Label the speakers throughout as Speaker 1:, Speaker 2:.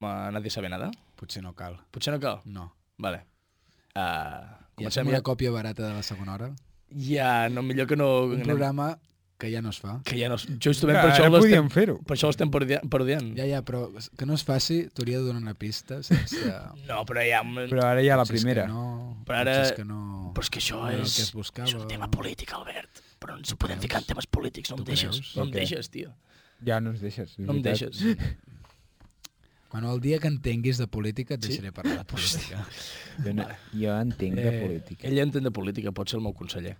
Speaker 1: eh, nadie sabe nada?
Speaker 2: Potser no cal.
Speaker 1: Potser no cal.
Speaker 2: No.
Speaker 1: Vale. Uh,
Speaker 2: I fem
Speaker 1: comencem
Speaker 2: una
Speaker 1: ja.
Speaker 2: còpia barata de la segona hora.
Speaker 1: Ja, no, millor que no...
Speaker 2: Un programa que ja no es fa.
Speaker 1: Que ja no... Justament per
Speaker 3: Clar,
Speaker 1: això
Speaker 3: ara podíem
Speaker 1: l'estem
Speaker 3: fer-ho.
Speaker 1: per això l'estem parodia- parodiant.
Speaker 2: Ja, ja, però que no es faci, t'hauria de donar una pista sense...
Speaker 1: No, mm, però ja... Però,
Speaker 3: Però ara ja la
Speaker 2: potser és que
Speaker 3: primera.
Speaker 2: No,
Speaker 1: Però ara-
Speaker 2: potser és que no...
Speaker 1: però és que això
Speaker 2: no era el
Speaker 1: és...
Speaker 2: que es buscava.
Speaker 1: Això és un tema polític, Albert. Però ens ho podem ficar en temes polítics, no em
Speaker 2: Tu
Speaker 1: deixes.
Speaker 2: creus?
Speaker 1: No em
Speaker 3: Ok.
Speaker 1: deixes, tio.
Speaker 3: Ja no ens deixes. és
Speaker 1: No em
Speaker 3: veritat.
Speaker 1: deixes.
Speaker 2: Bueno, el dia que entenguis de política et
Speaker 1: Sí?
Speaker 2: deixaré parlar de política.
Speaker 3: Jo, no, jo entenc de
Speaker 1: Eh,
Speaker 3: política.
Speaker 1: Ell entén de política, pot ser el meu conseller.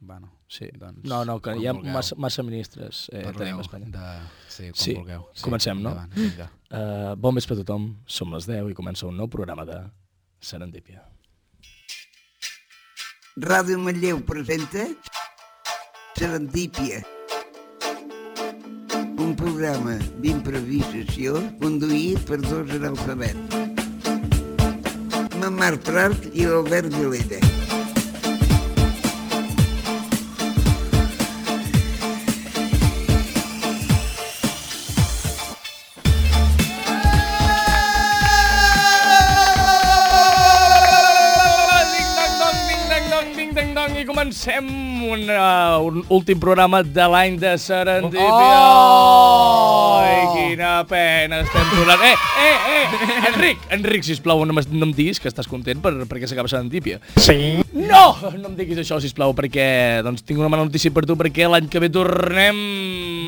Speaker 2: bueno,
Speaker 1: Sí.
Speaker 2: Doncs,
Speaker 1: no, no, que
Speaker 2: com
Speaker 1: hi ha
Speaker 2: vulgueu.
Speaker 1: massa, massa ministres eh, tenim
Speaker 2: parleu
Speaker 1: a Espanya.
Speaker 2: de... Sí, com
Speaker 1: Sí,
Speaker 2: vulgueu.
Speaker 1: comencem, no?
Speaker 2: Endavant, vinga.
Speaker 1: Uh, bon vespre a tothom, som les 10 i comença un nou programa de Serendipia.
Speaker 4: Ràdio Manlleu presenta Serendípia. Un programa d'improvisació conduït per dos analfabets. La Mar Prat i l'Albert Vilella.
Speaker 1: I comencem un, uh, un últim programa de l'any de Serendipia.
Speaker 3: Oh!
Speaker 1: Ai, quina pena estem donant. Eh, eh, eh! Enric, Enric, sisplau, no, m'es- no em diguis que estàs content per, perquè s'acaba Serendipia.
Speaker 3: Sí.
Speaker 1: No! No em diguis això, sisplau, perquè doncs, tinc una mala notícia per tu, perquè l'any que ve tornem...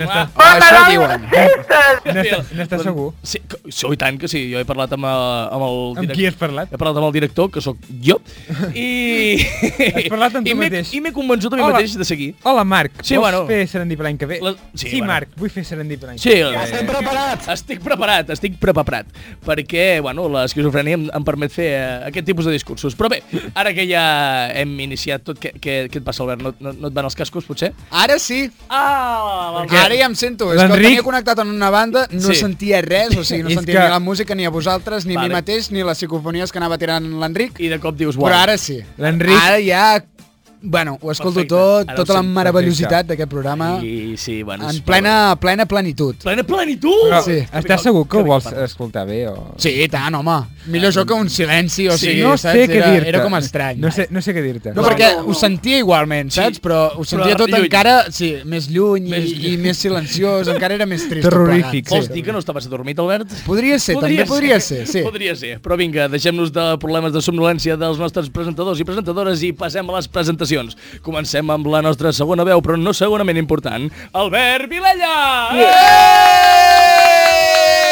Speaker 3: està-
Speaker 1: Ah,
Speaker 2: això diuen.
Speaker 3: N'està- N'estàs segur?
Speaker 1: Sí, que- sí, oh, i tant que sí. Jo he parlat amb, eh, amb el
Speaker 3: Amb qui has parlat?
Speaker 1: He parlat amb el director, que sóc jo, i...
Speaker 3: Has parlat amb
Speaker 1: I
Speaker 3: tu
Speaker 1: m'he-
Speaker 3: mateix.
Speaker 1: I m'he convençut a mi
Speaker 3: Hola.
Speaker 1: mateix de seguir.
Speaker 3: Hola, Marc.
Speaker 1: Sí,
Speaker 3: Vols
Speaker 1: bueno.
Speaker 3: fer serendip l'any que ve?
Speaker 1: La- sí,
Speaker 3: Sí,
Speaker 1: bueno.
Speaker 3: Marc, vull fer serendip l'any
Speaker 1: Sí,
Speaker 3: que ve.
Speaker 1: ja estem preparats. Estic preparat, estic preparat, perquè, bueno, l'esquizofrenia em, em permet fer eh, aquest tipus de discursos. Però bé, ara que ja hem iniciat tot, què, què, què et passa, Albert? No, no, no et van els cascos, potser?
Speaker 2: Ara sí,
Speaker 1: Ah,
Speaker 2: ara ja em sento. És que el
Speaker 3: L'Enric-
Speaker 2: tenia connectat en una banda, no
Speaker 1: Sí.
Speaker 2: sentia res, o sigui, no
Speaker 3: És
Speaker 2: sentia
Speaker 3: que-
Speaker 2: ni la música, ni a vosaltres, ni a
Speaker 1: Vale.
Speaker 2: mi mateix, ni les psicofonies que anava tirant l'Enric.
Speaker 1: I de cop dius, uau.
Speaker 2: Però ara sí.
Speaker 3: L'Enric-
Speaker 2: Ara ja... Bueno, ho escolto
Speaker 1: Perfecte.
Speaker 2: tot,
Speaker 1: Ara ho
Speaker 2: tota la
Speaker 1: sento,
Speaker 2: meravellositat d'aquest programa,
Speaker 1: I, sí, bueno, és-
Speaker 2: en plena, plena plenitud.
Speaker 1: Plena plenitud!
Speaker 3: Però
Speaker 2: Sí.
Speaker 3: estàs segur que ho vols
Speaker 1: Parla.
Speaker 3: escoltar bé? O...
Speaker 2: Sí, i tant, home. Millor això que un silenci, o
Speaker 1: Sí,
Speaker 2: sigui,
Speaker 3: no
Speaker 2: saps?
Speaker 3: sé què
Speaker 2: Era,
Speaker 3: dir-te.
Speaker 2: era com estrany.
Speaker 3: No sé, no sé què dir-te.
Speaker 2: No,
Speaker 1: No,
Speaker 2: perquè
Speaker 1: no, no.
Speaker 2: ho sentia igualment,
Speaker 1: Sí,
Speaker 2: saps? Però ho sentia tot
Speaker 1: lluny.
Speaker 2: encara sí, més lluny,
Speaker 1: Més
Speaker 2: i,
Speaker 1: lluny.
Speaker 2: i més silenciós, encara era més trist. tot
Speaker 3: Terrorífic,
Speaker 2: plegat.
Speaker 1: Vols dir que no estaves adormit, Albert?
Speaker 2: Podria ser, també podria ser, sí.
Speaker 1: Podria ser, però vinga, deixem-nos de problemes de somnolència dels nostres presentadors i presentadores i passem a les presentacions. Comencem amb la nostra segona veu, però no segurament important, Albert Vilella! Yeah!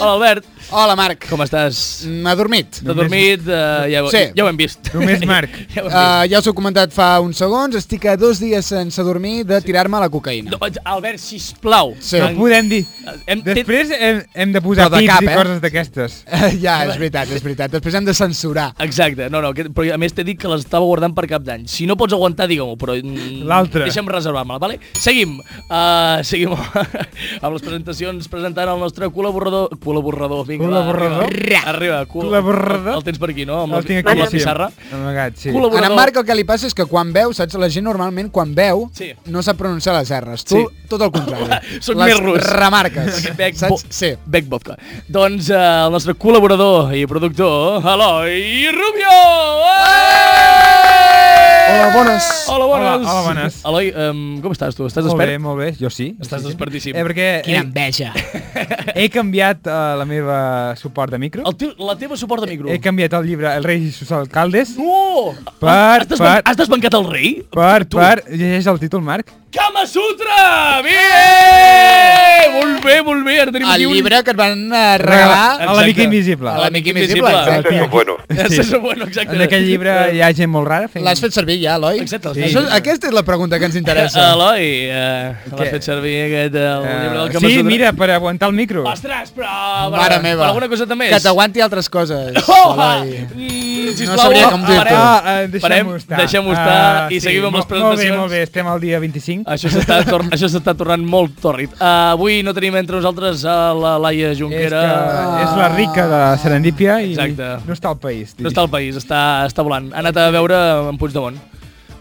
Speaker 1: Hola, Albert,
Speaker 2: Hola, Marc.
Speaker 1: com estàs?
Speaker 2: Mm, Adormit.
Speaker 1: T'ha dormit? Eh, ja, ho-
Speaker 2: Sí.
Speaker 1: ja ho hem vist.
Speaker 3: Només Marc.
Speaker 1: ja ho hem vist.
Speaker 2: Uh, ja us ho he comentat fa uns segons, estic a dos dies sense dormir de tirar-me la cocaïna.
Speaker 1: No, Albert, sisplau.
Speaker 2: Sí.
Speaker 3: No podem dir...
Speaker 1: Hem-
Speaker 3: Després hem, hem de posar
Speaker 2: Però de
Speaker 3: pits
Speaker 2: cap,
Speaker 3: i
Speaker 2: eh?
Speaker 3: coses d'aquestes.
Speaker 2: Ja, és veritat, és veritat. Després hem de censurar.
Speaker 1: Exacte, no, no, que, però a més t'he dit que les estava guardant per cap d'any. Si no pots aguantar, digue-m'ho, però... mm,
Speaker 3: L'altra.
Speaker 1: Deixa'm reservar-me-la, vale? Seguim. Uh, seguim amb les presentacions, presentant el nostre col·laborador... Col·laborador, vinga, va,
Speaker 3: Col·laborador?
Speaker 1: Arriba, arriba col-
Speaker 3: Col·laborador?
Speaker 1: El, el tens per aquí, no? Amb
Speaker 3: El tinc
Speaker 1: amb
Speaker 3: aquí,
Speaker 1: la pissarra.
Speaker 3: Amagat, sí.
Speaker 2: En
Speaker 1: Col·laborador.
Speaker 2: en Marc el que li passa és que quan veu, saps, la gent normalment quan veu
Speaker 1: Sí.
Speaker 2: no sap pronunciar les R's. Tu,
Speaker 1: Sí.
Speaker 2: tot el contrari.
Speaker 1: Soc
Speaker 2: les
Speaker 1: més rus.
Speaker 2: remarques.
Speaker 1: Bec, bo,
Speaker 2: Saps? Sí.
Speaker 1: bec vodka. Doncs eh, el nostre col·laborador i productor, Eloi Rubio!
Speaker 2: Hola, bones.
Speaker 1: Hola, bones.
Speaker 3: Hola, hola, bones.
Speaker 1: Eloi, um, com estàs tu? Estàs
Speaker 3: Molt
Speaker 1: despert?
Speaker 3: bé, molt bé. Jo sí.
Speaker 1: Estàs
Speaker 3: Sí, sí.
Speaker 1: despertíssim.
Speaker 3: Eh, perquè he,
Speaker 2: Quina enveja.
Speaker 3: he canviat eh, la meva suport de micro.
Speaker 1: El teu, la teva suporta micro.
Speaker 3: He canviat el llibre El rei i sus alcaldes
Speaker 1: No!
Speaker 3: Per-
Speaker 1: has, desban-
Speaker 3: per-
Speaker 1: has desbancat el rei?
Speaker 3: per, per... Llegeix el títol, Marc.
Speaker 1: Kama Sutra! Bé! Eh! Molt bé, molt bé. Ara tenim
Speaker 2: El
Speaker 1: aquí un-
Speaker 2: llibre que et van eh, regalar...
Speaker 3: A
Speaker 1: Exacte.
Speaker 3: l'amic invisible.
Speaker 2: A l'amic invisible, exacte.
Speaker 3: Això és bueno.
Speaker 1: Això és bueno, exacte.
Speaker 3: En aquell llibre hi ha gent molt rara. Fent...
Speaker 2: L'has fet servir ja, Eloi?
Speaker 1: Exacte, el
Speaker 2: Sí.
Speaker 1: fet
Speaker 2: Això,
Speaker 1: servir.
Speaker 2: aquesta és la pregunta que ens interessa.
Speaker 1: Eh, Eloi, uh, l'has
Speaker 3: Què?
Speaker 1: fet servir aquest, el
Speaker 3: Eh,
Speaker 1: llibre del Kama
Speaker 3: sí,
Speaker 1: Sutra.
Speaker 3: mira, per aguantar el micro.
Speaker 1: Ostres, però...
Speaker 2: Mare meva.
Speaker 1: Per alguna coseta més.
Speaker 2: Que t'aguanti altres coses,
Speaker 1: Oh!
Speaker 2: Eloi.
Speaker 1: Mm, sisplau,
Speaker 2: No sabria com dir-t'ho.
Speaker 1: parem.
Speaker 3: Ah,
Speaker 1: Parem,
Speaker 3: eh, deixem-ho estar.
Speaker 1: deixem-ho estar i seguim amb
Speaker 3: mo-
Speaker 1: les presentacions. Ah,
Speaker 3: Molt bé, molt bé, estem al dia 25.
Speaker 1: Això s'està tor això s'està tornant molt tòrrid. Uh, avui no tenim entre nosaltres a la Laia
Speaker 3: és,
Speaker 1: Junquera.
Speaker 3: que és la rica de Serendípia i
Speaker 1: Exacte.
Speaker 3: no està al país.
Speaker 1: No està al país, està, està volant. Ha anat a veure en Puigdemont.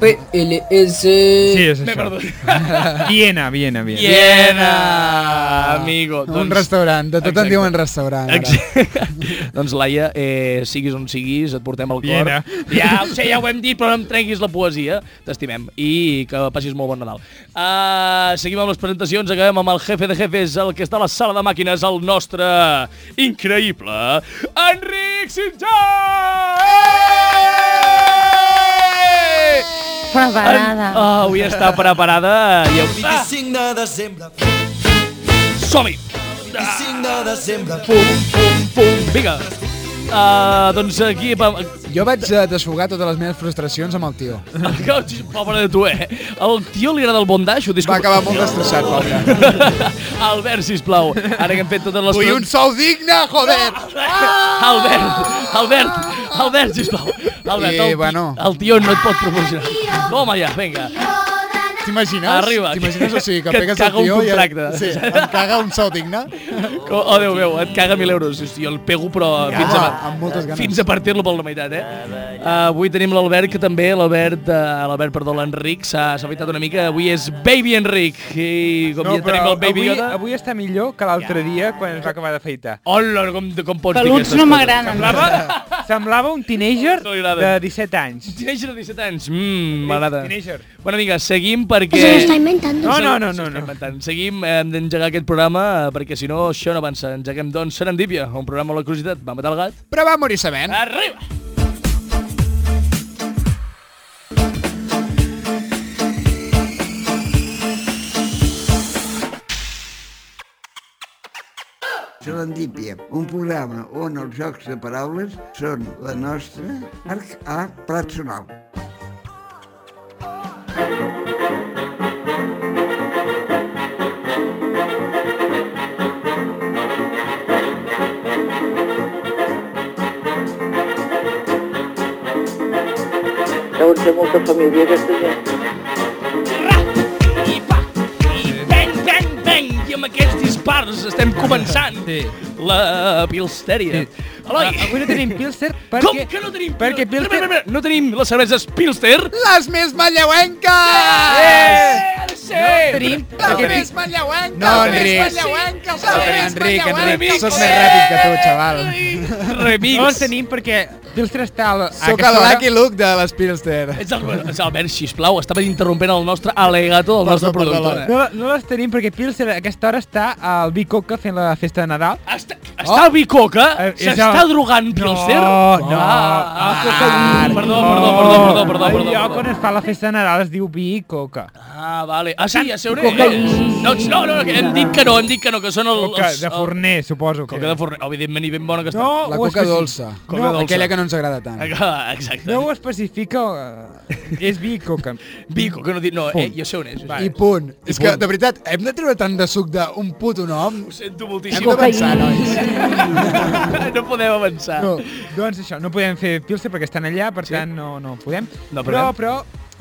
Speaker 5: PLS.
Speaker 3: Sí, és
Speaker 1: M'he
Speaker 3: això.
Speaker 1: perdut.
Speaker 3: Viena, Viena, Viena. Yeah.
Speaker 1: Viena, amigo. Doncs
Speaker 2: Un restaurant, de tot
Speaker 1: Exacte.
Speaker 2: en diuen restaurant. ara.
Speaker 1: Ex- doncs, Laia, eh, siguis on siguis, et portem al cor.
Speaker 3: Viena.
Speaker 1: Ja, ho sé, ja ho hem dit, però no em trenquis la poesia. T'estimem i que passis molt bon Nadal. Uh, seguim amb les presentacions, acabem amb el jefe de jefes, el que està a la sala de màquines, el nostre increïble Enric Sitjà!
Speaker 6: Preparada.
Speaker 1: En... Oh, avui està preparada. I avui... Ah,
Speaker 7: 25 de desembre,
Speaker 1: som-hi!
Speaker 7: 25 de desembre.
Speaker 1: Pum, pum, pum, vinga. Uh, doncs aquí... vam-
Speaker 2: Jo vaig eh, desfogar totes les meves frustracions amb el tio.
Speaker 1: oh, Pobre de tu, eh? El tio li agrada el bondatge, ho
Speaker 2: Va
Speaker 1: disculpa.
Speaker 2: acabar molt destrossat, pobre.
Speaker 1: Albert, sisplau, ara que hem fet totes les...
Speaker 2: Vull un sou digne, joder!
Speaker 1: Albert, Albert, Albert, sisplau. Albert,
Speaker 2: Eh,
Speaker 1: el, ti-
Speaker 2: bueno.
Speaker 1: el tio no et pot proporcionar. Toma ja, vinga.
Speaker 2: T'imagines?
Speaker 1: Arriba.
Speaker 2: T'imagines? O sigui, que,
Speaker 1: Que et
Speaker 2: pegues
Speaker 1: caga
Speaker 2: el
Speaker 1: un
Speaker 2: tio
Speaker 1: contracte.
Speaker 2: i... Sí, em caga un sou digne.
Speaker 1: Oh, oh, Déu meu, et caga 1.000 euros. Hosti, jo el pego, però fins a,
Speaker 2: amb moltes ganes.
Speaker 1: fins a partir-lo per la meitat, eh? Uh, avui tenim l'Albert, que també, l'Albert, uh, l'Albert, perdó, l'Enric, s'ha s'ha afaitat una mica. Avui és Baby Enric. I com no, ja tenim el Baby
Speaker 3: avui,
Speaker 1: Yoda...
Speaker 3: avui està millor que l'altre dia quan es va acabar d'afeitar.
Speaker 1: Hola, com, com pots dir
Speaker 6: Peluts
Speaker 1: aquestes
Speaker 6: no
Speaker 1: coses?
Speaker 6: m'agraden.
Speaker 3: Semblava un teenager
Speaker 1: No li agrada.
Speaker 3: de 17 anys.
Speaker 1: Teenager de 17 anys. Mmm, m'agrada.
Speaker 3: Teenager.
Speaker 1: Bueno, vinga, seguim perquè...
Speaker 6: inventando.
Speaker 3: No, no, no, no.
Speaker 1: Estem
Speaker 3: no.
Speaker 1: inventant. Seguim, hem d'engegar aquest programa eh, perquè si no això no avança. Engeguem, doncs, Serendípia, un programa on la curiositat va matar el gat.
Speaker 2: Però va morir sabent.
Speaker 1: Arriba!
Speaker 4: Serendípia, un programa on els jocs de paraules són la nostra arc a plat sonal.
Speaker 8: Deuen ser molta família, aquesta gent.
Speaker 1: I pa! I bang, bang, bang! I amb aquests dispars estem començant
Speaker 3: Sí.
Speaker 1: la pilstèria.
Speaker 3: Sí.
Speaker 1: Sí.
Speaker 3: Ah,
Speaker 1: Eloi,
Speaker 3: Avui no tenim Pilster perquè...
Speaker 1: com que no tenim...
Speaker 3: Perquè
Speaker 1: Espera,
Speaker 3: Pilster...
Speaker 1: espera, espera, No tenim les cerveses Pilster?
Speaker 2: Les més manlleuenques!
Speaker 1: Eh, sí!
Speaker 3: Tenim...
Speaker 2: Les
Speaker 3: Perquè
Speaker 2: més manlleuenques!
Speaker 3: No,
Speaker 2: les més
Speaker 3: Enric.
Speaker 2: manlleuenques!
Speaker 1: Sí.
Speaker 2: les més
Speaker 3: Enric,
Speaker 2: manlleuenques!
Speaker 1: Enric,
Speaker 2: Soc més ràpid que tu, xaval.
Speaker 1: Remix.
Speaker 3: no els tenim perquè Pilster està... al- A
Speaker 2: Soc
Speaker 3: aquesta
Speaker 2: el
Speaker 3: hora.
Speaker 2: Lucky Luke de les Pilster.
Speaker 1: Ets el, és Albert, sisplau, estava interrompent el nostre alegato del nostre
Speaker 2: perdó,
Speaker 1: productor.
Speaker 2: Albert.
Speaker 1: eh?
Speaker 3: No, no les tenim perquè Pilster a aquesta hora està al Bicoca fent la festa de Nadal.
Speaker 1: Està, està Bicoca?
Speaker 3: Eh, és
Speaker 1: S'està
Speaker 3: el-
Speaker 1: drogant Pilser?
Speaker 3: No, no.
Speaker 1: Ah,
Speaker 3: el
Speaker 1: ah,
Speaker 3: coca-
Speaker 1: perdó, perdó, perdó, perdó, perdó,
Speaker 3: El
Speaker 1: perdó,
Speaker 3: lloc on
Speaker 1: perdó.
Speaker 3: es fa la festa de Nadal es diu Bicoca.
Speaker 1: Ah, vale. Ah, sí, a seure. No, no, no, que hem dit que no, hem dit que no, que són el,
Speaker 3: Coca
Speaker 1: els...
Speaker 3: de forner, suposo que.
Speaker 1: Coca de forner, evidentment, i ben bona que està.
Speaker 3: No,
Speaker 2: La
Speaker 3: ho
Speaker 2: coca
Speaker 3: especifica.
Speaker 2: dolça.
Speaker 1: Coca dolça.
Speaker 2: Aquella que no ens agrada tant.
Speaker 1: Ah, Exacte.
Speaker 3: No ho especifica, eh, és Bicoca.
Speaker 1: Bico, que no dic... No, eh, jo sé on és.
Speaker 2: I punt. És que, de veritat, hem de treure tant de suc d'un puto nom?
Speaker 1: Ho sento
Speaker 2: Hem
Speaker 1: moltíssim.
Speaker 2: d'avançar, nois.
Speaker 1: No podem avançar.
Speaker 3: No, doncs això, no podem fer Pilsen perquè estan allà, per tant no, no podem.
Speaker 1: No
Speaker 3: però
Speaker 1: podem.
Speaker 3: però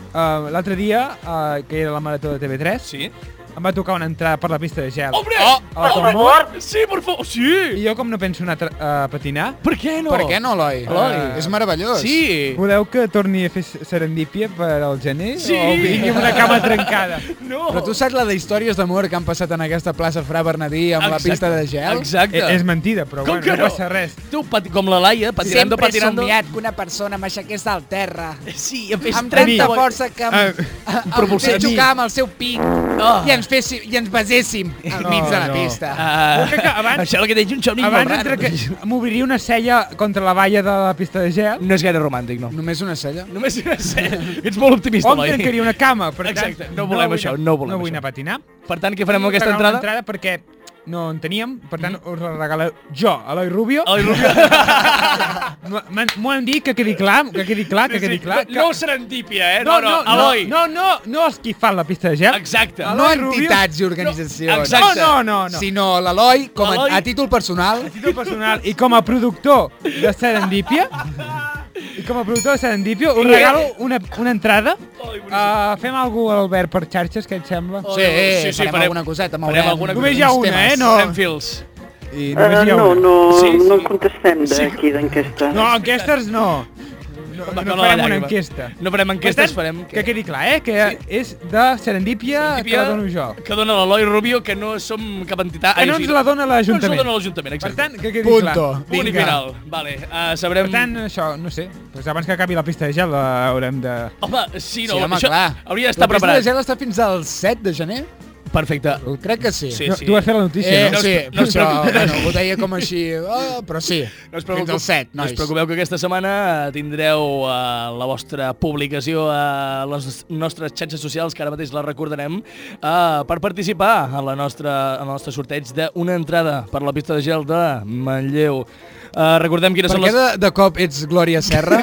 Speaker 3: eh, l'altre dia, eh, que era la marató de TV3,
Speaker 1: Sí?
Speaker 3: em va tocar una entrada per la pista de gel.
Speaker 1: Hombre!
Speaker 3: Al Comú.
Speaker 1: Sí, por favor, sí!
Speaker 3: I jo, com no penso anar tra- a patinar,
Speaker 1: Per què no?
Speaker 2: Per què no, Eloi? Eh,
Speaker 1: Eloi.
Speaker 2: És meravellós.
Speaker 1: Sí!
Speaker 3: voleu que torni a fer serendípia per al gener?
Speaker 1: Sí.
Speaker 3: O vingui amb una cama trencada?
Speaker 1: No!
Speaker 2: Però tu saps la de històries d'amor que han passat en aquesta plaça Fra Bernadí amb la
Speaker 1: Exacte,
Speaker 2: pista de gel?
Speaker 1: Exacte.
Speaker 3: Eh, és mentida, però
Speaker 1: Com
Speaker 3: bueno,
Speaker 1: que
Speaker 3: no?
Speaker 1: no?
Speaker 3: passa res.
Speaker 1: Tu, pati, com la Laia, patirando, patirando...
Speaker 2: que una persona m'aixequés del terra
Speaker 1: Sí, a més,
Speaker 2: amb tanta
Speaker 1: bo-
Speaker 2: força que em,
Speaker 3: Ah.
Speaker 2: em fes xocar amb el seu pic
Speaker 1: Ah.
Speaker 2: i ens, fessi, i ens beséssim al
Speaker 3: No,
Speaker 2: mig de la
Speaker 3: no.
Speaker 2: pista.
Speaker 1: Ah,
Speaker 3: que abans-
Speaker 1: Això el que deia un somni
Speaker 3: Abans
Speaker 1: molt
Speaker 3: entre
Speaker 1: raro.
Speaker 3: que m'obriria una cella contra la valla de la pista de gel,
Speaker 1: No és gaire romàntic, no.
Speaker 2: Només una cella?
Speaker 1: Només sé, ets molt optimista,
Speaker 3: o em
Speaker 1: Eloi.
Speaker 3: trencaria una cama. Per tant,
Speaker 1: Exacte, no volem
Speaker 3: vull
Speaker 1: això,
Speaker 3: anar-
Speaker 1: no volem
Speaker 3: No vull
Speaker 1: això.
Speaker 3: anar a patinar.
Speaker 1: Per tant, què farem amb
Speaker 3: I
Speaker 1: aquesta
Speaker 3: regalar una
Speaker 1: entrada? Mm-hmm.
Speaker 3: entrada perquè no en teníem, per tant, us la regalo jo, Eloi Rubio.
Speaker 1: Eloi Rubio.
Speaker 3: M'han- M'ho han dit, que quedi clar, que quedi
Speaker 1: Ah,
Speaker 3: clar, que quedi clar. Que...
Speaker 1: No serendípia, eh? No, no, Eloi.
Speaker 3: No, no, no els qui fan la pista de gel.
Speaker 1: Exacte.
Speaker 3: Eloi
Speaker 2: No
Speaker 3: Rubio.
Speaker 2: entitats i organitzacions,
Speaker 1: exacte.
Speaker 3: No, no, no, no.
Speaker 2: sinó l'Eloi com a,
Speaker 1: L'Eloi-
Speaker 2: a títol personal
Speaker 3: Títol personal i com a productor de Serendípia, I com a productor de Serendipio, us regalo una, una entrada. Uh, fem alguna cosa, Albert, per xarxes, què et sembla?
Speaker 1: Oh,
Speaker 2: Sí,
Speaker 1: sí, sí,
Speaker 2: farem
Speaker 1: farem-
Speaker 2: alguna coseta,
Speaker 1: farem
Speaker 2: mourem.
Speaker 1: alguna
Speaker 3: Només hi ha
Speaker 2: uns
Speaker 3: una,
Speaker 2: temes.
Speaker 3: eh?
Speaker 1: No.
Speaker 3: No,
Speaker 1: Fem fils.
Speaker 3: I només
Speaker 8: Eh,
Speaker 3: hi ha
Speaker 8: no,
Speaker 3: una.
Speaker 8: no,
Speaker 1: Sí, sí.
Speaker 8: no contestem d'aquí d'enquesta.
Speaker 3: No, enquestes no. No,
Speaker 1: Em va caure
Speaker 3: no
Speaker 1: la
Speaker 3: farem una
Speaker 1: llàgrima.
Speaker 3: enquesta.
Speaker 1: No farem enquestes, farem... Ah,
Speaker 3: Que quedi clar, eh? Que és de Serendipia, que la dono jo.
Speaker 1: que dona l'Eloi Rubio, que no som cap entitat...
Speaker 3: Que no
Speaker 1: Ai, o sigui,
Speaker 3: ens la dona
Speaker 1: Ah, No ens
Speaker 3: l'Ajuntament.
Speaker 1: la dona l'Ajuntament,
Speaker 3: Per
Speaker 1: exacte.
Speaker 3: tant, que quedi clar.
Speaker 2: Punto.
Speaker 1: Punt i
Speaker 3: Vinga.
Speaker 1: final. Vale, uh, sabrem...
Speaker 3: Per tant, això, no sé, doncs abans que acabi la pista de gel eh, haurem de...
Speaker 1: Home, sí, no,
Speaker 2: Sí, home,
Speaker 1: això
Speaker 2: clar.
Speaker 1: hauria d'estar
Speaker 2: La pista
Speaker 1: preparat.
Speaker 2: de gel està fins al 7 de gener?
Speaker 1: Perfecte.
Speaker 2: Crec que sí.
Speaker 1: Sí.
Speaker 3: No, Tu vas fer la notícia,
Speaker 2: Eh,
Speaker 3: no?
Speaker 1: no us-
Speaker 2: sí,
Speaker 1: no us
Speaker 2: però,
Speaker 1: preocupeu.
Speaker 2: bueno, ho deia com així, oh, però sí,
Speaker 1: No us
Speaker 2: fins
Speaker 1: preocupeu,
Speaker 2: al 7,
Speaker 1: no us
Speaker 2: nois.
Speaker 1: preocupeu que aquesta setmana tindreu uh, la vostra publicació a les nostres xarxes socials, que ara mateix la recordarem, uh, per participar en, la nostra, en el nostre sorteig d'una entrada per la pista de gel de Manlleu. Uh, recordem quines
Speaker 2: Per
Speaker 1: són
Speaker 2: què
Speaker 1: les...
Speaker 2: de, de cop ets Glòria Serra?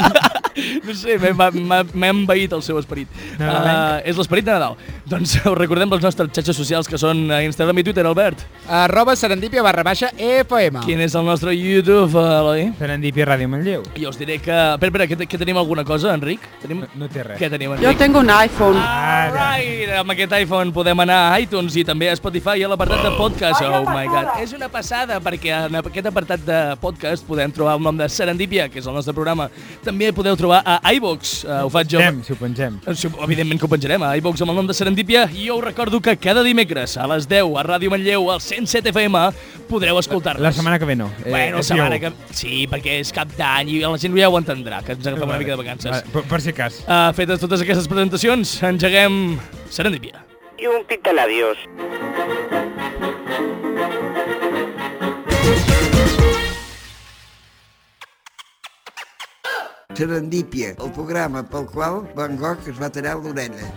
Speaker 1: no sé, m'he- m'ha- m'ha m'ha envaït el seu esperit. Uh,
Speaker 3: Nadalenc.
Speaker 1: és l'esperit de Nadal. Doncs us recordem les nostres xarxes socials, que són a Instagram i Twitter, Albert.
Speaker 2: Arroba serendipia barra baixa EFM.
Speaker 1: Quin és el nostre YouTube, eh, Eloi?
Speaker 3: Serendipia Ràdio Manlleu.
Speaker 1: Jo us diré que... Espera, espera, que, que tenim alguna cosa, Enric? Tenim...
Speaker 3: No, no té res.
Speaker 1: Què tenim,
Speaker 9: Yo
Speaker 1: Enric?
Speaker 9: tengo un iPhone.
Speaker 1: Alright, amb aquest iPhone podem anar a iTunes i també a Spotify i a l'apartat de podcast. Oh my god, és una passada perquè en aquest apartat de podcast podem trobar el nom de Serendipia, que és el nostre programa. També podeu trobar a iVox, uh, ho faig jo.
Speaker 3: Pengem, si ho pengem.
Speaker 1: Sí, Evidentment que ho penjarem a iVox amb el nom de Serendipia i jo us recordo que cada dimecres a les 10 a Ràdio Manlleu al 107 FM podreu escoltar-nos.
Speaker 3: La setmana que ve no. Eh,
Speaker 1: Bueno,
Speaker 3: és
Speaker 1: setmana que...
Speaker 3: diou.
Speaker 1: Sí, perquè és cap d'any i la gent ja ho entendrà, que ens agafem una mica de vacances.
Speaker 3: Vale, per, per si cas.
Speaker 1: Uh, fetes totes aquestes presentacions, engeguem Serendipia.
Speaker 8: I un pit de labios.
Speaker 4: Serendípia, el programa pel qual Van Gogh es va tallar l'orella.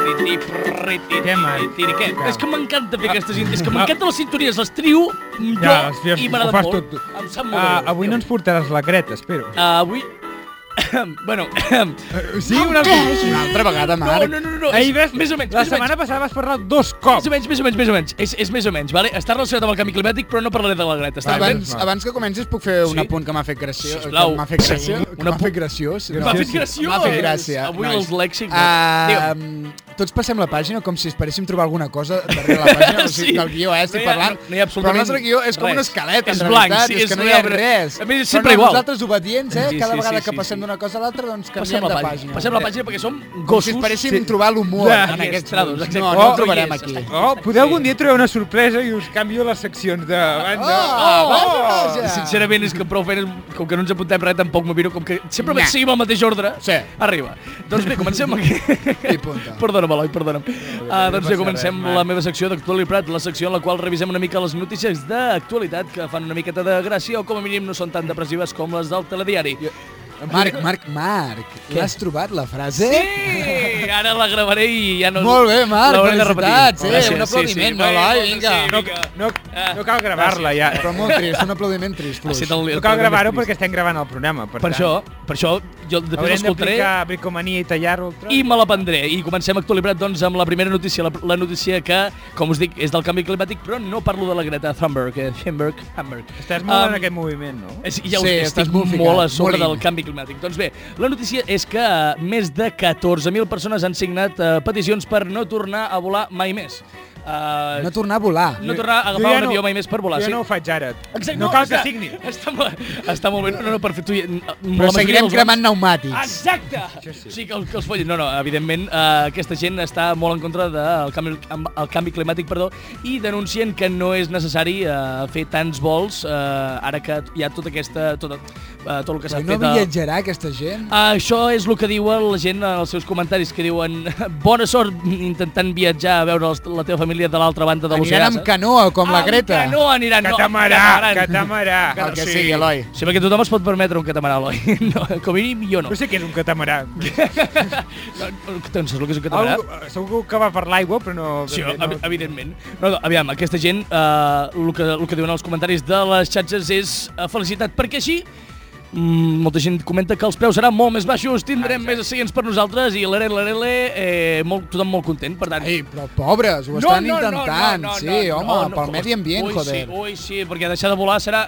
Speaker 3: Què, Marc?
Speaker 1: Què?
Speaker 3: Què? Ah.
Speaker 1: És que m'encanta fer aquestes... in- És que m'encanten les cinturies, les trio jo
Speaker 3: Ja, les fies,
Speaker 1: i
Speaker 3: ho
Speaker 1: m'agrada
Speaker 3: fas
Speaker 1: molt.
Speaker 3: tot. tu.
Speaker 1: Em sap molt
Speaker 3: Ah,
Speaker 1: greu.
Speaker 3: avui no ens portaràs la Greta, espero.
Speaker 1: Ah, avui... bueno...
Speaker 3: Eh, Sí, una altra.
Speaker 2: Una altra vegada,
Speaker 1: no,
Speaker 2: Marc.
Speaker 1: no, no, no, no.
Speaker 3: Ahir
Speaker 1: és-
Speaker 3: ves,
Speaker 1: Ah, més o menys, més o
Speaker 3: la
Speaker 1: menys.
Speaker 3: setmana passada vas parlar dos cops.
Speaker 1: Més o menys, més o menys, més o menys. És, és més o menys, vale? Està relacionat amb el canvi climàtic, però no parlaré de la Greta. Està bé?
Speaker 2: Abans, abans que comencis puc fer un
Speaker 1: Sí?
Speaker 2: apunt que m'ha fet graciós.
Speaker 1: Sisplau.
Speaker 2: Que m'ha fet graciós.
Speaker 1: Sí.
Speaker 2: Que
Speaker 1: Una
Speaker 2: m'ha fet graciós.
Speaker 1: M'ha fet graciós.
Speaker 2: M'ha fet gràcia.
Speaker 1: Avui
Speaker 2: nois.
Speaker 1: els lèxics, no?
Speaker 2: Ah, tots passem la pàgina com si esperéssim trobar alguna cosa darrere la pàgina. O sigui,
Speaker 1: Sí.
Speaker 2: del guió, eh?
Speaker 1: No
Speaker 2: Estic
Speaker 1: hi ha-
Speaker 2: parlant.
Speaker 1: no hi ha
Speaker 2: Però el
Speaker 1: absolutament
Speaker 2: nostre guió és com un
Speaker 1: res.
Speaker 2: esquelet, en
Speaker 1: És blanc,
Speaker 2: realitat.
Speaker 1: sí,
Speaker 2: és
Speaker 1: és-
Speaker 2: que no
Speaker 1: no
Speaker 2: hi
Speaker 1: hi
Speaker 2: ha
Speaker 1: ha re-
Speaker 2: res.
Speaker 1: A mi
Speaker 2: Però
Speaker 1: sempre
Speaker 2: no,
Speaker 1: igual.
Speaker 2: Nosaltres obedients, eh?
Speaker 1: Sí,
Speaker 2: Cada
Speaker 1: sí,
Speaker 2: vegada
Speaker 1: sí,
Speaker 2: que
Speaker 1: sí,
Speaker 2: passem
Speaker 1: sí.
Speaker 2: d'una cosa a l'altra, doncs
Speaker 1: Passem
Speaker 2: canviem
Speaker 1: la
Speaker 2: de
Speaker 1: pàgina.
Speaker 2: pàgina. Eh,
Speaker 1: Passem la pàgina perquè som
Speaker 2: Com si
Speaker 1: gossos.
Speaker 2: esperéssim trobar l'humor
Speaker 1: Ja.
Speaker 2: en aquests
Speaker 1: Adiestrados,
Speaker 2: moments.
Speaker 1: exacte.
Speaker 2: No,
Speaker 1: Oh,
Speaker 2: no
Speaker 1: hi
Speaker 2: el trobarem
Speaker 1: és,
Speaker 2: aquí.
Speaker 1: està
Speaker 3: Oh, podeu algun dia treure una sorpresa i us canvio les seccions de
Speaker 1: Oh,
Speaker 3: banda.
Speaker 2: Ah, vaja.
Speaker 1: Sincerament, és que prou feines, com que no ens apuntem res, tampoc m'ho miro, com que sempre
Speaker 2: Nah.
Speaker 1: nah. seguim el mateix ordre,
Speaker 2: Sí.
Speaker 1: arriba. Doncs bé, comencem aquí.
Speaker 2: I punta.
Speaker 1: Perdona'm, Eloi, perdona'm. Uh, doncs
Speaker 3: passa
Speaker 1: bé, comencem
Speaker 3: res, Marc.
Speaker 1: la meva secció d'actualitat, la secció en la qual revisem una mica les notícies d'actualitat que fan una miqueta de gràcia o com a mínim no són tan depressives com les del telediari.
Speaker 2: Marc, Marc, Marc, l'has trobat, la frase?
Speaker 1: Sí! Ara la gravaré i ja no...
Speaker 2: Eh! Molt bé, Marc,
Speaker 1: l'haurem de repetir.
Speaker 2: felicitats, eh?
Speaker 1: Gràcies,
Speaker 2: Un aplaudiment, no,
Speaker 1: Bé,
Speaker 2: Eloi,
Speaker 1: moltes-
Speaker 2: vinga.
Speaker 1: sí,
Speaker 3: No, no,
Speaker 1: Ah.
Speaker 3: no cal gravar-la ja.
Speaker 2: Però molt trist, un aplaudiment trist,
Speaker 1: Ha
Speaker 2: Fluix.
Speaker 1: sigut el-
Speaker 3: No cal
Speaker 1: el
Speaker 3: gravar-ho
Speaker 1: més
Speaker 3: perquè estem gravant el programa. Per,
Speaker 1: Per
Speaker 3: tant,
Speaker 1: això, per això jo després
Speaker 3: Haurem
Speaker 1: l'escoltaré
Speaker 3: d'aplicar bricomania i tallar-ho. al tros.
Speaker 1: i me l'aprendré. I comencem actualitat doncs, amb la primera notícia, la, la notícia que, com us dic, és del canvi climàtic, però no parlo de la Greta Thunberg. Eh? Thunberg, Thunberg.
Speaker 3: Estàs molt
Speaker 1: Em,
Speaker 3: en aquest moviment, no?
Speaker 1: És, ja ho
Speaker 2: Sí,
Speaker 1: sí,
Speaker 2: estàs
Speaker 1: estic
Speaker 2: molt
Speaker 1: molt,
Speaker 2: ficat,
Speaker 1: a sobre
Speaker 2: molt in.
Speaker 1: del canvi climàtic. Doncs bé, la notícia és que eh, més de 14.000 persones han signat eh, peticions per no tornar a volar mai més. Eh,
Speaker 2: No tornar a volar.
Speaker 1: no tornar a agafar un avió mai més per volar,
Speaker 3: Jo
Speaker 1: sí.
Speaker 3: ja no ho faig ara.
Speaker 1: Exacte,
Speaker 3: no cal que
Speaker 1: està-
Speaker 3: signi.
Speaker 1: Està, molt, està molt bé. No, no, no, per fer tu... ja- la
Speaker 2: Però
Speaker 1: majoria
Speaker 2: seguirem
Speaker 1: dels Ah,
Speaker 2: cremant pneumàtics.
Speaker 1: Exacte!
Speaker 3: Això sí.
Speaker 1: O sigui, que, el- que els follin. No, no, evidentment, eh, aquesta gent està molt en contra del canvi, amb el canvi climàtic perdó, i denuncien que no és necessari eh, fer tants vols eh, ara que hi ha tota aquesta... Tot, eh, tot el que s'ha
Speaker 2: Però no
Speaker 1: fet... a-
Speaker 2: viatjarà aquesta gent?
Speaker 1: Ah, això és el que diu la gent en els seus comentaris, que diuen bona sort intentant viatjar a veure els, la teva família de l'altra banda de l'oceà.
Speaker 2: Aniran amb canoa, com la Greta.
Speaker 1: Amb canoa aniran. no,
Speaker 3: Catamarà,
Speaker 1: catamaran.
Speaker 3: catamarà.
Speaker 2: El que sigui, Eloi.
Speaker 1: Sembla que tothom es pot permetre un catamarà, Eloi. No, com a mínim jo no.
Speaker 3: No sé què és un catamarà.
Speaker 1: no doncs, el que és un catamarà?
Speaker 3: Algú, segur que va per l'aigua, però no...
Speaker 2: Doncs
Speaker 1: Sí,
Speaker 3: no,
Speaker 1: ev evidentment. No, no, aviam, aquesta gent, eh, el, que, el que diuen els comentaris de les xatxes és eh, felicitat, perquè així mm, molta gent comenta que els preus seran molt més baixos,
Speaker 2: Ah,
Speaker 1: tindrem més asseients per nosaltres i l'ere, l'ere, l'ere, eh, molt, tothom molt content, per tant...
Speaker 2: Ei, però pobres, ho estan intentant. sí, home, pel medi ambient,
Speaker 1: ui,
Speaker 2: joder.
Speaker 1: Sí, ui, sí, perquè deixar de volar serà...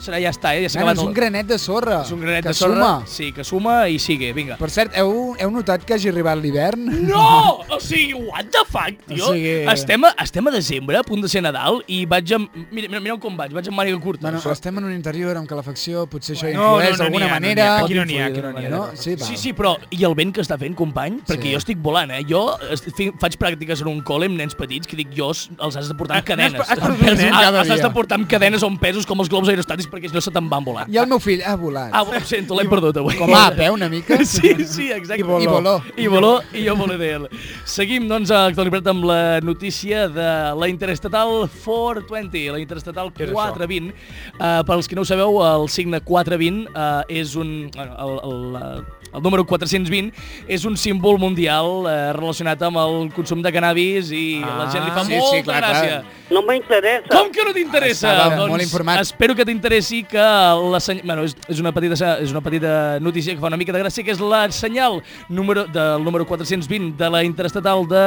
Speaker 1: serà ja està, eh? Ja s'ha
Speaker 2: Bueno,
Speaker 1: acabat.
Speaker 2: és un
Speaker 1: el-
Speaker 2: granet de sorra.
Speaker 1: és un granet
Speaker 2: que
Speaker 1: de sorra.
Speaker 2: Suma.
Speaker 1: Sí, que suma i sigue, vinga.
Speaker 2: Per cert, heu, heu notat que hagi arribat l'hivern?
Speaker 1: No! O sigui, what the fuck, tio?
Speaker 2: O sigui-
Speaker 1: Estem, a, estem a desembre, a punt de ser Nadal, i vaig amb... Mira, mira, mira com vaig, vaig amb màniga curta.
Speaker 2: Bueno, estem en un interior amb calefacció, potser això
Speaker 3: No, no,
Speaker 2: influeix
Speaker 3: no n'hi
Speaker 2: d'alguna
Speaker 3: ha, no n'hi
Speaker 2: manera.
Speaker 3: ha. Aquí no n'hi ha, aquí no n'hi ha.
Speaker 2: No? Sí, va.
Speaker 1: Sí, sí, però i el vent que està fent, company? Perquè
Speaker 2: Sí.
Speaker 1: jo estic volant, eh? Jo es- fi- faig pràctiques en un col·le amb nens petits que dic, jo s- els has de portar amb
Speaker 2: Ah,
Speaker 1: cadenes.
Speaker 3: has perdut un nen
Speaker 1: Ah,
Speaker 2: cada
Speaker 1: Els has
Speaker 2: dia.
Speaker 1: de portar amb cadenes o amb pesos com els globus aerostàtics perquè si no se te'n van volant.
Speaker 2: I el meu fill ha volat.
Speaker 1: Ah, ho sento, l'he perdut avui.
Speaker 2: Com a peu, una mica.
Speaker 1: Sí, sí, exacte.
Speaker 2: I voló. I voló.
Speaker 1: I voló, i jo volé d'ell. Seguim, doncs, a Actualitat amb la notícia de la Interestatal 420, la Interestatal 420. Uh, pels que no ho sabeu, el signe 420 uh, és un... Bueno, el, el, eh, el número 420 és un símbol mundial eh, relacionat amb el consum de cannabis i ah, la gent li fa
Speaker 2: sí, sí,
Speaker 1: molta
Speaker 2: clar, clar.
Speaker 1: gràcia.
Speaker 8: No me interesa.
Speaker 1: Com que no t'interessa? doncs,
Speaker 2: Estava molt informat.
Speaker 1: Espero que t'interessi que la senyal... Bueno, és, és, una petita, se- és una petita notícia que fa una mica de gràcia, que és la senyal número, del número 420 de la interestatal de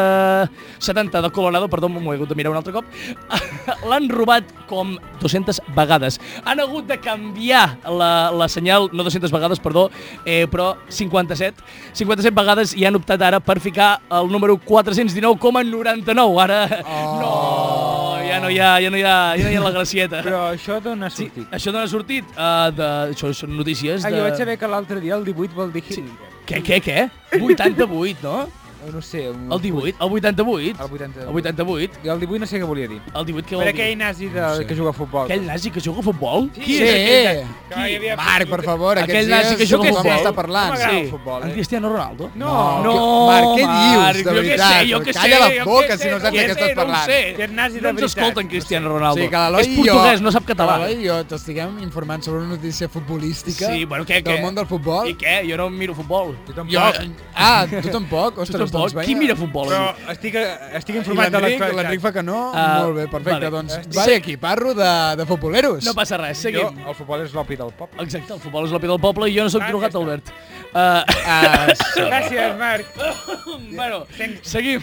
Speaker 1: 70 de Colorado, perdó, m'ho he hagut de mirar un altre cop, l'han robat com 200 vegades. Han hagut de canviar la, la senyal, no 200 vegades, perdó, eh, però 57. 57 vegades i han optat ara per ficar el número 419,99. Ara, oh. no, ja no hi ha, ja no hi ha, ja no hi ha la gracieta.
Speaker 3: Però això d'on ha
Speaker 1: Sí,
Speaker 3: sortit?
Speaker 1: això d'on ha sortit? Uh, de, això són notícies
Speaker 3: Ah,
Speaker 1: de...
Speaker 3: jo vaig saber que l'altre dia el 18 vol dir Hitler.
Speaker 1: Què, què, què? 88, no?
Speaker 3: No sé, un...
Speaker 1: El 18? El 88?
Speaker 3: El 88.
Speaker 1: El 88?
Speaker 3: Jo el 18 no sé què volia dir.
Speaker 1: El 18 què
Speaker 3: Per
Speaker 1: vol dir?
Speaker 3: aquell nazi de...
Speaker 2: sé.
Speaker 3: que juga a futbol.
Speaker 1: Aquell nazi que juga a futbol?
Speaker 2: Sí,
Speaker 3: Que hi havia-
Speaker 2: Marc, per favor,
Speaker 1: Aquell
Speaker 2: aquests
Speaker 1: nazi
Speaker 2: dies
Speaker 1: que juga a
Speaker 2: tothom
Speaker 1: futbol.
Speaker 2: està parlant.
Speaker 3: m'agrada el futbol, eh?
Speaker 1: En Cristiano Ronaldo?
Speaker 3: No,
Speaker 1: No,
Speaker 2: que- Marc, què dius, de
Speaker 1: jo què
Speaker 2: veritat?
Speaker 1: sé, jo què sé,
Speaker 2: Calla la
Speaker 1: jo
Speaker 2: boca,
Speaker 1: què
Speaker 2: si no
Speaker 1: sé,
Speaker 2: saps
Speaker 1: jo
Speaker 2: de què estàs
Speaker 1: sé,
Speaker 2: parlant.
Speaker 1: No, ho sé.
Speaker 3: Que és nazi de
Speaker 1: no ens
Speaker 3: veritat.
Speaker 1: escolten Cristiano Ronaldo.
Speaker 2: Sí, que l'Eloi
Speaker 1: és
Speaker 2: i jo...
Speaker 1: portuguès, no sap català.
Speaker 2: que L'Eloi i jo t'estiguem informant sobre una notícia futbolística
Speaker 1: Sí, bueno, què, què?
Speaker 2: del món del futbol.
Speaker 1: I què? Jo no miro futbol.
Speaker 3: Jo tampoc.
Speaker 2: Jo... Ah, tu tampoc?
Speaker 1: Tu
Speaker 2: Ostres,
Speaker 1: tampoc?
Speaker 2: doncs veia.
Speaker 1: Qui mira futbol?
Speaker 3: Però
Speaker 1: aquí?
Speaker 3: estic, estic
Speaker 2: I
Speaker 3: informat de
Speaker 2: l'Enric
Speaker 3: l'actualitat.
Speaker 2: l'Enric fa que no?
Speaker 1: Ah,
Speaker 2: Molt bé, perfecte.
Speaker 1: vale.
Speaker 2: Doncs
Speaker 1: Estic-
Speaker 2: vaig aquí, parlo de, de futboleros.
Speaker 1: No passa res,
Speaker 3: Jo,
Speaker 1: seguim.
Speaker 3: el futbol és l'opi del pop.
Speaker 1: Exacte, el futbol és l'opi del poble i jo no sóc
Speaker 3: Ah,
Speaker 1: drogat,
Speaker 3: ja està.
Speaker 1: Albert. Uh,
Speaker 2: Ah, sí.
Speaker 3: Gràcies, Marc,
Speaker 1: bueno, seguim.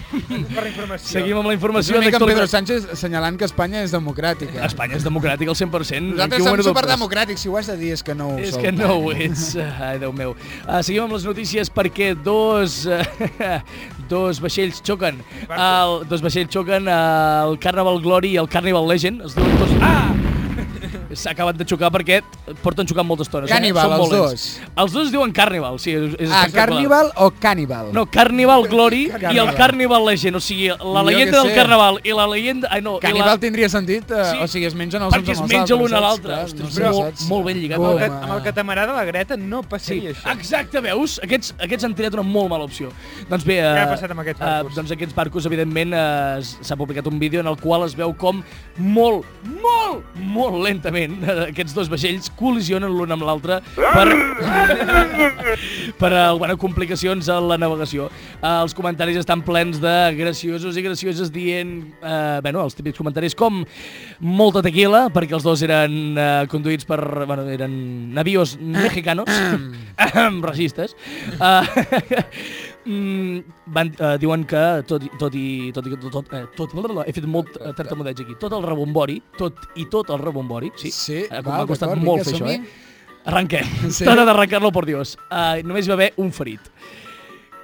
Speaker 3: per la informació.
Speaker 1: Seguim amb la
Speaker 2: És
Speaker 1: informació
Speaker 2: una mica en Pedro
Speaker 1: d'actualitat.
Speaker 2: Sánchez assenyalant que Espanya és democràtica.
Speaker 1: Espanya és democràtica al 100%.
Speaker 2: Nosaltres
Speaker 1: Aquí ho
Speaker 2: som
Speaker 1: hem de-
Speaker 2: superdemocràtics, si ho has de dir és que no ho
Speaker 1: És
Speaker 2: sou.
Speaker 1: que no ho ets, ai, Déu meu. Uh, seguim amb les notícies perquè dos, eh, dos vaixells xoquen. El, dos vaixells xoquen eh, el Carnival Glory i el Carnival Legend. Els diuen tots... Ah! S'ha acabat de xocar perquè porten xocant molta estona. Són-
Speaker 2: Carnival,
Speaker 1: són molt
Speaker 2: els
Speaker 1: lents. Els dos diuen Carnival, sí. És, és
Speaker 2: Ah,
Speaker 1: espectacular.
Speaker 2: Carnival o Cannibal?
Speaker 1: No, Carnival Glory i el
Speaker 2: Carnival.
Speaker 1: Carnival Legend. O sigui, la
Speaker 2: Jo
Speaker 1: leyenda
Speaker 2: què
Speaker 1: del
Speaker 2: sé.
Speaker 1: Carnaval i la leyenda... Ai, no, i
Speaker 2: Cannibal
Speaker 1: la...
Speaker 2: tindria sentit, eh,
Speaker 1: Sí.
Speaker 2: o sigui, es mengen els uns amb
Speaker 1: Perquè
Speaker 2: els
Speaker 1: es
Speaker 2: altres.
Speaker 1: menja l'un a
Speaker 2: saps?
Speaker 1: l'altre.
Speaker 2: Clar,
Speaker 1: Ostres,
Speaker 2: no
Speaker 1: molt-
Speaker 2: saps.
Speaker 1: molt ben lligat.
Speaker 2: Com,
Speaker 1: Amb
Speaker 3: Amb el,
Speaker 2: eh,
Speaker 3: amb el catamarà de la Greta no passaria sí. això.
Speaker 1: Exacte, veus? Aquests, aquests han triat una molt mala opció. Doncs bé, eh,
Speaker 3: ha passat amb aquests barcos?
Speaker 1: Eh, doncs aquests barcos, evidentment, eh, s- s'ha publicat un vídeo en el qual es veu com molt, molt, molt lentament eh, aquests dos vaixells col·lisionen l'un amb l'altre per,
Speaker 3: Ah!
Speaker 1: per eh, bueno, complicacions a la navegació. Eh, els comentaris estan plens de graciosos i gracioses dient, eh, bueno, els típics comentaris com molta tequila, perquè els dos eren eh, conduïts per, bueno, eren navios mexicanos, ahem, racistes. Eh, mm, van, eh, diuen que tot, i- tot i tot, i, tot, eh, tot, blablabla, he fet molt eh, tartamudeig aquí, tot el rebombori, tot i tot el rebombori, sí,
Speaker 2: Sí,
Speaker 1: eh,
Speaker 2: val,
Speaker 1: m'ha costat
Speaker 2: d'acord,
Speaker 1: molt
Speaker 2: vinga,
Speaker 1: fer això,
Speaker 2: som-hi.
Speaker 1: eh? Arrenquem.
Speaker 2: Sí.
Speaker 1: Sí. Trata d'arrencar-lo, por Dios. Uh, només hi va haver un ferit.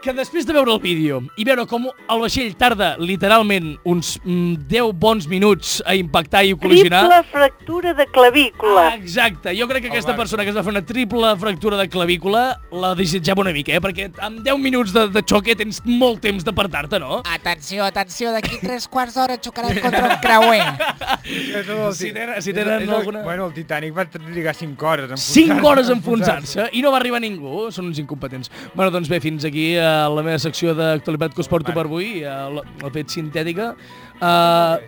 Speaker 1: Que després de veure el vídeo i veure com el vaixell tarda literalment uns mm, 10 bons minuts a impactar i col·lisionar...
Speaker 8: Triple fractura de clavícula.
Speaker 1: Ah, Exacte, jo crec que aquesta persona que es va fer una triple fractura de clavícula la desitjava una mica, eh? Perquè amb 10 minuts de, de xoque tens molt temps d'apartar-te, no?
Speaker 9: Atenció, atenció, d'aquí tres quarts d'hora xocarem contra un creuer.
Speaker 3: És el
Speaker 1: Si
Speaker 3: Ti-
Speaker 1: tenen- si
Speaker 3: és el-
Speaker 1: tenen
Speaker 3: és el-
Speaker 1: alguna-
Speaker 3: Bueno, el Titanic va trigar 5 hores a enfonsar-se.
Speaker 1: 5 hores enfonsant-se i no va arribar ningú, són uns incompetents. Bueno, doncs bé, fins aquí eh, a la meva secció d'actualitat que us porto per avui, a la, la pet sintètica. Uh,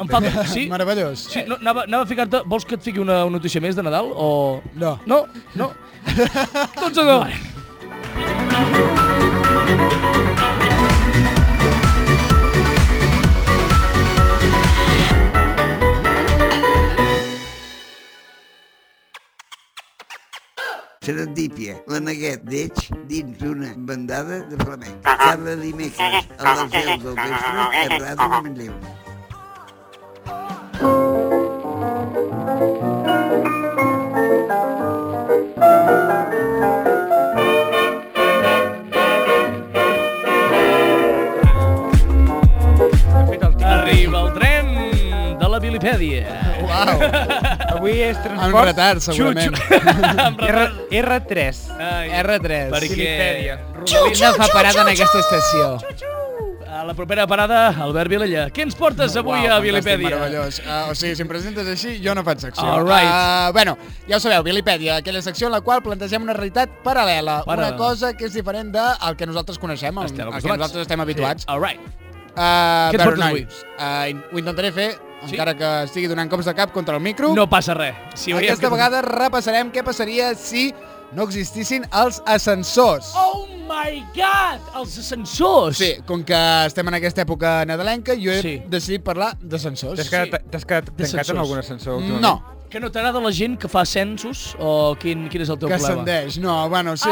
Speaker 1: em falta... Sí?
Speaker 2: Meravellós.
Speaker 1: Sí, no, anava, anava a ficar-te... Vols que et fiqui una, una notícia més de Nadal o...?
Speaker 2: No.
Speaker 1: No? No? doncs adéu.
Speaker 4: Serendípia, la neguet d'Eix dins d'una bandada de flamenc. Cada dimecres, a les 10 del vespre, a Ràdio Manlleu.
Speaker 1: Arriba el tren de la Bilipèdia.
Speaker 3: Avui és
Speaker 2: En
Speaker 3: transport...
Speaker 2: retard, segurament.
Speaker 1: eh,
Speaker 2: Ah,
Speaker 3: R R3.
Speaker 1: Ai,
Speaker 2: R3.
Speaker 1: Perquè...
Speaker 3: Filipèdia.
Speaker 1: Rodolina fa parada en aquesta...
Speaker 2: estació.
Speaker 1: A la propera parada, Albert Vilella. Què ens portes avui a Bilipèdia?
Speaker 2: Meravellós. Uh, o sigui, si em presentes així, jo no faig secció.
Speaker 1: All right.
Speaker 2: Uh, bueno, ja ho sabeu, Bilipèdia, aquella secció en la qual plantegem una realitat paral·lela,
Speaker 1: Paral·lela.
Speaker 2: una cosa que és diferent del que nosaltres coneixem, al,
Speaker 1: Estem
Speaker 2: al que
Speaker 1: acostumats.
Speaker 2: nosaltres estem habituats.
Speaker 1: All right.
Speaker 2: Uh,
Speaker 1: Què et
Speaker 2: però,
Speaker 1: portes avui?
Speaker 2: nois, uh, in- ho intentaré fer,
Speaker 1: Sí?
Speaker 2: encara que estigui donant cops de cap contra el micro.
Speaker 1: No passa res. Si hauríem
Speaker 2: Aquesta
Speaker 1: que-
Speaker 2: vegada repassarem què passaria si no existissin els ascensors.
Speaker 1: Oh my god! Els ascensors!
Speaker 2: Sí, com que estem en aquesta època nadalenca, jo he
Speaker 1: Sí.
Speaker 2: decidit parlar
Speaker 1: Oh,
Speaker 2: d'ascensors.
Speaker 3: T'has quedat, t'has quedat tancat
Speaker 1: sensors.
Speaker 3: en algun ascensor últimament?
Speaker 2: No,
Speaker 1: Que no t'agrada la gent que fa censos o quin, quin és el teu
Speaker 2: que
Speaker 1: problema?
Speaker 2: ascendeix. No, bueno, sí,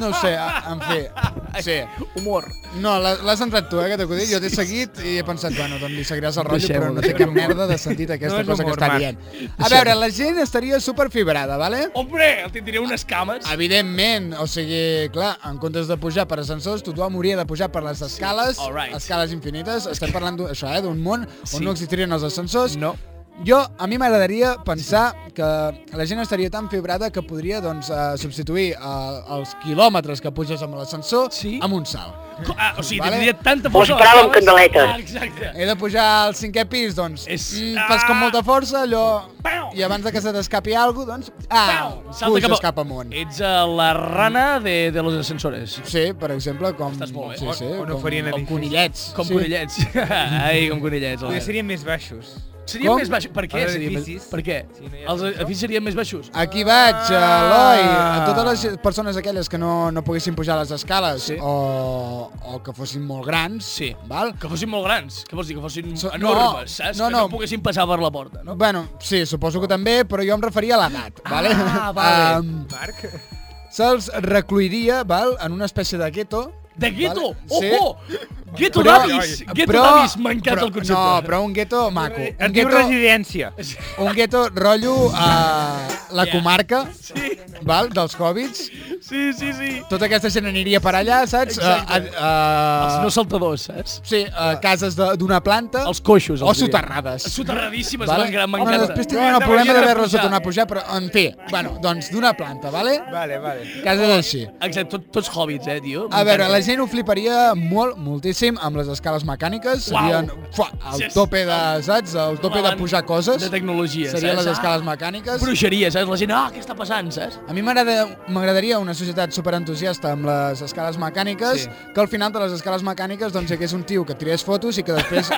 Speaker 2: no ho sé, a- en fi, sí.
Speaker 1: Humor.
Speaker 2: No, l'ha- l'has entrat tu, eh, aquest acudit, jo t'he seguit i he pensat, bueno, doncs li seguiràs el rotllo,
Speaker 1: Deixem-ho,
Speaker 2: però no té cap merda de sentit aquesta
Speaker 3: No és
Speaker 2: cosa que
Speaker 3: humor,
Speaker 2: està
Speaker 3: Marc.
Speaker 2: dient. A veure, la gent estaria superfibrada, vale?
Speaker 1: Hombre, el tindria unes cames.
Speaker 2: Ah, Evidentment, o sigui, clar, en comptes de pujar per ascensors, tothom hauria de pujar per les escales,
Speaker 1: all right.
Speaker 2: escales infinites. Estem parlant d'això, eh, d'un món on
Speaker 1: Sí.
Speaker 2: no existirien els ascensors.
Speaker 1: No.
Speaker 2: Jo, a mi m'agradaria pensar que la gent estaria tan fibrada que podria doncs, eh, substituir eh, els quilòmetres que puges amb l'ascensor
Speaker 1: Sí.
Speaker 2: amb un salt.
Speaker 1: Co- Ah, o sigui,
Speaker 2: Vale. Eh,
Speaker 1: tindria tanta
Speaker 8: Vos
Speaker 1: força... a les
Speaker 8: parava amb
Speaker 1: cames.
Speaker 8: candeletes.
Speaker 1: Ah, exacte.
Speaker 2: He de pujar al cinquè pis, doncs,
Speaker 1: És- Ah!
Speaker 2: mm, fas com molta força, allò...
Speaker 1: Pau!
Speaker 2: I abans de que se t'escapi alguna cosa, doncs... Ah,
Speaker 1: Pau!
Speaker 2: puges cap, amunt.
Speaker 1: Ets a la rana de, de los ascensores.
Speaker 2: Sí, per exemple, com...
Speaker 1: Estàs molt bé.
Speaker 2: Sí, sí,
Speaker 3: O- o no
Speaker 2: com-
Speaker 3: farien
Speaker 2: com
Speaker 3: edificis.
Speaker 2: conillets.
Speaker 1: Com
Speaker 2: sí.
Speaker 1: conillets. Ai, com conillets.
Speaker 3: Potser
Speaker 1: Albert.
Speaker 3: serien més baixos.
Speaker 1: Seria
Speaker 2: Com?
Speaker 1: més baix. Per què?
Speaker 3: Els
Speaker 1: Seria més...
Speaker 3: edificis.
Speaker 1: Per què?
Speaker 3: Si no hi
Speaker 1: Els
Speaker 3: ha ascensor.
Speaker 1: edificis serien més baixos.
Speaker 2: Aquí vaig, Eloi, a
Speaker 3: Ah.
Speaker 2: totes les persones aquelles que no, no poguessin pujar les escales
Speaker 1: Sí.
Speaker 2: o, o que fossin molt grans,
Speaker 1: Sí.
Speaker 2: val?
Speaker 1: Que fossin molt grans, que vols dir que fossin
Speaker 2: So- no,
Speaker 1: enormes, saps?
Speaker 2: no,
Speaker 1: que no
Speaker 2: no.
Speaker 1: poguessin passar per la porta, no?
Speaker 2: Bueno, sí, suposo que també, però jo em referia a l'edat, vale?
Speaker 1: Ah, vale.
Speaker 2: Em,
Speaker 3: Marc?
Speaker 2: Se'ls recluiria, val, en una espècie de gueto.
Speaker 1: De gueto!
Speaker 2: Vale.
Speaker 1: Ojo! Gueto
Speaker 2: Però-
Speaker 1: d'avis! Gueto d'avis! M'ha encantat
Speaker 2: però-
Speaker 1: el concepte. Eh,
Speaker 2: No, però un gueto maco.
Speaker 3: Es
Speaker 2: Un
Speaker 3: Eh, diu
Speaker 2: gueto,
Speaker 3: residència.
Speaker 2: un gueto rotllo a la
Speaker 1: Ja.
Speaker 2: comarca,
Speaker 1: Sí,
Speaker 2: val, dels hobbits.
Speaker 1: sí, sí, sí.
Speaker 2: Tota aquesta gent aniria per allà, saps?
Speaker 1: Exacte.
Speaker 2: A, a,
Speaker 1: Els
Speaker 2: a,
Speaker 1: no saltadors, saps?
Speaker 2: Sí, a cases de- d'una planta
Speaker 1: Els coixos.
Speaker 2: o
Speaker 1: els diria.
Speaker 2: soterrades.
Speaker 1: Soterradíssimes,
Speaker 2: Vale?
Speaker 1: vale?
Speaker 2: Home,
Speaker 1: m'encanta.
Speaker 2: després tindrien el problema de haver-les de tornar
Speaker 1: eh?
Speaker 2: a pujar, però en fi, bueno, doncs d'una planta, vale?
Speaker 3: Vale, vale.
Speaker 2: Cases així.
Speaker 1: Exacte, tot, tots hobbits, eh, tio.
Speaker 2: A veure, la
Speaker 1: M'encanta.
Speaker 2: gent ho fliparia molt, moltíssim, amb les escales mecàniques.
Speaker 1: Uau.
Speaker 2: Serien fuà, el
Speaker 1: Yes.
Speaker 2: tope de, saps? El tope de
Speaker 1: L'avant
Speaker 2: pujar coses.
Speaker 1: de tecnologia,
Speaker 2: Serien
Speaker 1: saps?
Speaker 2: les escales
Speaker 1: Ah,
Speaker 2: mecàniques.
Speaker 1: Bruixeria, saps? La gent, ah, què està passant, saps?
Speaker 2: A mi m'agrada- m'agradaria una societat superentusiasta amb les escales mecàniques,
Speaker 1: Sí.
Speaker 2: que al final de les escales mecàniques doncs, hi hagués un tio que tirés fotos i que després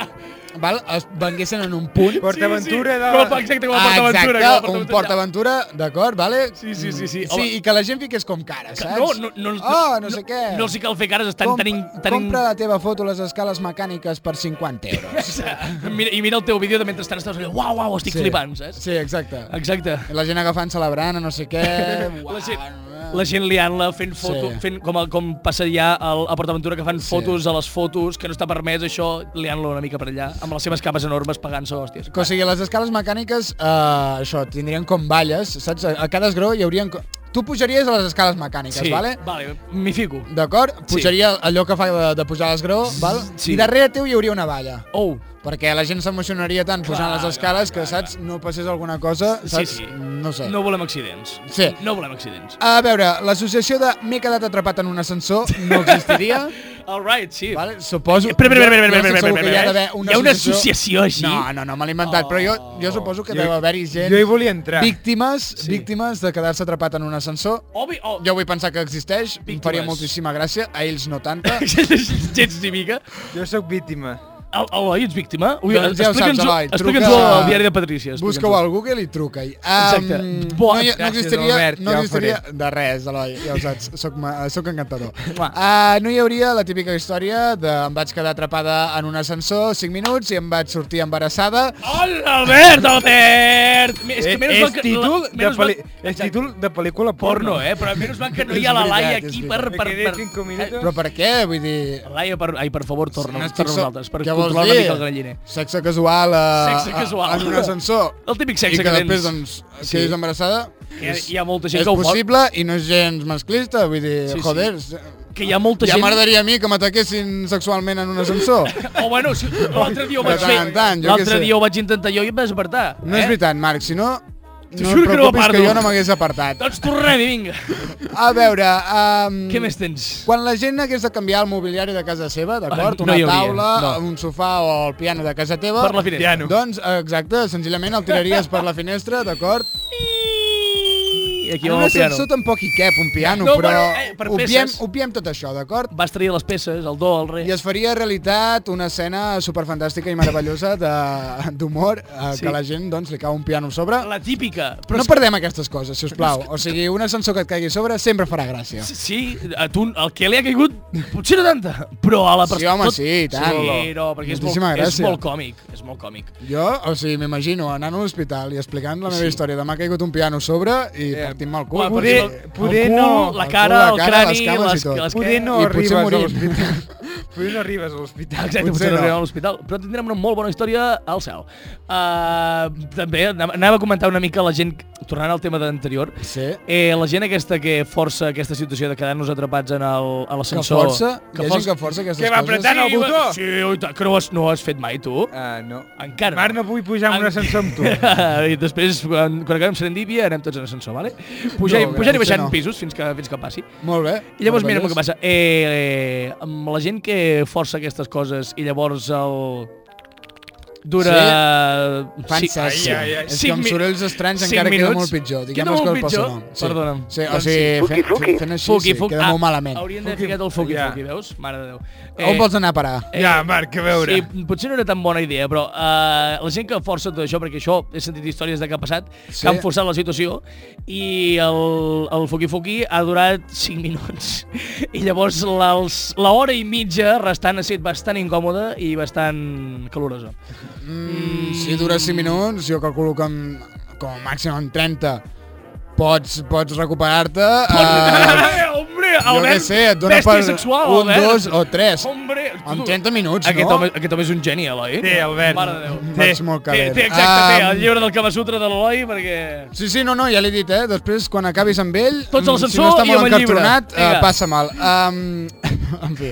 Speaker 2: val, es venguessin en un punt. Ah,
Speaker 3: PortAventura de...
Speaker 1: Com, exacte, com a PortAventura. com a
Speaker 2: Exacte, un PortAventura, d'acord, vale?
Speaker 1: Sí, sí, sí, sí.
Speaker 2: Mm,
Speaker 1: Home.
Speaker 2: Sí, i que la gent fiques com cara,
Speaker 1: Que-
Speaker 2: saps?
Speaker 1: No, no, no,
Speaker 2: oh, no, sé què.
Speaker 1: No els hi cal fer cares, estan
Speaker 2: Com-
Speaker 1: tenint... tenint...
Speaker 2: Compra la teva foto a les escales mecàniques per 50 euros.
Speaker 1: Mira, I mira el teu vídeo de mentre estàs allò, uau, uau, estic flipant, saps?
Speaker 2: Sí, exacte.
Speaker 1: Exacte.
Speaker 2: I La gent agafant, celebrant, no sé què.
Speaker 1: La gent,
Speaker 2: uau,
Speaker 1: la gent liant-la, fent foto,
Speaker 2: Sí.
Speaker 1: fent com, com passa ja al, a PortAventura, que fan fotos a les fotos, que no està permès això, liant-la una mica per allà, amb les seves capes enormes pagant-se, hòsties.
Speaker 2: Que, o sigui, les escales mecàniques, eh, això, tindrien com balles, saps? A, a cada esgró hi haurien... co- Tu pujaries a les escales mecàniques, vale?
Speaker 1: vale m'hi fico.
Speaker 2: D'acord? Pujaria allò que fa de, de pujar a l'esgró, val?
Speaker 1: sí.
Speaker 2: I darrere teu hi hauria una balla.
Speaker 1: Oh,
Speaker 2: Perquè la gent s'emocionaria tant posant les escales que, saps, no passés alguna cosa, saps?
Speaker 1: sí.
Speaker 2: No sé.
Speaker 1: no volem accidents.
Speaker 2: Sí.
Speaker 1: No volem accidents.
Speaker 2: A veure, l'associació de m'he quedat atrapat en un ascensor no existiria.
Speaker 1: All right, sí.
Speaker 2: Vale? Suposo...
Speaker 1: Espera, espera, espera, espera,
Speaker 2: jo estic
Speaker 1: espera, espera,
Speaker 2: segur que hi ha
Speaker 1: espera,
Speaker 2: d'haver
Speaker 1: eh?
Speaker 2: una
Speaker 1: Hi ha una associació així? Oh,
Speaker 2: No, no, no, me l'he inventat, però jo, jo suposo que deu haver-hi gent...
Speaker 3: Jo hi volia entrar.
Speaker 2: Víctimes, víctimes de quedar-se atrapat en un ascensor.
Speaker 1: Obvi, oh,
Speaker 2: Jo vull pensar que existeix, víctimes. em faria
Speaker 1: Víctimes.
Speaker 2: moltíssima gràcia, a ells no tanta.
Speaker 1: gens ni mica.
Speaker 3: Jo sóc víctima.
Speaker 1: Al- Eloi, ets víctima? Ui,
Speaker 2: Doncs ja ho saps,
Speaker 1: explica'ns-ho
Speaker 2: Eloi,
Speaker 1: explica'ns
Speaker 2: truca-
Speaker 1: al diari de Patrícia.
Speaker 2: Busca-ho al Google i truca-hi. Um,
Speaker 1: Exacte.
Speaker 2: No,
Speaker 1: Buah,
Speaker 2: hi- no
Speaker 3: gràcies,
Speaker 2: existiria,
Speaker 3: Albert,
Speaker 2: no
Speaker 3: ja ho
Speaker 2: existiria de res, Eloi, ja ho saps, soc, ma- soc encantador. Uh, no hi hauria la típica història de em vaig quedar atrapada en un ascensor 5 minuts i em vaig sortir embarassada.
Speaker 1: Hola, Albert, Albert! Mi- És que menys
Speaker 3: Eh,
Speaker 1: mal que...
Speaker 3: títol,
Speaker 1: la-
Speaker 3: de
Speaker 1: menys mal-
Speaker 3: peli... és títol de pel·lícula
Speaker 1: Porno, eh? Però menys mal que no hi ha la
Speaker 2: És
Speaker 1: Laia
Speaker 2: veritat,
Speaker 1: aquí
Speaker 2: és
Speaker 1: per...
Speaker 3: Me
Speaker 1: per,
Speaker 3: quedé cinco
Speaker 1: per...
Speaker 3: minutos.
Speaker 2: Però per què? Vull dir...
Speaker 1: Laia, per, ai, per favor, torna,
Speaker 2: no
Speaker 1: no
Speaker 2: estic
Speaker 1: torna a
Speaker 2: so-
Speaker 1: nosaltres, per
Speaker 2: Què vols
Speaker 1: controlar una
Speaker 2: dir?
Speaker 1: mica el galliner.
Speaker 2: Sexe casual, a,
Speaker 1: Sexe
Speaker 2: a-
Speaker 1: casual.
Speaker 2: en un ascensor.
Speaker 1: El típic sexe
Speaker 2: I que
Speaker 1: que
Speaker 2: després, doncs,
Speaker 1: tens.
Speaker 2: sí.
Speaker 1: Sí.
Speaker 2: quedis embarassada.
Speaker 1: Hi ha, hi ha molta gent
Speaker 2: És
Speaker 1: que ho pot,
Speaker 2: possible i no és gens masclista, vull dir,
Speaker 1: Sí, sí.
Speaker 2: joder...
Speaker 1: que hi ha molta
Speaker 2: Ja
Speaker 1: gent...
Speaker 2: m'agradaria a mi que m'ataquessin sexualment en un ascensor.
Speaker 1: O Oh, bueno, si- l'altre dia ho vaig
Speaker 2: De
Speaker 1: fer.
Speaker 2: tant en tant, jo què
Speaker 1: L'altre
Speaker 2: sé.
Speaker 1: dia ho vaig intentar jo i em vas apartar.
Speaker 2: No és veritat, Marc, si no...
Speaker 1: Eh? T'ho
Speaker 2: No et
Speaker 1: juro que no
Speaker 2: preocupis que,
Speaker 1: m'aparto.
Speaker 2: jo no m'hagués apartat.
Speaker 1: Doncs tornem-hi, vinga.
Speaker 2: A veure... Um,
Speaker 1: Què més tens?
Speaker 2: Quan la gent hagués de canviar el mobiliari de casa seva, d'acord?
Speaker 1: Ah, no
Speaker 2: Una
Speaker 1: hi hauria,
Speaker 2: taula,
Speaker 1: no.
Speaker 2: un sofà o el piano de casa teva...
Speaker 1: Per la finestra. Piano.
Speaker 2: Doncs, exacte, senzillament el tiraries per la finestra, d'acord?
Speaker 1: I aquí
Speaker 2: En
Speaker 1: va
Speaker 2: un
Speaker 1: el piano.
Speaker 2: ascensor tampoc hi cap un piano,
Speaker 1: No,
Speaker 2: però
Speaker 1: bueno, eh, per
Speaker 2: obviem,
Speaker 1: peces.
Speaker 2: obviem tot això, d'acord?
Speaker 1: Vas trair les peces, el do, el re.
Speaker 2: I es faria realitat una escena superfantàstica i meravellosa de- d'humor, eh,
Speaker 1: Sí.
Speaker 2: que la gent doncs, li cau un piano a sobre.
Speaker 1: La típica.
Speaker 2: Però
Speaker 1: Però
Speaker 2: no
Speaker 1: és que-
Speaker 2: perdem aquestes coses, si us plau. O sigui, un ascensor que et caigui a sobre sempre farà gràcia.
Speaker 1: Sí, a tu, el que li ha caigut, potser no tanta, però a la
Speaker 2: Sí,
Speaker 1: persona...
Speaker 2: home, sí, i tant.
Speaker 1: Sí, no, perquè és molt,
Speaker 2: Moltíssima
Speaker 1: és
Speaker 2: gràcia.
Speaker 1: molt còmic, és molt còmic.
Speaker 2: Jo, o sigui, m'imagino anant a l'hospital i explicant la meva
Speaker 1: Sí. Eh,
Speaker 2: història de m'ha caigut un piano a sobre i partint-me el cul.
Speaker 1: Clar,
Speaker 3: poder-
Speaker 1: perquè el-
Speaker 3: poder
Speaker 1: el cul,
Speaker 3: no-
Speaker 1: la
Speaker 2: el
Speaker 1: cara,
Speaker 2: cul,
Speaker 1: el,
Speaker 2: la cara, les
Speaker 1: crani,
Speaker 2: cames i
Speaker 1: les,
Speaker 2: tot.
Speaker 1: les,
Speaker 3: Poder no
Speaker 2: I
Speaker 3: arribes
Speaker 2: potser
Speaker 3: a
Speaker 2: morim.
Speaker 3: l'hospital. Poder no arribes a l'hospital.
Speaker 1: Exacte,
Speaker 2: Potser
Speaker 1: potser no
Speaker 2: no.
Speaker 1: arribem a l'hospital, però tindrem una molt bona història al cel. Uh, també anava anava a comentar una mica la gent, tornant al tema de l'anterior,
Speaker 2: Sí.
Speaker 1: eh, la gent aquesta que força aquesta situació de quedar-nos atrapats en el, a
Speaker 2: Que
Speaker 1: l'ascensor...
Speaker 2: força, que hi ha gent que força aquestes
Speaker 3: Que va
Speaker 2: coses.
Speaker 3: apretant el botó.
Speaker 1: Sí, oi tant, que no ho has, no ho has fet mai, tu?
Speaker 3: Ah, no.
Speaker 1: Eh, Encara.
Speaker 3: Marc, no vull pujar en
Speaker 1: En-
Speaker 3: un ascensor amb tu.
Speaker 1: I després, quan, quan acabem Serendipia, anem tots en ascensor, vale? Pujar,
Speaker 2: No,
Speaker 1: no, pujant i
Speaker 2: potser
Speaker 1: baixant
Speaker 2: no.
Speaker 1: no. pisos fins que, fins que passi.
Speaker 2: Molt bé.
Speaker 1: I llavors mira el
Speaker 2: meravellós.
Speaker 1: que passa. Eh, eh, amb la gent que força aquestes coses i llavors el... Dura...
Speaker 2: Fan sessi.
Speaker 1: Ai, ai, ai.
Speaker 2: És que
Speaker 1: Cinc
Speaker 2: amb
Speaker 1: mi-
Speaker 2: sorolls estranys
Speaker 1: cinc
Speaker 2: encara queda
Speaker 1: minuts.
Speaker 2: molt pitjor. Diguem
Speaker 1: Queda
Speaker 2: les
Speaker 1: molt
Speaker 2: coses pel seu
Speaker 1: pitjor?
Speaker 2: nom. Sí.
Speaker 1: Perdona'm. Doncs
Speaker 2: Sí, o sigui, fent, fent, fent així,
Speaker 1: Fuki,
Speaker 2: sí,
Speaker 1: fuki.
Speaker 2: queda molt malament.
Speaker 1: Ah, Haurien d'haver ficat el fuki,
Speaker 3: Ja.
Speaker 1: fuki, veus? Mare de Déu. eh.
Speaker 2: On vols anar a parar?
Speaker 3: Ja, Marc, a veure.
Speaker 1: Sí, potser no era tan bona idea, però uh, la gent que força tot això, perquè això he sentit històries de que ha passat,
Speaker 2: Sí.
Speaker 1: que han forçat la situació, i el, el Fuki Fuki ha durat 5 minuts. I llavors la, els- la hora i mitja restant ha sigut bastant incòmoda i bastant calorosa.
Speaker 2: Mm, si dura 5 minuts, jo calculo que en, com a màxim en 30 pots, pots recuperar-te.
Speaker 1: Eh,
Speaker 2: eh,
Speaker 1: hombre,
Speaker 2: jo què
Speaker 1: Albert,
Speaker 2: sé, et dona
Speaker 1: bèstia
Speaker 2: per
Speaker 1: sexual,
Speaker 2: un,
Speaker 1: Albert.
Speaker 2: dos o tres.
Speaker 1: Hombre,
Speaker 2: En 30 minuts,
Speaker 1: aquest
Speaker 2: no?
Speaker 1: Home, aquest home és un geni, Eloi.
Speaker 3: Té, Albert.
Speaker 1: Mare de Déu.
Speaker 2: Vaig molt
Speaker 1: Té,
Speaker 2: calent.
Speaker 1: té, exacte, té,
Speaker 2: Ah,
Speaker 1: el llibre del Kama Sutra de l'Eloi, perquè...
Speaker 2: Sí, sí, no, no, ja l'he dit, eh? Després, quan acabis amb ell,
Speaker 1: Tots a
Speaker 2: mm, si
Speaker 1: l'ascensor
Speaker 2: no està
Speaker 1: i
Speaker 2: molt
Speaker 1: amb el llibre.
Speaker 2: encartronat, eh,
Speaker 1: Vinga.
Speaker 2: passa mal. Um, en fi.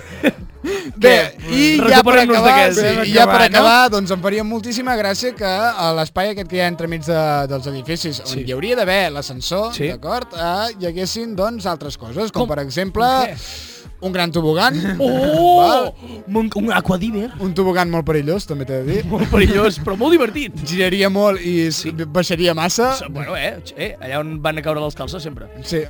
Speaker 2: Bé, i ja per
Speaker 1: Recuperem-nos
Speaker 2: acabar,
Speaker 1: d'aquest.
Speaker 2: sí,
Speaker 1: Podem
Speaker 2: i ja per
Speaker 3: acabar, no?
Speaker 2: acabar doncs em faria moltíssima gràcia que a l'espai aquest que hi ha entremig de, dels edificis, on
Speaker 1: Sí.
Speaker 2: hi hauria d'haver l'ascensor,
Speaker 1: Sí.
Speaker 2: d'acord, eh, hi haguessin doncs altres coses, com,
Speaker 1: Com?
Speaker 2: per exemple
Speaker 1: Com
Speaker 2: un gran tobogan,
Speaker 1: Oh! Un, un aquadiver.
Speaker 2: un tobogan molt perillós, també t'he de dir,
Speaker 1: Molt perillós, però molt divertit.
Speaker 2: giraria molt i s- baixaria massa.
Speaker 1: Bueno, eh, eh, allà on van a caure les calces sempre.
Speaker 2: Sí,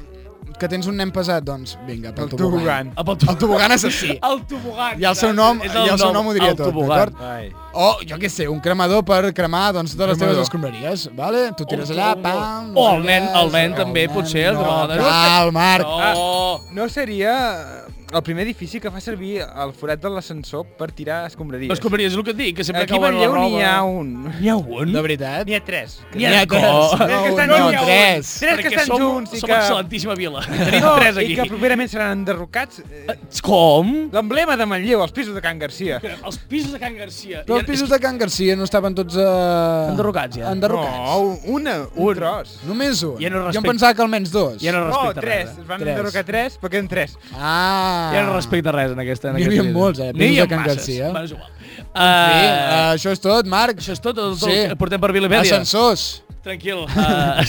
Speaker 2: que tens un nen pesat, doncs vinga, pel
Speaker 3: El
Speaker 2: tobogan.
Speaker 3: tobogan.
Speaker 1: El,
Speaker 2: El tobogan assassí.
Speaker 1: El tobogan.
Speaker 2: I el seu
Speaker 1: saps?
Speaker 2: nom,
Speaker 1: És
Speaker 2: i el seu nom ho diria
Speaker 1: el
Speaker 2: tot,
Speaker 1: tobogan.
Speaker 2: d'acord?
Speaker 3: Ai.
Speaker 2: O, jo què sé, un cremador per cremar doncs, totes les teves
Speaker 3: Cremador.
Speaker 2: escombraries, vale? Tu tires
Speaker 1: O-
Speaker 2: allà,
Speaker 1: o-
Speaker 2: pam...
Speaker 1: o
Speaker 2: no sé
Speaker 1: el nen-
Speaker 2: res,
Speaker 1: el nen també, potser, de
Speaker 2: No,
Speaker 1: vegades.
Speaker 2: cal, Marc.
Speaker 1: No.
Speaker 3: No seria eh, el primer edifici que fa servir el forat de l'ascensor per tirar escombraries.
Speaker 1: No es compraries el que et dic, que sempre
Speaker 3: Aquí a
Speaker 1: cauen a la
Speaker 3: Manlleu
Speaker 1: roba.
Speaker 3: n'hi ha un.
Speaker 1: N'hi ha un?
Speaker 2: De veritat?
Speaker 3: N'hi ha tres.
Speaker 1: N'hi ha
Speaker 2: tres.
Speaker 1: dos.
Speaker 2: No,
Speaker 3: Tres que estan
Speaker 2: no,
Speaker 3: junts.
Speaker 2: tres.
Speaker 3: Tres que
Speaker 1: Perquè
Speaker 3: estan
Speaker 1: som,
Speaker 3: junts i
Speaker 1: som
Speaker 3: que-
Speaker 1: excel·lentíssima vila. Tenim
Speaker 3: No,
Speaker 1: tres aquí.
Speaker 3: I que properament seran enderrocats. Eh,
Speaker 1: Com?
Speaker 3: L'emblema de Manlleu, els pisos de Can Garcia.
Speaker 1: Els pisos de Can Garcia.
Speaker 2: Però els pisos de Can Garcia no estaven tots... Uh...
Speaker 1: Enderrocats, ja.
Speaker 2: Enderrocats.
Speaker 3: No, una, un,
Speaker 1: Un.
Speaker 3: tros.
Speaker 2: Només un.
Speaker 1: Ja no
Speaker 2: jo em
Speaker 1: respecto.
Speaker 2: pensava que almenys dos.
Speaker 1: Ja no
Speaker 3: No,
Speaker 1: respecta
Speaker 3: Oh,
Speaker 1: res.
Speaker 3: tres.
Speaker 1: eh.
Speaker 3: Es van
Speaker 2: Tres.
Speaker 3: enderrocar tres, però queden tres.
Speaker 2: Ah.
Speaker 1: Ja no respecta res en aquesta... en
Speaker 2: N'hi
Speaker 1: aquesta
Speaker 2: havia
Speaker 1: vida.
Speaker 2: molts, eh,
Speaker 1: N'hi
Speaker 2: pisos de
Speaker 1: havia
Speaker 2: Can
Speaker 1: masses.
Speaker 2: Garcia.
Speaker 1: Bueno, és igual.
Speaker 2: Sí,
Speaker 1: Eh,
Speaker 2: uh, això és tot, Marc.
Speaker 1: Això és tot, tot, tot el que portem per Vilipèdia.
Speaker 2: Ascensors.
Speaker 1: Tranquil. Uh,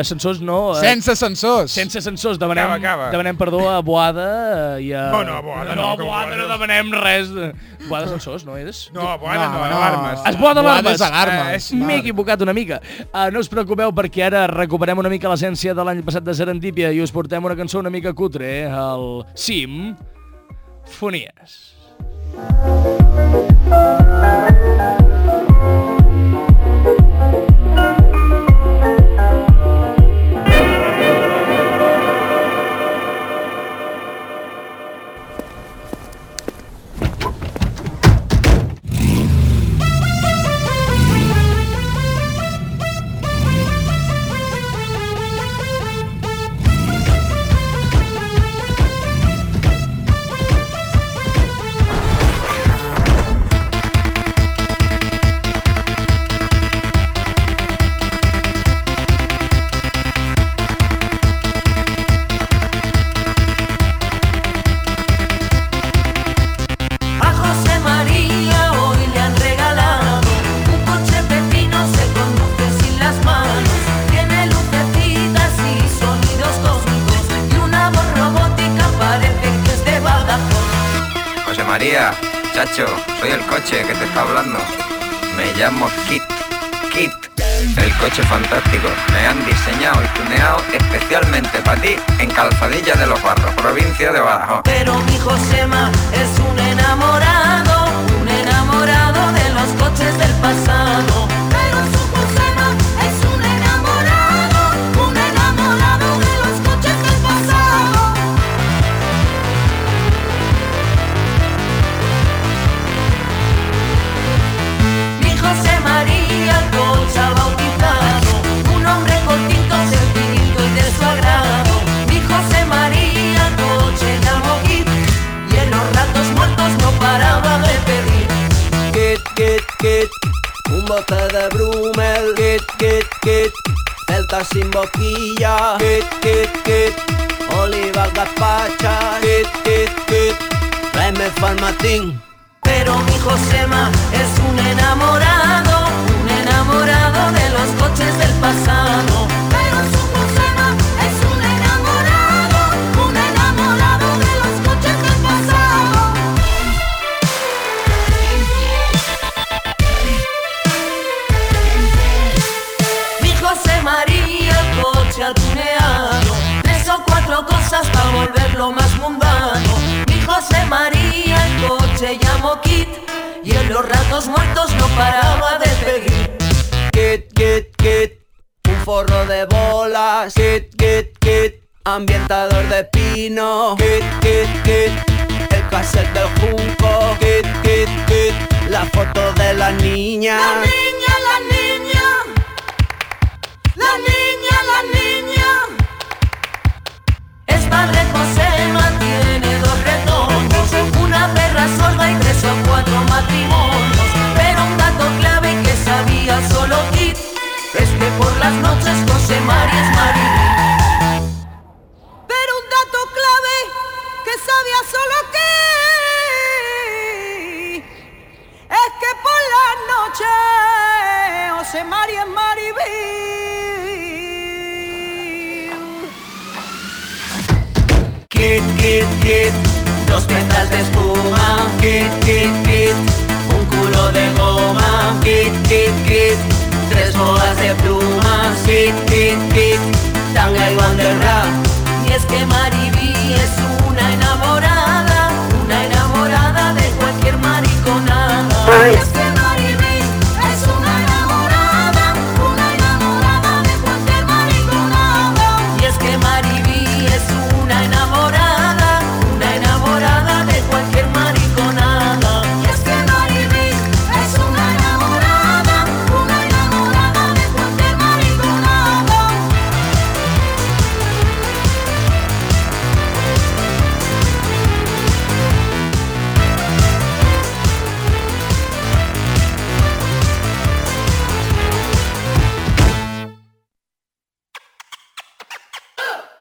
Speaker 1: ascensors no... eh,
Speaker 2: Sense sensors.
Speaker 1: sense sensors. Demanem,
Speaker 10: Acaba, acaba.
Speaker 1: demanem perdó a Boada eh, i a...
Speaker 10: No, no, a Boada no,
Speaker 1: No,
Speaker 10: com
Speaker 1: Boada no
Speaker 10: Boada.
Speaker 1: demanem res. de- Boada sensors, no és?
Speaker 10: No, bona, no, no, alarmes.
Speaker 1: Ah, Es poden
Speaker 2: Boada
Speaker 1: alarmes.
Speaker 2: és alarmes.
Speaker 1: Eh, M'he equivocat una mica. Uh, no us preocupeu perquè ara recuperem una mica l'essència de l'any passat de Serendípia i us portem una cançó una mica cutre, eh? el Sim Fonies.
Speaker 9: A José María hoy le han regalado un coche pepino, se conduce sin las manos, tiene lucecitas y sonidos cósmicos y una voz robótica parece que es de Badajoz.
Speaker 4: José María, chacho, soy el coche que te está hablando. Me llamo Kit. Kit. El coche fantástico. Me han diseñado y tuneado especialmente para ti en Calzadilla de los Barros, provincia de Badajoz.
Speaker 9: Pero mi Josema es un enamorado, un enamorado de los coches del pasado. Pero su Josema es un enamorado, un enamorado de los coches del pasado. Mi José María el coche ha bautizado, un hombre cortito, sencillito y de su agrado. Mi José María el coche llamó Git y en los ratos muertos no paraba de pedir.
Speaker 7: Kit, kit, kit, un bote de Brumel. Kit, kit, kit, celta sin boquilla. Kit, kit, kit, olivas gazpachas. Kit, kit, kit, tráeme farmatín.
Speaker 9: Pero mi Josema es un enamorado, un enamorado de los coches del pasado. Pero su Josema es un enamorado, un enamorado de los coches del pasado. Mi José María el coche ha tuneado Tres o cuatro cosas para volverlo más mundano Mi José María el coche llamó Kit Y en los ratos muertos no paraba de pedir
Speaker 7: Kit, kit, kit, un forro de bolas. Kit, kit, kit, ambientador de pino. Kit, kit, kit, el cassette del junco. Kit, kit, kit, la foto de la niña.
Speaker 9: La niña, la niña La niña, la niña Es padre Josema, tiene dos retoños Una perra sorda y tres o cuatro matrimonios Pero un dato clave que sabía solo Kit Es que por las noches José María es Marilyn Pero un dato clave que sabía solo Kit es que por la noche José María es Maribí.
Speaker 7: Kit, kit, kit, dos tetas de espuma. Kit, kit, kit, un culo de goma. Kit, kit, kit, tres bolas de plumas. Kit, kit, kit, tanga y banderra.
Speaker 9: Y es que Maribí es una enamorada, una enamorada de cualquier mariconada. Y es que Maribí es una enamorada, una enamorada de cualquier mariconada. Y es que Maribí es una enamorada, una enamorada de cualquier mariconada. Y es que Maribí es una enamorada, una enamorada de cualquier mariconada.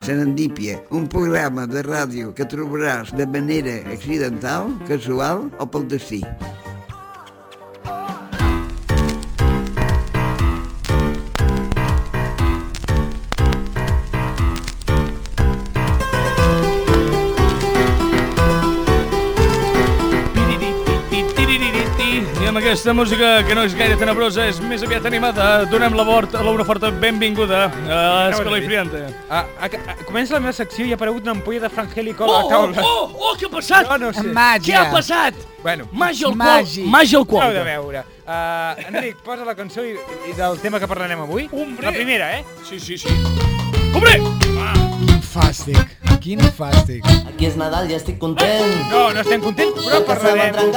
Speaker 4: Serendípia, un programa de ràdio que trobaràs de manera accidental, casual o pel destí.
Speaker 1: amb aquesta música que no és gaire tenebrosa, és més aviat animada. Donem la bord a l'Aura Forta benvinguda a Escola i Friante.
Speaker 3: Ah, ah, ah, comença la meva secció i ha aparegut una ampolla de Frangélico a
Speaker 1: Oh,
Speaker 3: la
Speaker 1: oh,
Speaker 3: taula.
Speaker 1: oh, oh, què ha passat?
Speaker 3: Jo no sé.
Speaker 1: Màgia. Què ha passat?
Speaker 3: Bueno,
Speaker 1: Màgia al qual- Màgic. màgia al qual.
Speaker 3: Heu de veure. Uh, Enric, posa la cançó i, i del tema que parlarem avui.
Speaker 1: Hombre.
Speaker 3: La primera, eh?
Speaker 1: Sí, sí, sí. Hombre!
Speaker 2: Quin fàstic, quin fàstic.
Speaker 11: Aquí és Nadal i estic content.
Speaker 3: No, no estem contents, però parlarem.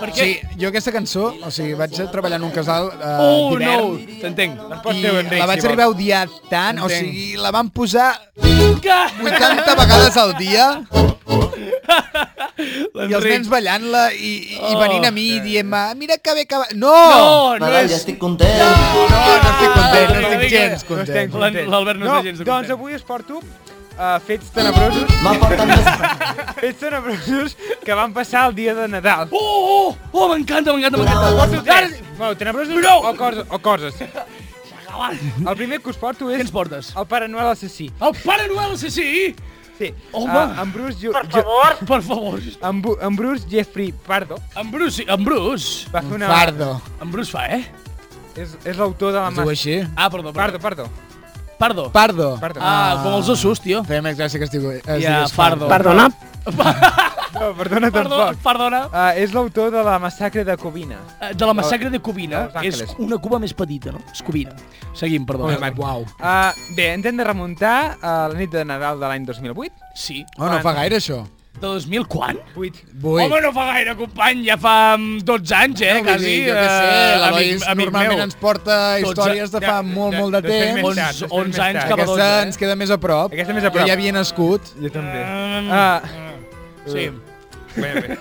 Speaker 1: Per
Speaker 2: Sí, jo aquesta cançó, o sigui, vaig treballar en un casal eh,
Speaker 1: Oh,
Speaker 2: d'hivern
Speaker 1: no, t'entenc.
Speaker 2: i la vaig arribar a odiar tant, o
Speaker 1: Entenc.
Speaker 2: sigui, la van posar
Speaker 1: Que?
Speaker 2: 80 vegades al dia i els
Speaker 1: L'Enric.
Speaker 2: nens ballant-la i, i, i venint a mi i dient-me, mira que bé que... va-" No!
Speaker 1: Oh, No, no Nadal, és- Ah, ja estic
Speaker 11: content.
Speaker 2: No, no, no estic content, no estic gens
Speaker 3: Ah, No estem
Speaker 2: content.
Speaker 3: contents.
Speaker 1: L'Albert no està gens de
Speaker 3: Doncs avui us porto uh, fets tenebrosos... fets tenebrosos que van passar el dia de Nadal.
Speaker 1: Oh, oh, oh, m'encanta, m'encanta,
Speaker 3: Us porto
Speaker 1: m'encanta.
Speaker 3: tres. Bueno, tenebrosos o, coses, o coses. El primer que us porto és... Què ens
Speaker 1: portes?
Speaker 3: El Pare Noel assassí.
Speaker 1: El Pare Noel assassí?
Speaker 3: Sí.
Speaker 1: Home.
Speaker 3: Ah, en Bruce... Jo, per
Speaker 1: favor. Per favor.
Speaker 3: En, Bu en Bruce Jeffrey Pardo.
Speaker 1: En Bruce, sí, en Bruce.
Speaker 3: Va fer una...
Speaker 1: En Bruce fa, eh?
Speaker 3: És, és l'autor de la...
Speaker 2: Es diu
Speaker 3: mas-
Speaker 2: així?
Speaker 1: Ah, perdó,
Speaker 3: Pardo, Pardo.
Speaker 1: Pardo.
Speaker 2: Pardo.
Speaker 3: Pardo.
Speaker 1: Ah, com els ossos, tio.
Speaker 2: Feia més gràcia que es digui...
Speaker 1: Ja, Fardo.
Speaker 3: Perdona? No, perdona
Speaker 1: Perdó-
Speaker 3: tampoc.
Speaker 1: Perdona.
Speaker 3: Uh, és l'autor de la massacre de Covina.
Speaker 1: Eh, De la massacre de Covina.
Speaker 3: Los Ángeles.
Speaker 1: És una Cuba més petita, no? És Covina. Seguim, perdó.
Speaker 3: Oh, my-
Speaker 2: Uau.
Speaker 3: Uh, bé, ens hem de remuntar a la nit de Nadal de l'any 2008.
Speaker 1: Sí.
Speaker 2: Oh, no fa gaire, això.
Speaker 1: De 2000 quan?
Speaker 3: 8.
Speaker 2: Vuit.
Speaker 1: Home, no fa gaire, company, ja fa mm, 12 anys, eh,
Speaker 2: Vull
Speaker 1: quasi.
Speaker 2: dir, jo què sé,
Speaker 1: eh,
Speaker 2: l'Eloi
Speaker 1: amic- amic
Speaker 2: normalment
Speaker 1: meu.
Speaker 2: ens porta històries de fa molt, molt de temps.
Speaker 1: Onze- 11 anys cap a
Speaker 2: Aquesta
Speaker 1: 12, eh?
Speaker 2: ens queda més a prop.
Speaker 3: Aquesta més a prop.
Speaker 2: Jo ja havia nascut.
Speaker 3: Jo també.
Speaker 1: Mm. Ah,
Speaker 3: Ah,
Speaker 1: Sí.
Speaker 3: Bé, bé.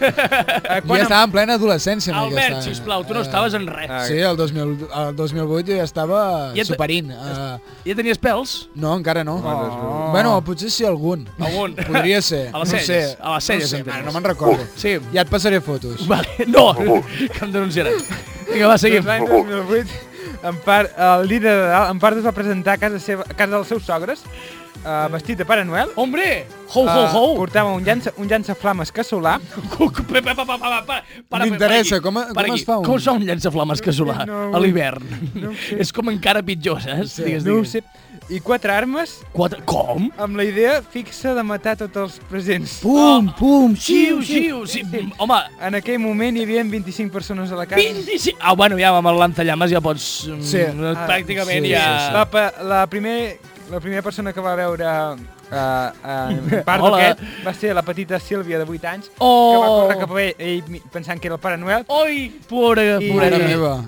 Speaker 3: ah,
Speaker 2: Uh, ja estava en plena adolescència. en
Speaker 1: Albert,
Speaker 2: aquesta-
Speaker 1: sisplau, tu no estaves en
Speaker 3: Ah.
Speaker 1: res.
Speaker 2: Sí, el, 2000, el 2008 jo ja estava
Speaker 1: Ja
Speaker 2: ja
Speaker 1: te-
Speaker 2: superint. Uh,
Speaker 1: Ja tenies pèls?
Speaker 2: no, encara no.
Speaker 1: Oh.
Speaker 2: Bueno, potser sí algun.
Speaker 1: Algun.
Speaker 2: Podria ser.
Speaker 1: A les
Speaker 2: no
Speaker 1: celles,
Speaker 2: Sé.
Speaker 1: a les celles,
Speaker 2: No, sé,
Speaker 1: entenem.
Speaker 2: mare, no me'n recordo.
Speaker 1: Sí.
Speaker 2: Ja et passaré fotos.
Speaker 1: Vale, no, que em denunciaran. Vinga, va, seguim.
Speaker 3: Doncs L'any 2008, en part, el líder de Nadal, en part es va presentar a casa, seva, a casa dels seus sogres, eh, vestit de Pare Noel.
Speaker 1: Hombre! Ho, ho,
Speaker 3: Ah,
Speaker 1: ho!
Speaker 3: portava un, llança, un llançaflames casolà.
Speaker 1: Pa, pa, pa, pa, pa, pa, para,
Speaker 3: M'interessa,
Speaker 1: per aquí,
Speaker 3: com a-
Speaker 1: per
Speaker 3: com
Speaker 1: aquí.
Speaker 3: es fa un-
Speaker 1: Com es fa un llançaflames casolà
Speaker 3: No, no,
Speaker 1: a l'hivern? És com encara pitjor, saps?
Speaker 3: Sí, no ho sé. I quatre armes.
Speaker 1: Quatre... Com?
Speaker 3: Amb la idea fixa de matar tots els presents.
Speaker 1: Pum, pum, xiu, xiu. Sí, mm, home.
Speaker 3: En aquell moment hi havia 25 persones a la casa.
Speaker 1: 25... Ah, bueno, ja amb el lanzallames ja pots... mm,
Speaker 3: Ah,
Speaker 1: Pràcticament ja...
Speaker 3: La, pa- la, primer, la primera persona que va veure uh, uh, part
Speaker 1: Hola.
Speaker 3: d'aquest va ser la petita Sílvia de 8 anys que va
Speaker 1: Oh.
Speaker 3: córrer cap a ell, ell mi- pensant que era el Pare Noel
Speaker 1: Oi, pobra,
Speaker 3: i,
Speaker 1: pobreta.
Speaker 3: i, i,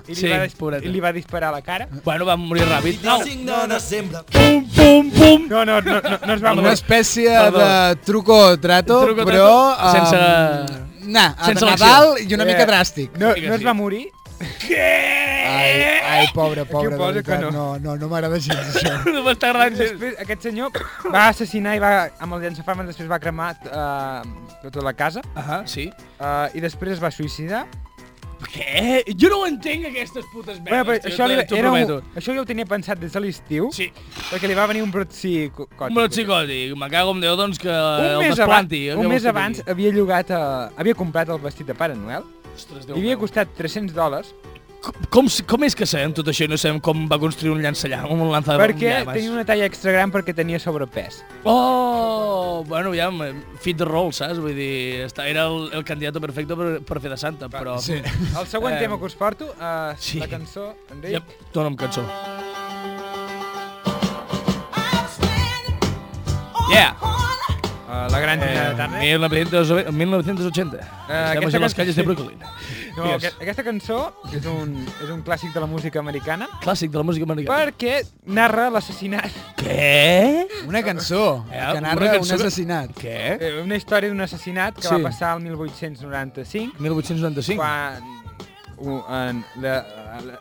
Speaker 3: li
Speaker 1: Sí,
Speaker 3: va, dis-
Speaker 1: pobreta.
Speaker 3: i li va disparar a la cara
Speaker 1: Bueno, va morir ràpid. Au.
Speaker 3: Pum,
Speaker 1: pum, pum.
Speaker 3: No, no, no, no, no es va
Speaker 2: Una
Speaker 3: morir.
Speaker 2: espècie
Speaker 3: Perdó.
Speaker 2: de truco o trato,
Speaker 3: Truco o
Speaker 2: però...
Speaker 3: trato, sense-
Speaker 2: em, Nah,
Speaker 3: Sense
Speaker 2: de
Speaker 3: l'acció.
Speaker 2: Nadal i una
Speaker 3: Eh,
Speaker 2: mica dràstic.
Speaker 3: No, no es va morir.
Speaker 1: Eh.
Speaker 2: Ai, ai, pobre, pobre, de
Speaker 3: posa que
Speaker 2: veritat. No, no, no, m'agrada gens, això.
Speaker 1: No m'està agradant gens.
Speaker 3: Després, aquest senyor va assassinar i va, amb el llançafames després va cremar eh, tota la casa.
Speaker 1: Ahà, sí.
Speaker 3: Eh, I després es va suïcidar.
Speaker 1: Què? Jo no ho entenc, aquestes putes merdes,
Speaker 3: Bueno, però
Speaker 1: tio,
Speaker 3: això, li,
Speaker 1: t'ho
Speaker 3: era un,
Speaker 1: prometo.
Speaker 3: això ja ho tenia pensat des de l'estiu,
Speaker 1: sí.
Speaker 3: perquè li va venir un brot psicòtic.
Speaker 1: Un brot psicòtic, me cago en Déu, doncs que
Speaker 3: Un
Speaker 1: el
Speaker 3: mes, abans,
Speaker 1: desplanti.
Speaker 3: un mes abans havia llogat, a, havia comprat el vestit de Pare Noel,
Speaker 1: Ostres, Déu Ah,
Speaker 3: li havia costat 300 dòlars,
Speaker 1: Com, s- com és que sabem tot això i no sabem com va construir un llançallam, un lançador?
Speaker 3: perquè tenia una talla extra gran perquè tenia sobrepès.
Speaker 1: Oh, bueno, ja, fit de rol, saps? Vull dir, està, era el, el candidat perfecte per, per fer de santa, però...
Speaker 2: sí.
Speaker 3: El següent
Speaker 1: Eh,
Speaker 3: tema que us porto, uh,
Speaker 1: sí.
Speaker 3: la cançó, Enric.
Speaker 1: Ja, dona'm cançó. Yeah!
Speaker 3: Uh, la
Speaker 1: Eh,
Speaker 3: gran tina de Turner.
Speaker 1: 1900 1980. Estem
Speaker 3: Eh, aquesta
Speaker 1: a les
Speaker 3: cançó-
Speaker 1: calles de Brooklyn.
Speaker 3: No,
Speaker 1: Digues.
Speaker 3: aquest, aquesta cançó és un, és un clàssic de la música americana
Speaker 1: Clàssic de la música americana.
Speaker 3: perquè narra l'assassinat.
Speaker 1: Què?
Speaker 2: Una cançó
Speaker 3: Eh,
Speaker 2: que
Speaker 3: una
Speaker 2: narra
Speaker 3: cançó
Speaker 2: un
Speaker 3: que-
Speaker 2: assassinat.
Speaker 1: Què?
Speaker 3: Eh, Una història d'un assassinat que
Speaker 1: Sí.
Speaker 3: va passar el 1895.
Speaker 1: 1895?
Speaker 3: Quan u- en la,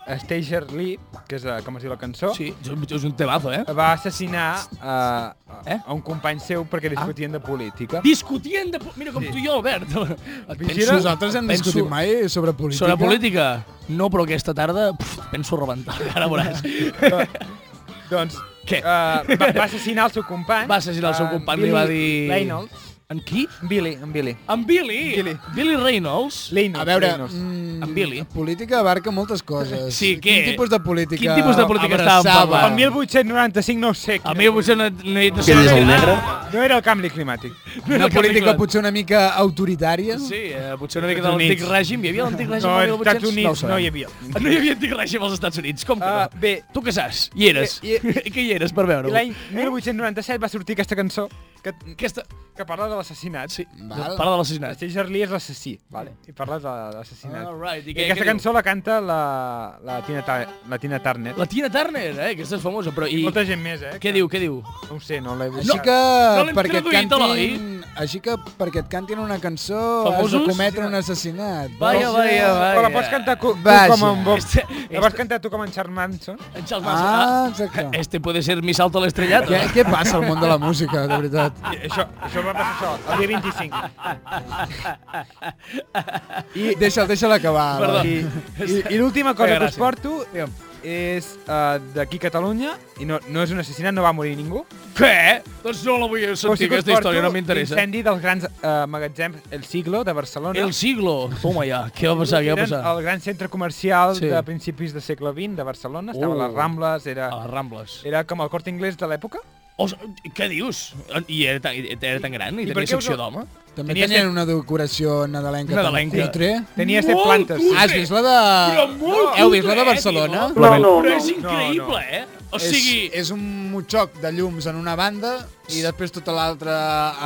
Speaker 3: la Stager Lee, que és la, com es diu la cançó,
Speaker 1: sí, és un temazo, eh?
Speaker 3: va assassinar eh, eh? a un company seu perquè
Speaker 1: Ah.
Speaker 3: discutien de política.
Speaker 1: Discutien de... po- Mira, com tu i jo, Albert. Et
Speaker 2: Penso, nosaltres hem
Speaker 1: penso-
Speaker 2: discutit mai sobre política.
Speaker 1: Sobre política? No, però aquesta tarda puf, penso rebentar. Ara veuràs.
Speaker 3: Doncs
Speaker 1: Què?
Speaker 3: eh, va, va assassinar el seu company.
Speaker 1: Va assassinar el seu
Speaker 3: en
Speaker 1: company, li
Speaker 3: Billy
Speaker 1: va dir-
Speaker 3: Reynolds.
Speaker 1: En qui?
Speaker 3: Billy, en Billy.
Speaker 1: En Billy. Billy, Billy Reynolds. Reynolds.
Speaker 2: A veure,
Speaker 1: mm, en Billy.
Speaker 2: Política abarca moltes coses.
Speaker 1: Sí,
Speaker 2: Quin
Speaker 1: què?
Speaker 2: tipus de política
Speaker 1: Quin tipus de política estàvem
Speaker 2: abraçava?
Speaker 1: parlant?
Speaker 3: El 1895 no ho sé.
Speaker 1: A mi potser no, no, no, no,
Speaker 3: és el
Speaker 1: negre?
Speaker 3: No era el canvi climàtic.
Speaker 2: Una política potser una mica autoritària?
Speaker 1: Sí, eh, potser una mica de
Speaker 2: Estats
Speaker 1: l'antic
Speaker 2: Units.
Speaker 1: règim. Hi havia l'antic règim?
Speaker 2: No,
Speaker 1: al
Speaker 2: als
Speaker 1: 1800?
Speaker 2: Estats Units
Speaker 1: ho sabem. Ah,
Speaker 2: no hi havia. Ah,
Speaker 1: No hi havia antic règim als Estats Units, com que no?
Speaker 3: Ah, bé,
Speaker 1: tu què saps? Hi eres.
Speaker 3: Eh, i-
Speaker 1: que hi eres per
Speaker 3: I
Speaker 1: veure-ho.
Speaker 3: l'any 1897 va sortir aquesta cançó que,
Speaker 1: aquesta...
Speaker 3: que parla de l'assassinat.
Speaker 1: Sí,
Speaker 2: Val.
Speaker 1: parla de l'assassinat.
Speaker 3: Richard Lee és l'assassí, vale? i parla de l'assassinat.
Speaker 1: All right, Ah, i
Speaker 3: I
Speaker 1: què-
Speaker 3: aquesta
Speaker 1: què
Speaker 3: cançó la canta la, la, Tina, Ta- la Tina Turner.
Speaker 1: La Tina Turner, eh? Aquesta és famosa, però... I...
Speaker 3: Molta gent més, eh?
Speaker 1: Què diu, què diu?
Speaker 3: No ho sé, no l'he
Speaker 2: Així
Speaker 3: buscat.
Speaker 2: que,
Speaker 1: No l'hem
Speaker 2: perquè et
Speaker 1: traduït,
Speaker 2: cantin, així que perquè et cantin una cançó has de
Speaker 1: Famosos?
Speaker 2: cometre un assassinat. Oh,
Speaker 1: Vaja, vaja, vaja.
Speaker 3: Però la pots cantar cu, tu
Speaker 2: Vaja.
Speaker 3: com en Bob.
Speaker 1: Este-
Speaker 3: La pots cantar tu com en Charles Manson.
Speaker 1: En Charles Manson.
Speaker 2: Ah, exacte.
Speaker 1: Este puede ser mi salto a l'estrellat.
Speaker 2: Què, què passa al món de la música, de veritat?
Speaker 1: Ah,
Speaker 3: I això, això va passar això, el dia 25. I,
Speaker 2: Deixa'l, deixa'l acabar.
Speaker 3: Perdó. I, i, i l'última cosa
Speaker 1: Feia
Speaker 3: que us
Speaker 1: gràcia.
Speaker 3: porto és uh, d'aquí Catalunya, i no, no és un assassinat, no va morir ningú.
Speaker 1: Què? Doncs no la vull
Speaker 3: Però
Speaker 1: sentir,
Speaker 3: que us
Speaker 1: aquesta història,
Speaker 3: porto
Speaker 1: no m'interessa.
Speaker 3: L'incendi dels grans uh, magatzems El Siglo de Barcelona.
Speaker 1: El siglo. Toma ja, què va passar, què va
Speaker 3: Eren
Speaker 1: passar?
Speaker 3: El gran centre comercial
Speaker 1: Sí.
Speaker 3: sí. de principis de segle XX de Barcelona. Estava
Speaker 1: Uh. Ah.
Speaker 3: a les Rambles, era,
Speaker 1: A les Rambles.
Speaker 3: era com el corte inglès de l'època.
Speaker 1: Oh, què dius? I era tan, era tan gran? I,
Speaker 3: I per
Speaker 1: tenia
Speaker 3: què us-
Speaker 1: secció d'home?
Speaker 2: També
Speaker 1: Tenia
Speaker 2: tenien
Speaker 1: set-
Speaker 2: una decoració nadalenca. tan
Speaker 1: Nadalenca.
Speaker 2: Cutre.
Speaker 3: Tenia set
Speaker 1: Molt
Speaker 3: plantes.
Speaker 1: cutre.
Speaker 2: Has vist la de...
Speaker 1: Però molt
Speaker 2: Heu vist la de
Speaker 1: cutre, eh,
Speaker 2: Barcelona?
Speaker 1: tio? No, no, Però
Speaker 2: no.
Speaker 1: és increïble, eh? O sigui...
Speaker 2: És, és un motxoc de llums en una banda i després tota l'altra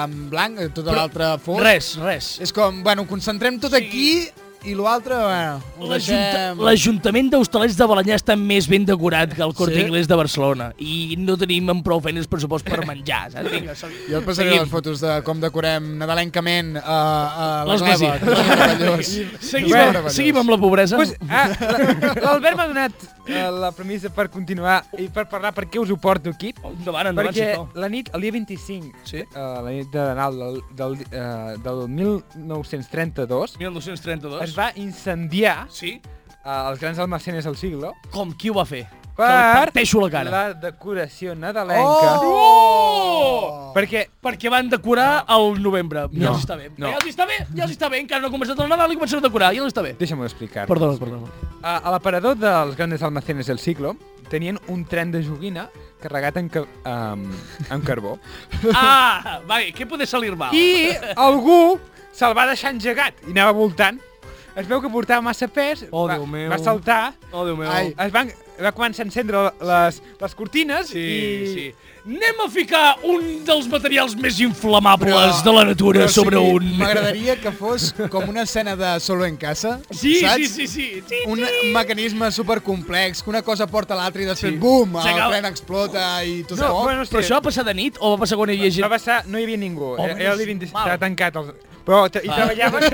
Speaker 2: en blanc, eh, tota
Speaker 1: Però
Speaker 2: l'altra fosc.
Speaker 1: Res, res.
Speaker 2: És com, bueno, concentrem tot aquí i l'altre, bueno, ho
Speaker 1: La junta-
Speaker 2: deixem...
Speaker 1: L'Ajuntament d'Hostalets de Balanyà està més ben decorat que el Corte
Speaker 2: Sí?
Speaker 1: Inglés de Barcelona i no tenim amb prou feines pressupost per menjar, saps? Vinga, som -hi.
Speaker 2: Jo et passaré
Speaker 1: Seguim.
Speaker 2: les fotos de com decorem nadalencament uh, a la
Speaker 1: L'església.
Speaker 2: gleva.
Speaker 1: Seguim, amb, seguim amb la pobresa.
Speaker 3: Pues, ah, la- L'Albert m'ha donat eh, la premissa per continuar i per parlar per què us ho porto aquí.
Speaker 1: Oh, Endavant, endavant,
Speaker 3: Perquè
Speaker 1: sisplau.
Speaker 3: la nit, el dia 25,
Speaker 1: Sí?
Speaker 3: eh, la nit de Nadal del, del, eh, del 1932,
Speaker 1: 1932.
Speaker 3: es va incendiar
Speaker 1: Sí?
Speaker 3: eh, els grans almacenes del siglo
Speaker 1: Com? Qui ho va fer? Te la
Speaker 3: per
Speaker 1: parteixo la cara.
Speaker 3: la decoració nadalenca.
Speaker 1: Oh!
Speaker 3: Perquè
Speaker 1: Perquè van decorar al novembre. Ja
Speaker 3: No,
Speaker 1: els està bé.
Speaker 3: no.
Speaker 1: Ja els està bé, ja els està bé. Encara no ha començat el Nadal i comencen a decorar. Ja els està bé.
Speaker 3: Deixa'm explicar.
Speaker 1: Perdona, perdona.
Speaker 3: Eh, A, a l'aparador dels grandes almacenes del siglo tenien un tren de joguina carregat en, ca amb, amb carbó.
Speaker 1: Ah, va bé, què pot salir mal?
Speaker 3: I algú se'l va deixar engegat i anava voltant. Es veu que portava massa pes,
Speaker 1: Oh,
Speaker 3: va,
Speaker 1: Déu meu.
Speaker 3: va saltar,
Speaker 1: Oh, Déu meu.
Speaker 2: Ai.
Speaker 3: es van, va començar a encendre les, les cortines
Speaker 1: Sí,
Speaker 3: i...
Speaker 1: sí. Anem a ficar un dels materials més inflamables
Speaker 2: Però-
Speaker 1: de la natura
Speaker 2: però
Speaker 1: sobre
Speaker 2: sí,
Speaker 1: un...
Speaker 2: M'agradaria que fos com una escena de solo en casa,
Speaker 1: Sí,
Speaker 2: saps?
Speaker 1: sí, sí, sí, sí.
Speaker 2: Un mecanisme supercomplex, que una cosa porta a l'altra i després,
Speaker 1: Sí.
Speaker 2: sí. bum, el
Speaker 1: S'acaba.
Speaker 2: tren explota i tot
Speaker 3: No,
Speaker 2: no,
Speaker 3: bueno, sí.
Speaker 1: Però això va passar de nit o va passar quan hi havia
Speaker 3: va
Speaker 1: gent...
Speaker 3: passar, no hi havia ningú,
Speaker 1: Oh,
Speaker 3: oh, era el dia 20,
Speaker 1: mal.
Speaker 3: estava tancat. Els, però tra hi treballaven...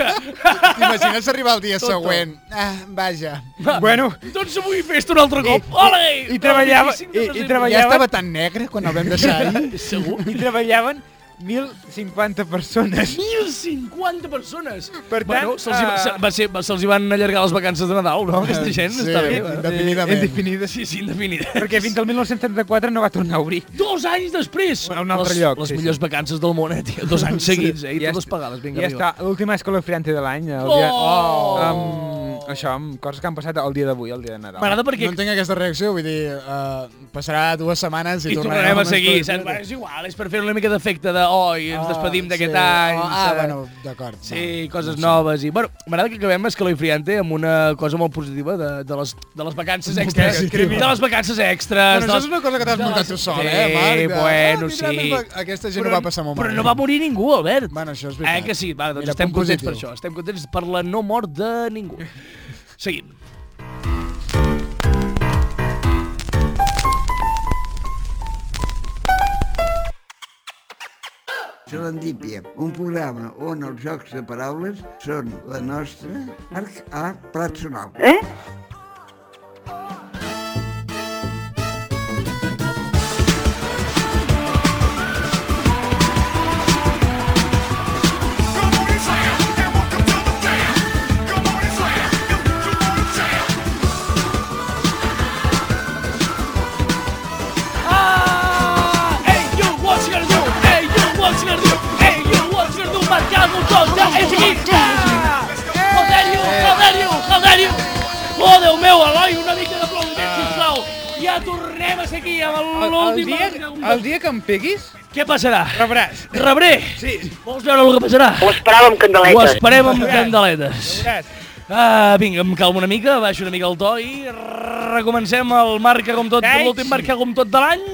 Speaker 2: T'imagines arribar el dia
Speaker 1: Tot, tot.
Speaker 2: següent? Ah, vaja.
Speaker 3: bueno,
Speaker 1: Doncs avui festa un altre cop.
Speaker 3: I-
Speaker 1: Ole!
Speaker 3: i treballava-
Speaker 1: El 25 de
Speaker 3: i- i
Speaker 1: desembre.
Speaker 3: treballava-
Speaker 2: Ja estava tan negre quan el vam deixar ahir.
Speaker 1: Segur?
Speaker 3: hi treballaven 1.050 persones.
Speaker 1: 1.050 persones!
Speaker 3: Per
Speaker 1: bueno,
Speaker 3: tant,
Speaker 1: se'ls hi, va,
Speaker 3: eh,
Speaker 1: se, va ser, va- se'ls hi van allargar les vacances de Nadal, no? Aquesta gent
Speaker 2: Sí,
Speaker 1: està bé. va.
Speaker 2: indefinidament.
Speaker 1: Indefinida. Sí, sí, indefinida.
Speaker 3: Perquè fins al 1934 no va tornar a obrir.
Speaker 1: Dos anys després!
Speaker 3: A un altre
Speaker 1: les,
Speaker 3: lloc,
Speaker 1: Les
Speaker 3: sí,
Speaker 1: millors vacances del món, eh, tio. Dos anys seguits, eh? I
Speaker 3: Ja
Speaker 1: totes
Speaker 3: està-
Speaker 1: pagades. Vinga,
Speaker 3: ja
Speaker 1: arriba.
Speaker 3: està, l'última escola friante de l'any. el
Speaker 1: Oh!
Speaker 3: Dia... Oh! Amb, això, amb coses que han passat el dia d'avui, el dia de Nadal.
Speaker 1: M'agrada perquè...
Speaker 2: No entenc aquesta reacció, vull dir, uh, passarà dues setmanes i,
Speaker 1: I tornarem a
Speaker 2: amb
Speaker 1: seguir,
Speaker 2: les
Speaker 1: saps?
Speaker 2: coses.
Speaker 1: Bueno, és igual, és per fer una mica d'efecte de oi, ens despedim d'aquest
Speaker 2: Ah, sí.
Speaker 1: any.
Speaker 2: Oh, ah,
Speaker 1: saps?
Speaker 2: bueno, d'acord.
Speaker 1: Sí, coses noves i... Bueno, m'agrada que acabem Escaló i Friante amb una cosa molt positiva de, de, les, de les vacances extres.
Speaker 2: positiva.
Speaker 1: De les vacances extres.
Speaker 2: Bueno,
Speaker 1: de
Speaker 2: això és
Speaker 1: les-
Speaker 2: una cosa que t'has
Speaker 1: de
Speaker 2: muntat
Speaker 1: les-
Speaker 2: tu sol,
Speaker 1: sí,
Speaker 2: eh, Marc? De-
Speaker 1: bueno,
Speaker 2: ah, mira,
Speaker 1: sí.
Speaker 2: va- aquesta gent ho va passar molt
Speaker 1: però
Speaker 2: malament.
Speaker 1: no va morir ningú, Albert.
Speaker 2: Bueno, això és
Speaker 1: eh
Speaker 2: veritat.
Speaker 1: que sí? Va, doncs
Speaker 2: Mira,
Speaker 1: estem
Speaker 2: punt
Speaker 1: contents per
Speaker 2: positiu.
Speaker 1: això. Estem contents per la no mort de ningú. Seguim.
Speaker 12: Serendípia, un programa on els jocs de paraules són la nostra arc a plat sonor. Eh?
Speaker 1: Ah! Hey, you, what you gonna do? Hey, you, what you gonna do? Hey, you, what you Oh, tornem a ser aquí amb
Speaker 3: El, el,
Speaker 1: l'últim...
Speaker 3: dia, el dia que em peguis...
Speaker 1: Què passarà?
Speaker 3: Rebràs.
Speaker 1: Rebré!
Speaker 3: Sí.
Speaker 1: Vols veure el que passarà? Ho
Speaker 13: esperàvem
Speaker 1: Ho esperem amb candeletes.
Speaker 3: Veuràs.
Speaker 1: Ah, vinga, em calmo una mica, baixo una mica el to i recomencem el marca com tot,
Speaker 2: Ai,
Speaker 1: l'últim marca com tot de l'any.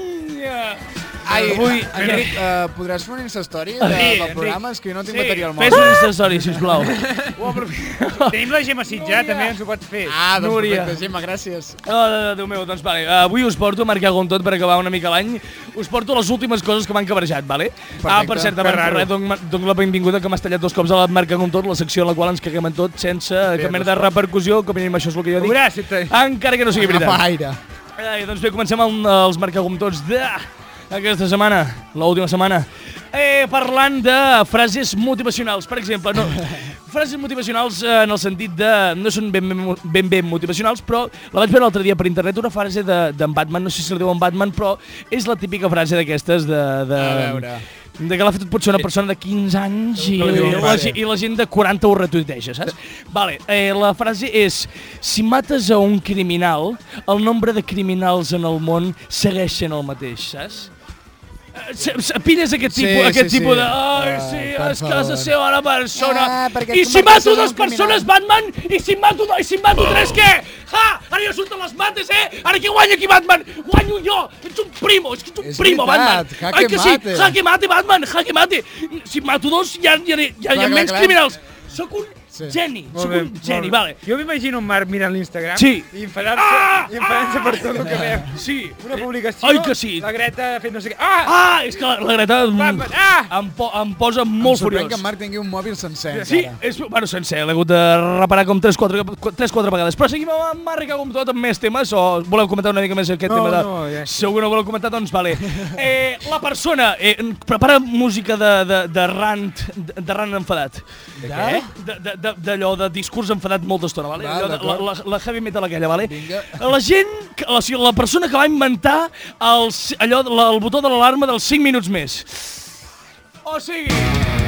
Speaker 2: Ai,
Speaker 1: Avui-
Speaker 2: Enric, eh, podràs fer un Instastory de,
Speaker 1: Sí,
Speaker 2: del
Speaker 1: Enric.
Speaker 2: programa? És que jo no tinc bateria al
Speaker 1: Fes
Speaker 2: mòbil.
Speaker 1: un instastory, sisplau.
Speaker 3: Tenim la Gemma Sitjà, també ens ho pots fer.
Speaker 2: Ah, doncs
Speaker 1: Núria.
Speaker 2: perfecte, Gemma, gràcies.
Speaker 1: Oh, no, no, Déu meu, doncs vale. Uh, avui us porto, marcar com tot per acabar una mica l'any, us porto les últimes coses que m'han cabrejat, vale? Ah, per cert,
Speaker 3: Que
Speaker 1: abans de
Speaker 3: raro.
Speaker 1: res, dono dono la benvinguda que m'has tallat dos cops a la marca com tot, la secció en la qual ens caguem en tot sense cap mena de
Speaker 3: dos cops.
Speaker 1: repercussió, com a mínim això és el que jo dic.
Speaker 3: Veuràs si te-
Speaker 1: Encara que no sigui veritat.
Speaker 2: Agafa aire.
Speaker 1: Ai, doncs bé, comencem amb eh, els marcagomtots de aquesta setmana, l'última setmana. Eh, parlant de frases motivacionals, per exemple, no, frases motivacionals eh, en el sentit de... no són ben ben, ben, ben motivacionals, però la vaig veure l'altre dia per internet, una frase de- d'en de, Batman, no sé si la diu en Batman, però és la típica frase d'aquestes de... de
Speaker 2: A veure.
Speaker 1: de que l'ha fet potser una persona de 15 anys i,
Speaker 2: Eh. No li
Speaker 1: i,
Speaker 2: diu res.
Speaker 1: la, ge- i la gent de 40 ho retuiteja, saps? Vale, eh, la frase és si mates a un criminal, el nombre de criminals en el món segueix sent el mateix, saps? Eh, se- se- Pilles aquest
Speaker 2: Sí,
Speaker 1: tipus,
Speaker 2: sí,
Speaker 1: aquest
Speaker 2: sí.
Speaker 1: tipus de... Ai,
Speaker 2: Ah,
Speaker 1: sí,
Speaker 2: per
Speaker 1: és que has de
Speaker 2: favor.
Speaker 1: ser una persona.
Speaker 2: Ah, perquè
Speaker 1: I
Speaker 2: tu
Speaker 1: si
Speaker 2: mates
Speaker 1: mato
Speaker 2: a un
Speaker 1: dues persones,
Speaker 2: criminal.
Speaker 1: Batman? I si mato, do- i si mato tres, què? Ha! Ara jo surten les mates, eh? Ara qui guanya aquí, Batman? Guanyo jo! Ets un primo, és que ets un
Speaker 2: És
Speaker 1: primo,
Speaker 2: veritat,
Speaker 1: Batman.
Speaker 2: jaque
Speaker 1: Ai, que
Speaker 2: mate.
Speaker 1: sí, jaque mate, Batman, jaque mate. Si mato dos, ja, ja, ja, ja hi
Speaker 3: Clar,
Speaker 1: ha
Speaker 3: clar,
Speaker 1: menys
Speaker 3: clar.
Speaker 1: criminals. Sóc un geni,
Speaker 3: Molt
Speaker 1: sóc
Speaker 3: bé,
Speaker 1: un
Speaker 3: molt
Speaker 1: geni,
Speaker 3: bé.
Speaker 1: vale.
Speaker 3: Jo m'imagino en Marc mirant l'Instagram
Speaker 1: Sí.
Speaker 3: i enfadant-se ah! i enfadant ah! per tot el que veu.
Speaker 1: Sí.
Speaker 3: Una publicació,
Speaker 1: Ai, que sí.
Speaker 3: la Greta ha fet no sé què. Ah!
Speaker 1: Ah, és que la, la Greta mm,
Speaker 3: Batman, ah!
Speaker 1: em, po em posa molt
Speaker 2: em sorprèn
Speaker 1: furiós.
Speaker 2: que en Marc tingui un mòbil sencer.
Speaker 1: Sí,
Speaker 2: encara.
Speaker 1: és, bueno, sencer, l'he hagut de reparar com 3-4 vegades. Però seguim amb en Marc com tot, amb més temes, o voleu comentar una mica més aquest
Speaker 3: No,
Speaker 1: tema? De...
Speaker 3: no, ja.
Speaker 1: Segur que no voleu comentar, doncs vale. eh, la persona eh, prepara música de, de, de rant, de, de rant enfadat. De
Speaker 2: què?
Speaker 1: De- de- de- D'allò de, discurs enfadat molta estona, vale?
Speaker 2: Va,
Speaker 1: Allò de- la,
Speaker 2: d'acord.
Speaker 1: la, la heavy metal aquella, vale? Vinga. La gent, que- la, o sigui, la persona que va inventar els, allò, la, el botó de l'alarma dels 5 minuts més. O sigui...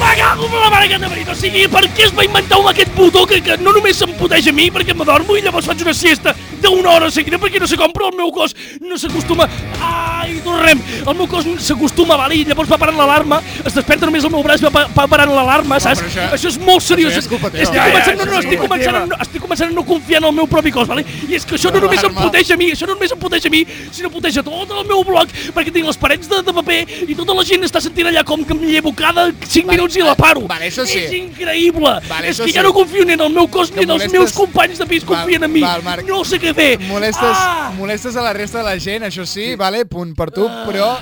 Speaker 1: Me cago en la mare que t'ha parit, o sigui, per què es va inventar un aquest botó que, que no només em poteix a mi perquè m'adormo i llavors faig una siesta d'una hora seguida perquè no sé com, però el meu cos no s'acostuma... Ai, tornem! El meu cos no s'acostuma, vale? I llavors va parant l'alarma, es desperta només el meu braç, va, pa- va parant l'alarma, saps? Això, això, és molt seriós.
Speaker 2: això ja és culpa teva.
Speaker 1: estic
Speaker 2: Ja, ja,
Speaker 1: començant, no,
Speaker 2: això
Speaker 1: no,
Speaker 2: és
Speaker 1: estic
Speaker 2: culpa
Speaker 1: començant, a
Speaker 2: teva.
Speaker 1: no, estic començant a no confiar en el meu propi cos, vale? I és que això no només em poteix a mi, això no només em poteix a mi, sinó poteix a tot el meu bloc, perquè tinc les parets de, de paper i tota la gent està sentint allà com que em llevo cada 5 minuts i la paro.
Speaker 2: vale, això sí.
Speaker 1: És increïble.
Speaker 2: Vale,
Speaker 1: és
Speaker 2: això
Speaker 1: que ja
Speaker 2: sí.
Speaker 1: no confio ni en el meu cos
Speaker 2: Que
Speaker 1: ni en els
Speaker 2: molestes-
Speaker 1: meus companys de pis confien en mi.
Speaker 2: val, Marc.
Speaker 1: no sé què fer.
Speaker 2: Molestes,
Speaker 1: Ah!
Speaker 2: molestes a la resta de la gent, això sí, vale, punt per tu, però...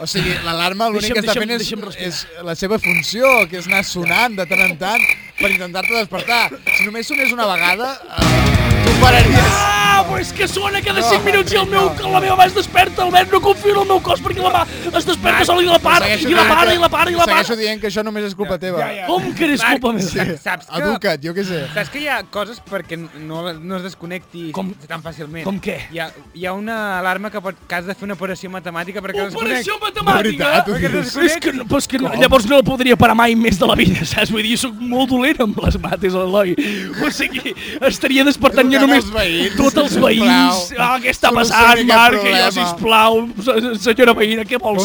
Speaker 2: O sigui, l'alarma l'únic
Speaker 1: Deixa'm-
Speaker 2: que està
Speaker 1: deixa'm-
Speaker 2: fent és,
Speaker 1: deixa'm
Speaker 2: és la seva funció, que és anar sonant de tant en tant per intentar-te despertar. Si només sonés una vegada, eh, tu pararies.
Speaker 1: Ah, però és que sona cada
Speaker 2: No,
Speaker 1: 5 minuts i el meu, la meva mà es desperta, Albert, no confio en el meu cos perquè la mà es desperta sola i la para,
Speaker 2: Segueixo
Speaker 1: i la
Speaker 2: dient
Speaker 1: para,
Speaker 2: que-
Speaker 1: i la para, i la para.
Speaker 2: Segueixo dient que això només és culpa teva.
Speaker 3: ja.
Speaker 1: Com que eres culpa meva?
Speaker 3: Saps que...
Speaker 2: Educa't, jo què sé.
Speaker 3: Saps que hi ha coses perquè no, no es desconnecti com, tan fàcilment?
Speaker 1: com què?
Speaker 3: Hi ha, hi ha una alarma que, pot, que has de fer una operació matemàtica perquè
Speaker 1: Operació
Speaker 3: es
Speaker 1: matemàtica?
Speaker 3: Perquè no es
Speaker 1: és que, no, però és que no, llavors no la podria parar mai més de la vida, saps? Vull dir, jo soc molt dolent amb les mates, Eloi. O sigui, estaria despertant jo
Speaker 2: Trucant
Speaker 1: només
Speaker 2: als veïns,
Speaker 1: tots els veïns.
Speaker 2: sisplau.
Speaker 1: Ah, què està
Speaker 2: Solucioni
Speaker 1: passant,
Speaker 2: aquest
Speaker 1: Marc? Que jo,
Speaker 2: problema.
Speaker 1: sisplau, se- senyora veïna, què vols?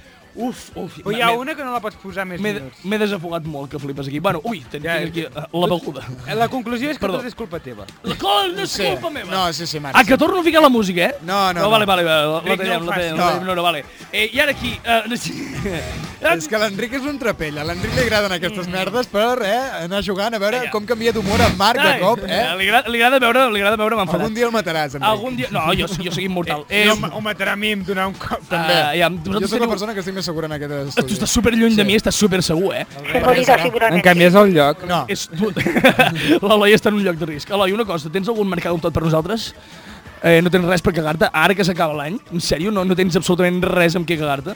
Speaker 1: uf, uf.
Speaker 3: Però hi ha una que no la pots posar més
Speaker 1: M'he
Speaker 3: minuts.
Speaker 1: m'he desafogat molt, que flipes aquí. Bueno, ui, ten,
Speaker 3: Ja,
Speaker 1: tinc aquí eh, la beguda.
Speaker 3: La conclusió és que
Speaker 1: Perdó.
Speaker 3: tot és culpa teva.
Speaker 1: La col, no és culpa meva.
Speaker 2: No, sí, sí, Marc.
Speaker 1: Ah, que torno a ficar la música, eh?
Speaker 2: No, no,
Speaker 1: No, vale,
Speaker 2: no.
Speaker 1: vale, vale, la
Speaker 2: Enric,
Speaker 1: tallem,
Speaker 2: no ho
Speaker 1: la
Speaker 2: facis.
Speaker 1: tallem.
Speaker 2: No.
Speaker 1: la tallem. No, no, vale. Eh, I ara aquí... eh, no sé-
Speaker 2: És que l'Enric és un trapell. A l'Enric li agraden aquestes merdes per eh, anar jugant, a veure com canvia d'humor en Marc de
Speaker 1: Ai,
Speaker 2: cop, eh?
Speaker 1: Li agrada, li agrada veure, li agrada veure m'enfadat.
Speaker 2: Algun dia el mataràs, Enric.
Speaker 1: Algun dia... No, jo, jo soc immortal.
Speaker 3: Eh, no, ho matarà a mi, em donarà un cop.
Speaker 2: També.
Speaker 1: Ah, ja,
Speaker 2: jo
Speaker 1: vosaltres
Speaker 2: sóc la
Speaker 1: teniu-
Speaker 2: persona que estic més segura en aquest estudi.
Speaker 1: Tu estàs super lluny de mi, estàs super segur, eh?
Speaker 3: En canvies el lloc.
Speaker 2: No.
Speaker 1: És tu... L'Eloi està en un lloc de risc. Eloi, una cosa, tens algun marcat un tot per nosaltres? Eh, no tens res per cagar-te? Ara que s'acaba l'any? En sèrio? No, no tens absolutament res amb què cagar-te?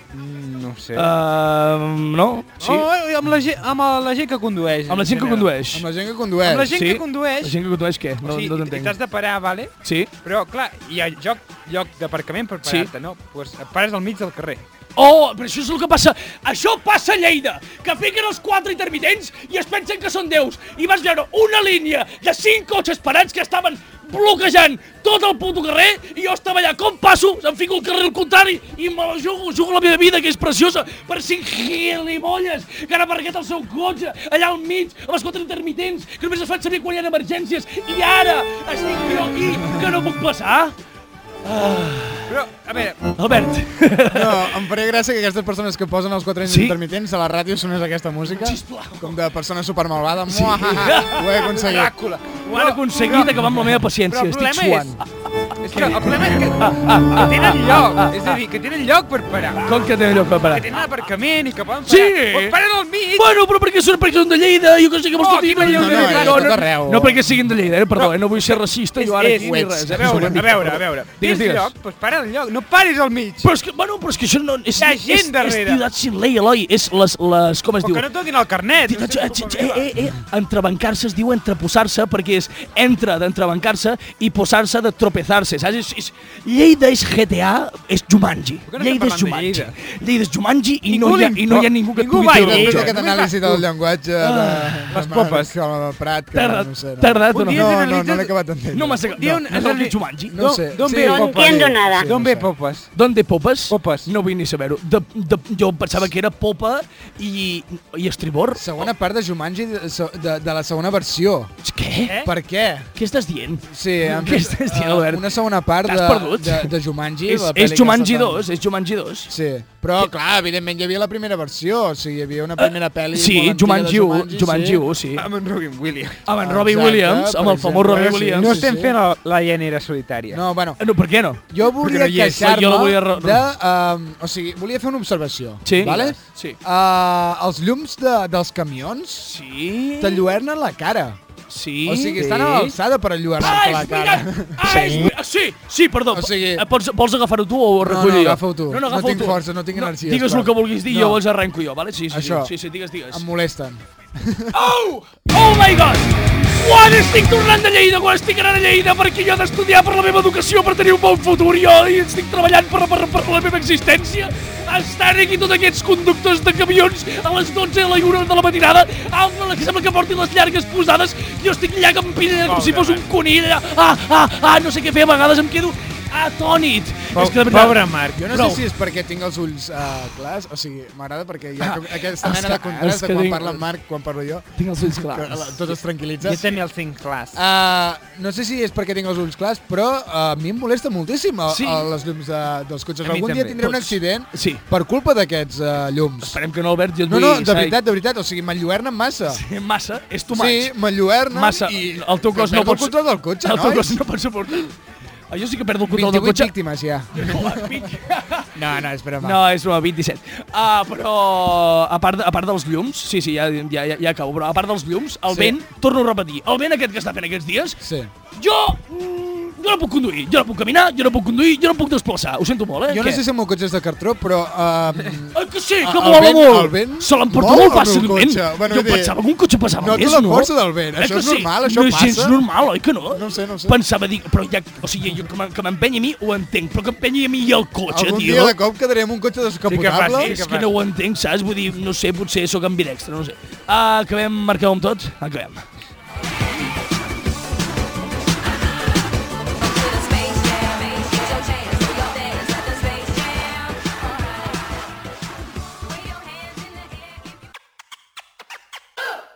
Speaker 3: No ho sé.
Speaker 1: Uh, no? Sí?
Speaker 3: Oh, eh, amb, la gent, amb la gent que condueix.
Speaker 1: Amb la
Speaker 3: en
Speaker 1: gent que
Speaker 3: general.
Speaker 1: condueix.
Speaker 2: Amb la gent que condueix.
Speaker 3: Amb la gent que condueix.
Speaker 1: La gent é que condueix què? No,
Speaker 3: o sigui,
Speaker 1: no
Speaker 3: i
Speaker 1: t'entenc.
Speaker 3: t'has de parar, vale?
Speaker 1: Sí?
Speaker 3: Però, clar, hi ha lloc, lloc d'aparcament per
Speaker 1: Sí.
Speaker 3: parar-te, no? Pues et pares al mig del carrer.
Speaker 1: Oh, però això és el que passa... Això passa a Lleida, que fiquen els quatre intermitents i es pensen que són déus. I vas veure una línia de cinc cotxes parats que estaven bloquejant tot el puto carrer i jo estava allà, com passo? Em fico al carrer al contrari i me la jugo, jugo la meva vida, que és preciosa, per cinc gilibolles que han aparcat el seu cotxe allà al mig, amb els quatre intermitents, que només es fan servir quan hi ha emergències, i ara estic jo aquí, que no puc passar. Ah.
Speaker 3: Però, a veure...
Speaker 1: Albert.
Speaker 2: No, em faria gràcia que aquestes persones que posen els quatre sí? intermitents a la ràdio sonés aquesta música. Sisplau. Com de persona supermalvada. Sí. Ho he aconseguit.
Speaker 1: Dràcula. Ho han aconseguit acabar amb la meva paciència.
Speaker 3: Però el
Speaker 1: Estic
Speaker 3: problema
Speaker 1: suant.
Speaker 3: És que el problema és que, que tenen lloc, és a dir, que tenen lloc per parar.
Speaker 1: Com que tenen lloc per parar?
Speaker 3: Que tenen aparcament i que poden
Speaker 1: Sí.
Speaker 3: parar. Pues paren al mig.
Speaker 1: Bueno, però perquè són, perquè són de Lleida, jo que sé que vols
Speaker 3: Oh,
Speaker 1: que
Speaker 3: aquí no hi ha una Lleida,
Speaker 1: no,
Speaker 3: tot
Speaker 1: no,
Speaker 3: arreu.
Speaker 1: no perquè siguin de Lleida, eh? perdó, eh? no vull ser racista, jo ara
Speaker 3: és,
Speaker 1: aquí ni
Speaker 3: és,
Speaker 1: res. eh,
Speaker 3: a veure, a veure, a veure.
Speaker 1: Digues,
Speaker 3: Tens lloc,
Speaker 1: digues.
Speaker 3: doncs para al lloc, no paris al mig.
Speaker 1: Però és que, bueno, però és que això no... És,
Speaker 3: Hi ha gent
Speaker 1: és,
Speaker 3: darrere.
Speaker 1: És ciutat sin ley, Eloi, és les... les com es
Speaker 3: O
Speaker 1: diu?
Speaker 3: que no et donin el carnet.
Speaker 1: Diu, eh, eh, eh, eh, entrebancar-se es diu entreposar-se perquè és entre d'entrebancar-se i posar-se de tropezar-se, saps? És, és, Lleida és GTA, és Jumanji.
Speaker 3: què no
Speaker 1: Lleida és
Speaker 3: estem parlant
Speaker 1: Jumanji.
Speaker 3: de Lleida?
Speaker 1: Lleida és Jumanji i,
Speaker 3: Ningú
Speaker 1: no hi, ha,
Speaker 3: li
Speaker 1: i no hi ha
Speaker 3: importa.
Speaker 1: ningú que et
Speaker 3: Ningú
Speaker 1: pugui
Speaker 3: va a
Speaker 1: treure
Speaker 3: Lleida.
Speaker 1: el
Speaker 2: Després
Speaker 1: joc.
Speaker 2: d'aquest anàlisi del llenguatge de...
Speaker 1: les popes.
Speaker 2: Que el Prat, que
Speaker 1: Terra-
Speaker 2: no sé. No.
Speaker 1: terra de
Speaker 2: no,
Speaker 1: tonal.
Speaker 2: no, no, no l'he acabat d'entendre.
Speaker 1: No m'has acabat. No,
Speaker 3: on-
Speaker 1: no, no, no, Jumanji.
Speaker 2: No sé.
Speaker 3: D'on
Speaker 2: Sí,
Speaker 3: ve
Speaker 2: no
Speaker 3: Popas?
Speaker 2: entiendo nada.
Speaker 3: D'on ve eh? Popas?
Speaker 1: D'on de popes? Popes. No vull ni saber-ho. De, de, jo em pensava que era popa i, i estribor.
Speaker 2: Segona part de Jumanji de, de, de la segona versió.
Speaker 1: Què?
Speaker 2: Per què?
Speaker 1: Què estàs dient?
Speaker 2: Eh? Sí, han
Speaker 1: Eh? Què
Speaker 2: fet,
Speaker 1: estàs dient,
Speaker 2: eh,
Speaker 1: Albert?
Speaker 2: Una segona part
Speaker 1: T'has
Speaker 2: de,
Speaker 1: perdut?
Speaker 2: de, de Jumanji.
Speaker 1: És-
Speaker 2: la
Speaker 1: és
Speaker 2: pel·li
Speaker 1: Jumanji
Speaker 2: que s'ha fet.
Speaker 1: 2, és Jumanji 2.
Speaker 2: Sí, però clar, evidentment hi havia la primera versió, o sigui, hi havia una primera pel·li
Speaker 1: Eh, sí,
Speaker 2: molt antiga de
Speaker 1: Jumanji u, Jumanji u, sí.
Speaker 3: Amb en Robin Williams.
Speaker 1: Amb en Robbie Williams, amb el famós Robbie Williams. Eh,
Speaker 3: No estem fent la, la llanera solitària.
Speaker 2: No, bueno.
Speaker 1: No, per què no?
Speaker 2: Jo volia
Speaker 3: no hi és.
Speaker 2: queixar-me
Speaker 3: Jo la volia re-
Speaker 2: de... Um, o sigui, volia fer una observació.
Speaker 1: Sí.
Speaker 2: Vale?
Speaker 1: Sí.
Speaker 2: Uh, els llums de, dels camions
Speaker 1: sí.
Speaker 2: t'enlluernen la cara.
Speaker 1: Sí.
Speaker 2: O sigui, estan
Speaker 1: Sí.
Speaker 2: a l'alçada per enlluernar-te la cara.
Speaker 1: Sí. Ah, sí, sí, perdó. O sigui... Pots, vols agafar-ho tu o ho
Speaker 2: No,
Speaker 1: recullo
Speaker 2: no,
Speaker 1: jo?
Speaker 2: agafa-ho tu.
Speaker 1: No, no,
Speaker 2: No
Speaker 1: agafa-ho
Speaker 2: tinc
Speaker 1: tu.
Speaker 2: força, no tinc energies,
Speaker 1: Digues el
Speaker 2: però.
Speaker 1: que vulguis dir i
Speaker 2: No.
Speaker 1: llavors arrenco jo, vale? Sí, sí,
Speaker 2: Això.
Speaker 1: sí, sí, digues, digues.
Speaker 2: Em molesten.
Speaker 1: Oh! Oh my god! Quan estic tornant de Lleida, quan estic anant a Lleida perquè jo he d'estudiar per la meva educació, per tenir un bon futur, jo i estic treballant per, per, per la meva existència, estan aquí tots aquests conductors de camions a les 12 a la 1 de la matinada, altre que sembla que portin les llargues posades, jo estic allà que em pillen com si fos un conill, allà, ah, ah, ah, no sé què fer, a vegades em quedo atònit. És que de veritat-
Speaker 2: Jo no
Speaker 1: Prou.
Speaker 2: sé si és perquè tinc els ulls uh, clars, o sigui, m'agrada perquè hi ha
Speaker 1: Ah,
Speaker 2: com aquesta
Speaker 1: és
Speaker 2: mena
Speaker 1: que-
Speaker 2: de contrast
Speaker 1: és
Speaker 2: de
Speaker 1: que
Speaker 2: quan
Speaker 1: tinc- Ah.
Speaker 2: parla en Marc, quan parlo jo.
Speaker 1: Tinc els ulls
Speaker 2: que
Speaker 1: clars.
Speaker 2: Tot es tranquil·litza.
Speaker 3: Jo també el tinc clars.
Speaker 2: Uh, no sé si és perquè tinc els ulls clars, però uh, a mi em molesta moltíssim el,
Speaker 1: Sí.
Speaker 2: sí. el, els llums de, dels cotxes.
Speaker 1: A mi
Speaker 2: Algun dia
Speaker 1: també.
Speaker 2: tindré un
Speaker 1: Tots.
Speaker 2: accident
Speaker 1: Sí.
Speaker 2: per culpa d'aquests uh, llums.
Speaker 1: Esperem que no, Albert, jo et
Speaker 2: No,
Speaker 1: vull...
Speaker 2: no, de
Speaker 1: sai-
Speaker 2: veritat, de veritat, o sigui, m'enlluernen massa.
Speaker 1: Sí, massa, és tu
Speaker 2: Sí, m'enlluernen
Speaker 1: Massa,
Speaker 2: i
Speaker 1: el teu cos
Speaker 2: perdo
Speaker 1: no
Speaker 2: el
Speaker 1: pot...
Speaker 2: control del cotxe,
Speaker 1: El teu
Speaker 2: nois.
Speaker 1: cos no pot suportar. Ah, Jo sí que perdo el control del
Speaker 2: 28
Speaker 1: cotxe.
Speaker 2: víctimes ja. No, no, espera, va.
Speaker 1: No, és broma, 27. Ah, però a part, de- a part dels llums, sí, sí, ja, ja, ja, ja acabo, però a part dels llums, el
Speaker 2: Sí.
Speaker 1: vent, torno a repetir, el vent aquest que està fent aquests dies,
Speaker 2: Sí.
Speaker 1: jo, mm, jo no puc conduir, jo no puc caminar, jo no puc conduir, jo no em puc desplaçar, ho sento molt, eh?
Speaker 2: Jo no
Speaker 1: Què?
Speaker 2: sé si el meu cotxe és de cartró, però... Um,
Speaker 1: Eh, que sí,
Speaker 2: Ah,
Speaker 1: que
Speaker 2: el
Speaker 1: vola
Speaker 2: vent-
Speaker 1: molt.
Speaker 2: el vent
Speaker 1: Se l'emporta
Speaker 2: vol
Speaker 1: molt
Speaker 2: el meu
Speaker 1: fàcilment.
Speaker 2: cotxe. Bueno,
Speaker 1: jo
Speaker 2: vull dir,
Speaker 1: pensava que un cotxe passava
Speaker 2: noto
Speaker 1: més,
Speaker 2: la
Speaker 1: no?
Speaker 2: força del vent.
Speaker 1: Eh
Speaker 2: Això
Speaker 1: que
Speaker 2: és normal, això
Speaker 1: no és gens
Speaker 2: passa?
Speaker 1: normal, oi que no?
Speaker 2: No ho sé, no ho sé.
Speaker 1: Pensava dir, però ja, o sigui, jo, que m'en- que m'empenyi a mi ho entenc, però que empenyi a mi i el cotxe,
Speaker 2: Algun
Speaker 1: tio.
Speaker 2: dia de cop quedaré amb un cotxe descapotable.
Speaker 1: és que no ho entenc, saps? Vull dir, no sé, potser sóc ambidextre, no ho sé. Ah, acabem, marqueu amb tot? Acabem.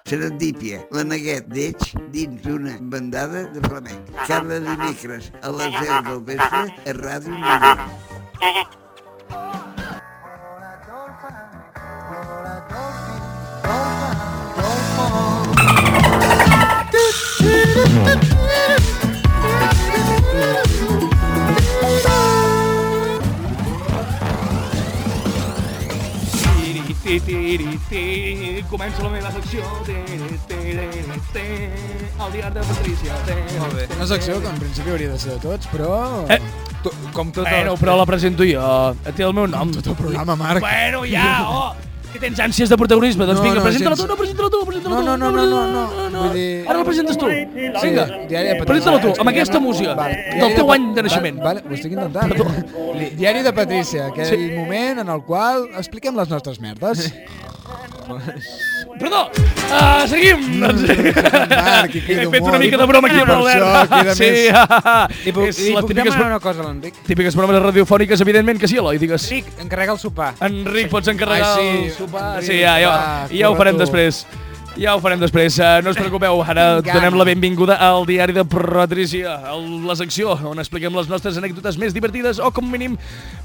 Speaker 12: Serendípia, la neguet d'Eix dins d'una bandada de flamenc. Cada dimecres a les 10 del vespre a Ràdio Manlleu.
Speaker 8: Eh,
Speaker 1: Tiri, ti, tiri, ti. Començo la meva secció. Tiri, tiri, ti. El diari de Patricia. Tiri,
Speaker 3: Molt bé.
Speaker 2: Una secció que en principi hauria de ser de tots, però...
Speaker 1: Eh,
Speaker 3: To- Com tot
Speaker 1: Bueno, però la presento jo. Té el meu nom. Tot el
Speaker 2: programa, Marc.
Speaker 1: Bueno, ja, oh. Que tens ànsies de protagonisme? Doncs
Speaker 2: No,
Speaker 1: vinga,
Speaker 2: no,
Speaker 1: presenta-la
Speaker 2: gens.
Speaker 1: tu, no, presenta-la tu, presenta-la tu.
Speaker 2: No, no, no, no, no, no, vull dir-
Speaker 1: Ara la presentes tu.
Speaker 2: Sí,
Speaker 1: Vinga,
Speaker 2: Diari de Petitons.
Speaker 1: presenta-la tu, amb aquesta música,
Speaker 2: Vale. Diari
Speaker 1: del teu
Speaker 2: Pe-
Speaker 1: any de naixement.
Speaker 2: Vale, vale, ho estic intentant. Diari de Patrícia, aquell
Speaker 1: Sí.
Speaker 2: moment en el qual expliquem les nostres merdes.
Speaker 1: Perdó, uh, seguim.
Speaker 2: Mm.
Speaker 1: Doncs...
Speaker 2: Marc, hi queda
Speaker 1: He fet una
Speaker 2: Ah, molt.
Speaker 1: mica de broma aquí amb
Speaker 2: Per això
Speaker 1: l'Albert.
Speaker 2: queda
Speaker 1: Sí,
Speaker 2: més.
Speaker 3: I puc,
Speaker 1: és
Speaker 3: i
Speaker 1: la
Speaker 3: puc
Speaker 1: típica
Speaker 3: demanar
Speaker 1: es-
Speaker 3: una cosa a l'Enric?
Speaker 1: Típiques bromes radiofòniques, evidentment que sí, Eloi, digues.
Speaker 3: Enric, encarrega el sopar.
Speaker 1: Enric, pots encarregar
Speaker 3: Ai, sí,
Speaker 1: el sopar.
Speaker 3: Enric,
Speaker 1: Sí, ja, ja,
Speaker 3: va,
Speaker 1: ja ho
Speaker 3: corre
Speaker 1: farem
Speaker 3: tu.
Speaker 1: després. Ja ho farem després. Eh, no us preocupeu, ara
Speaker 3: Vinga.
Speaker 1: donem la benvinguda al diari de Patricia, el- la secció on expliquem les nostres anècdotes més divertides o, com a mínim,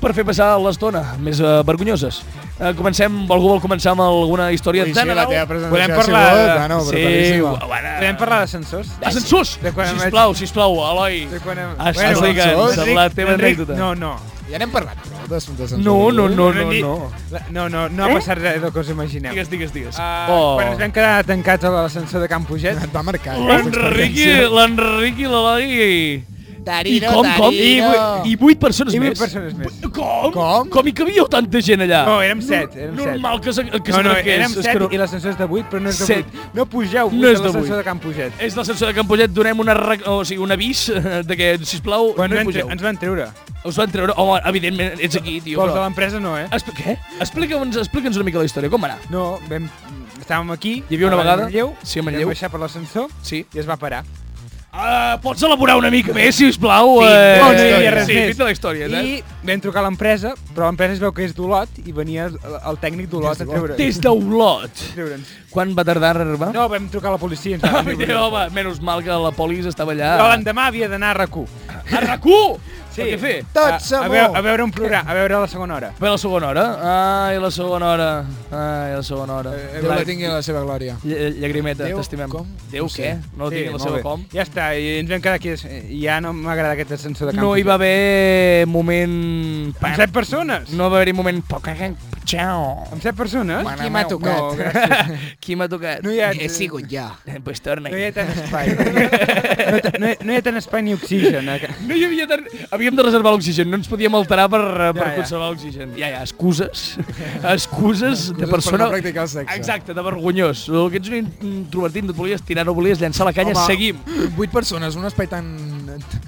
Speaker 1: per fer passar l'estona, més eh, vergonyoses. Eh, comencem, algú vol començar amb alguna història
Speaker 2: Ui,
Speaker 1: de
Speaker 2: sí, la
Speaker 1: Nadal?
Speaker 2: teva presentació Podem ha parlar sigut, de- bueno,
Speaker 1: sí,
Speaker 2: brutalíssima.
Speaker 1: bueno,
Speaker 3: Podem parlar d'ascensors?
Speaker 1: Ascensors!
Speaker 3: De quan em vaig-
Speaker 1: Sisplau, sisplau, Eloi.
Speaker 3: De quan em...
Speaker 1: Has- explica'ns
Speaker 3: Enric,
Speaker 1: la teva
Speaker 3: Enric,
Speaker 1: anècdota.
Speaker 3: No, no.
Speaker 2: Ja n'hem parlat, però, de assumptes
Speaker 1: No, no, no, no,
Speaker 3: ni-
Speaker 1: no.
Speaker 3: la- No, no, no ha
Speaker 1: Eh?
Speaker 3: passat res del que us imagineu.
Speaker 1: Digues, digues, digues.
Speaker 3: Ah,
Speaker 1: Oh.
Speaker 3: Quan ens vam quedar tancats a l'ascensor de Can Puget... Et
Speaker 2: va marcar. eh,
Speaker 1: L'Enriqui, l'Enriqui, l'Eloi...
Speaker 3: Tarino,
Speaker 1: I com, com? I,
Speaker 3: Tarino.
Speaker 1: vu- I vuit persones
Speaker 3: I vuit
Speaker 1: més?
Speaker 3: persones més.
Speaker 1: Com? Com? Com hi cabíeu tanta gent allà?
Speaker 3: No, érem set, érem set.
Speaker 1: Normal que, se- que
Speaker 3: no, no,
Speaker 1: s'atraqués,
Speaker 3: érem
Speaker 1: és que
Speaker 3: 7
Speaker 1: no-
Speaker 3: i l'ascensor és de 8, però no és de
Speaker 1: Set.
Speaker 3: 8. No pugeu,
Speaker 1: No és de
Speaker 3: l'ascensor
Speaker 1: vuit.
Speaker 3: de Can Puget.
Speaker 1: És l'ascensor de Campollet, donem una, rec- o sigui, un avís eh, de que, sisplau,
Speaker 3: Bueno,
Speaker 1: no hi
Speaker 3: ens,
Speaker 1: pugeu.
Speaker 3: ens van treure.
Speaker 1: Us van treure? Home, evidentment, ets aquí, tio.
Speaker 3: Vols de
Speaker 1: però-
Speaker 3: l'empresa no, eh?
Speaker 1: Expl què? Explica'ns explica una mica la història, com va anar?
Speaker 3: No, vam, estàvem aquí.
Speaker 1: Hi havia una
Speaker 3: a
Speaker 1: vegada?
Speaker 3: Manlleu,
Speaker 1: Sí, a
Speaker 3: vam
Speaker 1: Manlleu.
Speaker 3: baixar per l'ascensor
Speaker 1: sí.
Speaker 3: i es va parar. Ah,
Speaker 1: Uh, pots elaborar una mica més, sisplau?
Speaker 3: Sí,
Speaker 1: eh,
Speaker 3: no, no hi havia res
Speaker 1: sí,
Speaker 3: més.
Speaker 1: fita la història, eh?
Speaker 3: I vam trucar a l'empresa, però l'empresa es veu que és d'Olot i venia el, el tècnic d'Olot a treure'ns.
Speaker 1: Des d'Olot.
Speaker 3: Treure'ns.
Speaker 1: Quan va tardar a arribar?
Speaker 3: No, vam trucar a la policia. Ens van
Speaker 1: Déu, home, menys mal que la polis estava allà.
Speaker 3: Però l'endemà havia d'anar a RAC1.
Speaker 1: A RAC1?
Speaker 3: Sí.
Speaker 1: Per què fer?
Speaker 3: a, a, veure, a veure un programa, a veure la segona hora.
Speaker 1: Per la segona hora? Ai, la segona hora. Ai, la segona hora.
Speaker 3: Eh,
Speaker 2: Déu la tingui a la seva glòria.
Speaker 1: Lla- Llagrimeta,
Speaker 2: Déu,
Speaker 1: t'estimem.
Speaker 2: com?
Speaker 1: Déu,
Speaker 2: No
Speaker 1: què?
Speaker 2: sé.
Speaker 1: No
Speaker 3: Sí,
Speaker 1: tingui la
Speaker 3: molt
Speaker 1: seva
Speaker 3: bé.
Speaker 1: com?
Speaker 3: Ja està, i ens vam quedar aquí. i Ja no m'agrada aquest ascensor de camp.
Speaker 1: No hi va haver moment...
Speaker 3: Amb set persones?
Speaker 1: No va haver-hi moment... Ciao.
Speaker 3: Amb set persones?
Speaker 1: Mare
Speaker 3: Qui
Speaker 1: meva,
Speaker 3: m'ha tocat?
Speaker 1: no, gràcies. Qui m'ha tocat?
Speaker 3: No hi ha-
Speaker 1: He sigut jo. Pues torna-hi.
Speaker 3: No hi ha tant espai. no, ta- no, hi, no hi ha tant espai ni oxigen. eh, que-
Speaker 1: No hi havia tant... Havíem de reservar l'oxigen, no ens podíem alterar per, eh, per
Speaker 3: ja.
Speaker 1: conservar l'oxigen. Ja, ja, excuses. excuses de
Speaker 2: per
Speaker 1: persona...
Speaker 2: no practicar el sexe.
Speaker 1: Exacte, de vergonyós. O que ets un introvertit, no et volies tirar, no volies llançar la canya,
Speaker 2: Home,
Speaker 1: seguim.
Speaker 2: Vuit persones, un espai tan...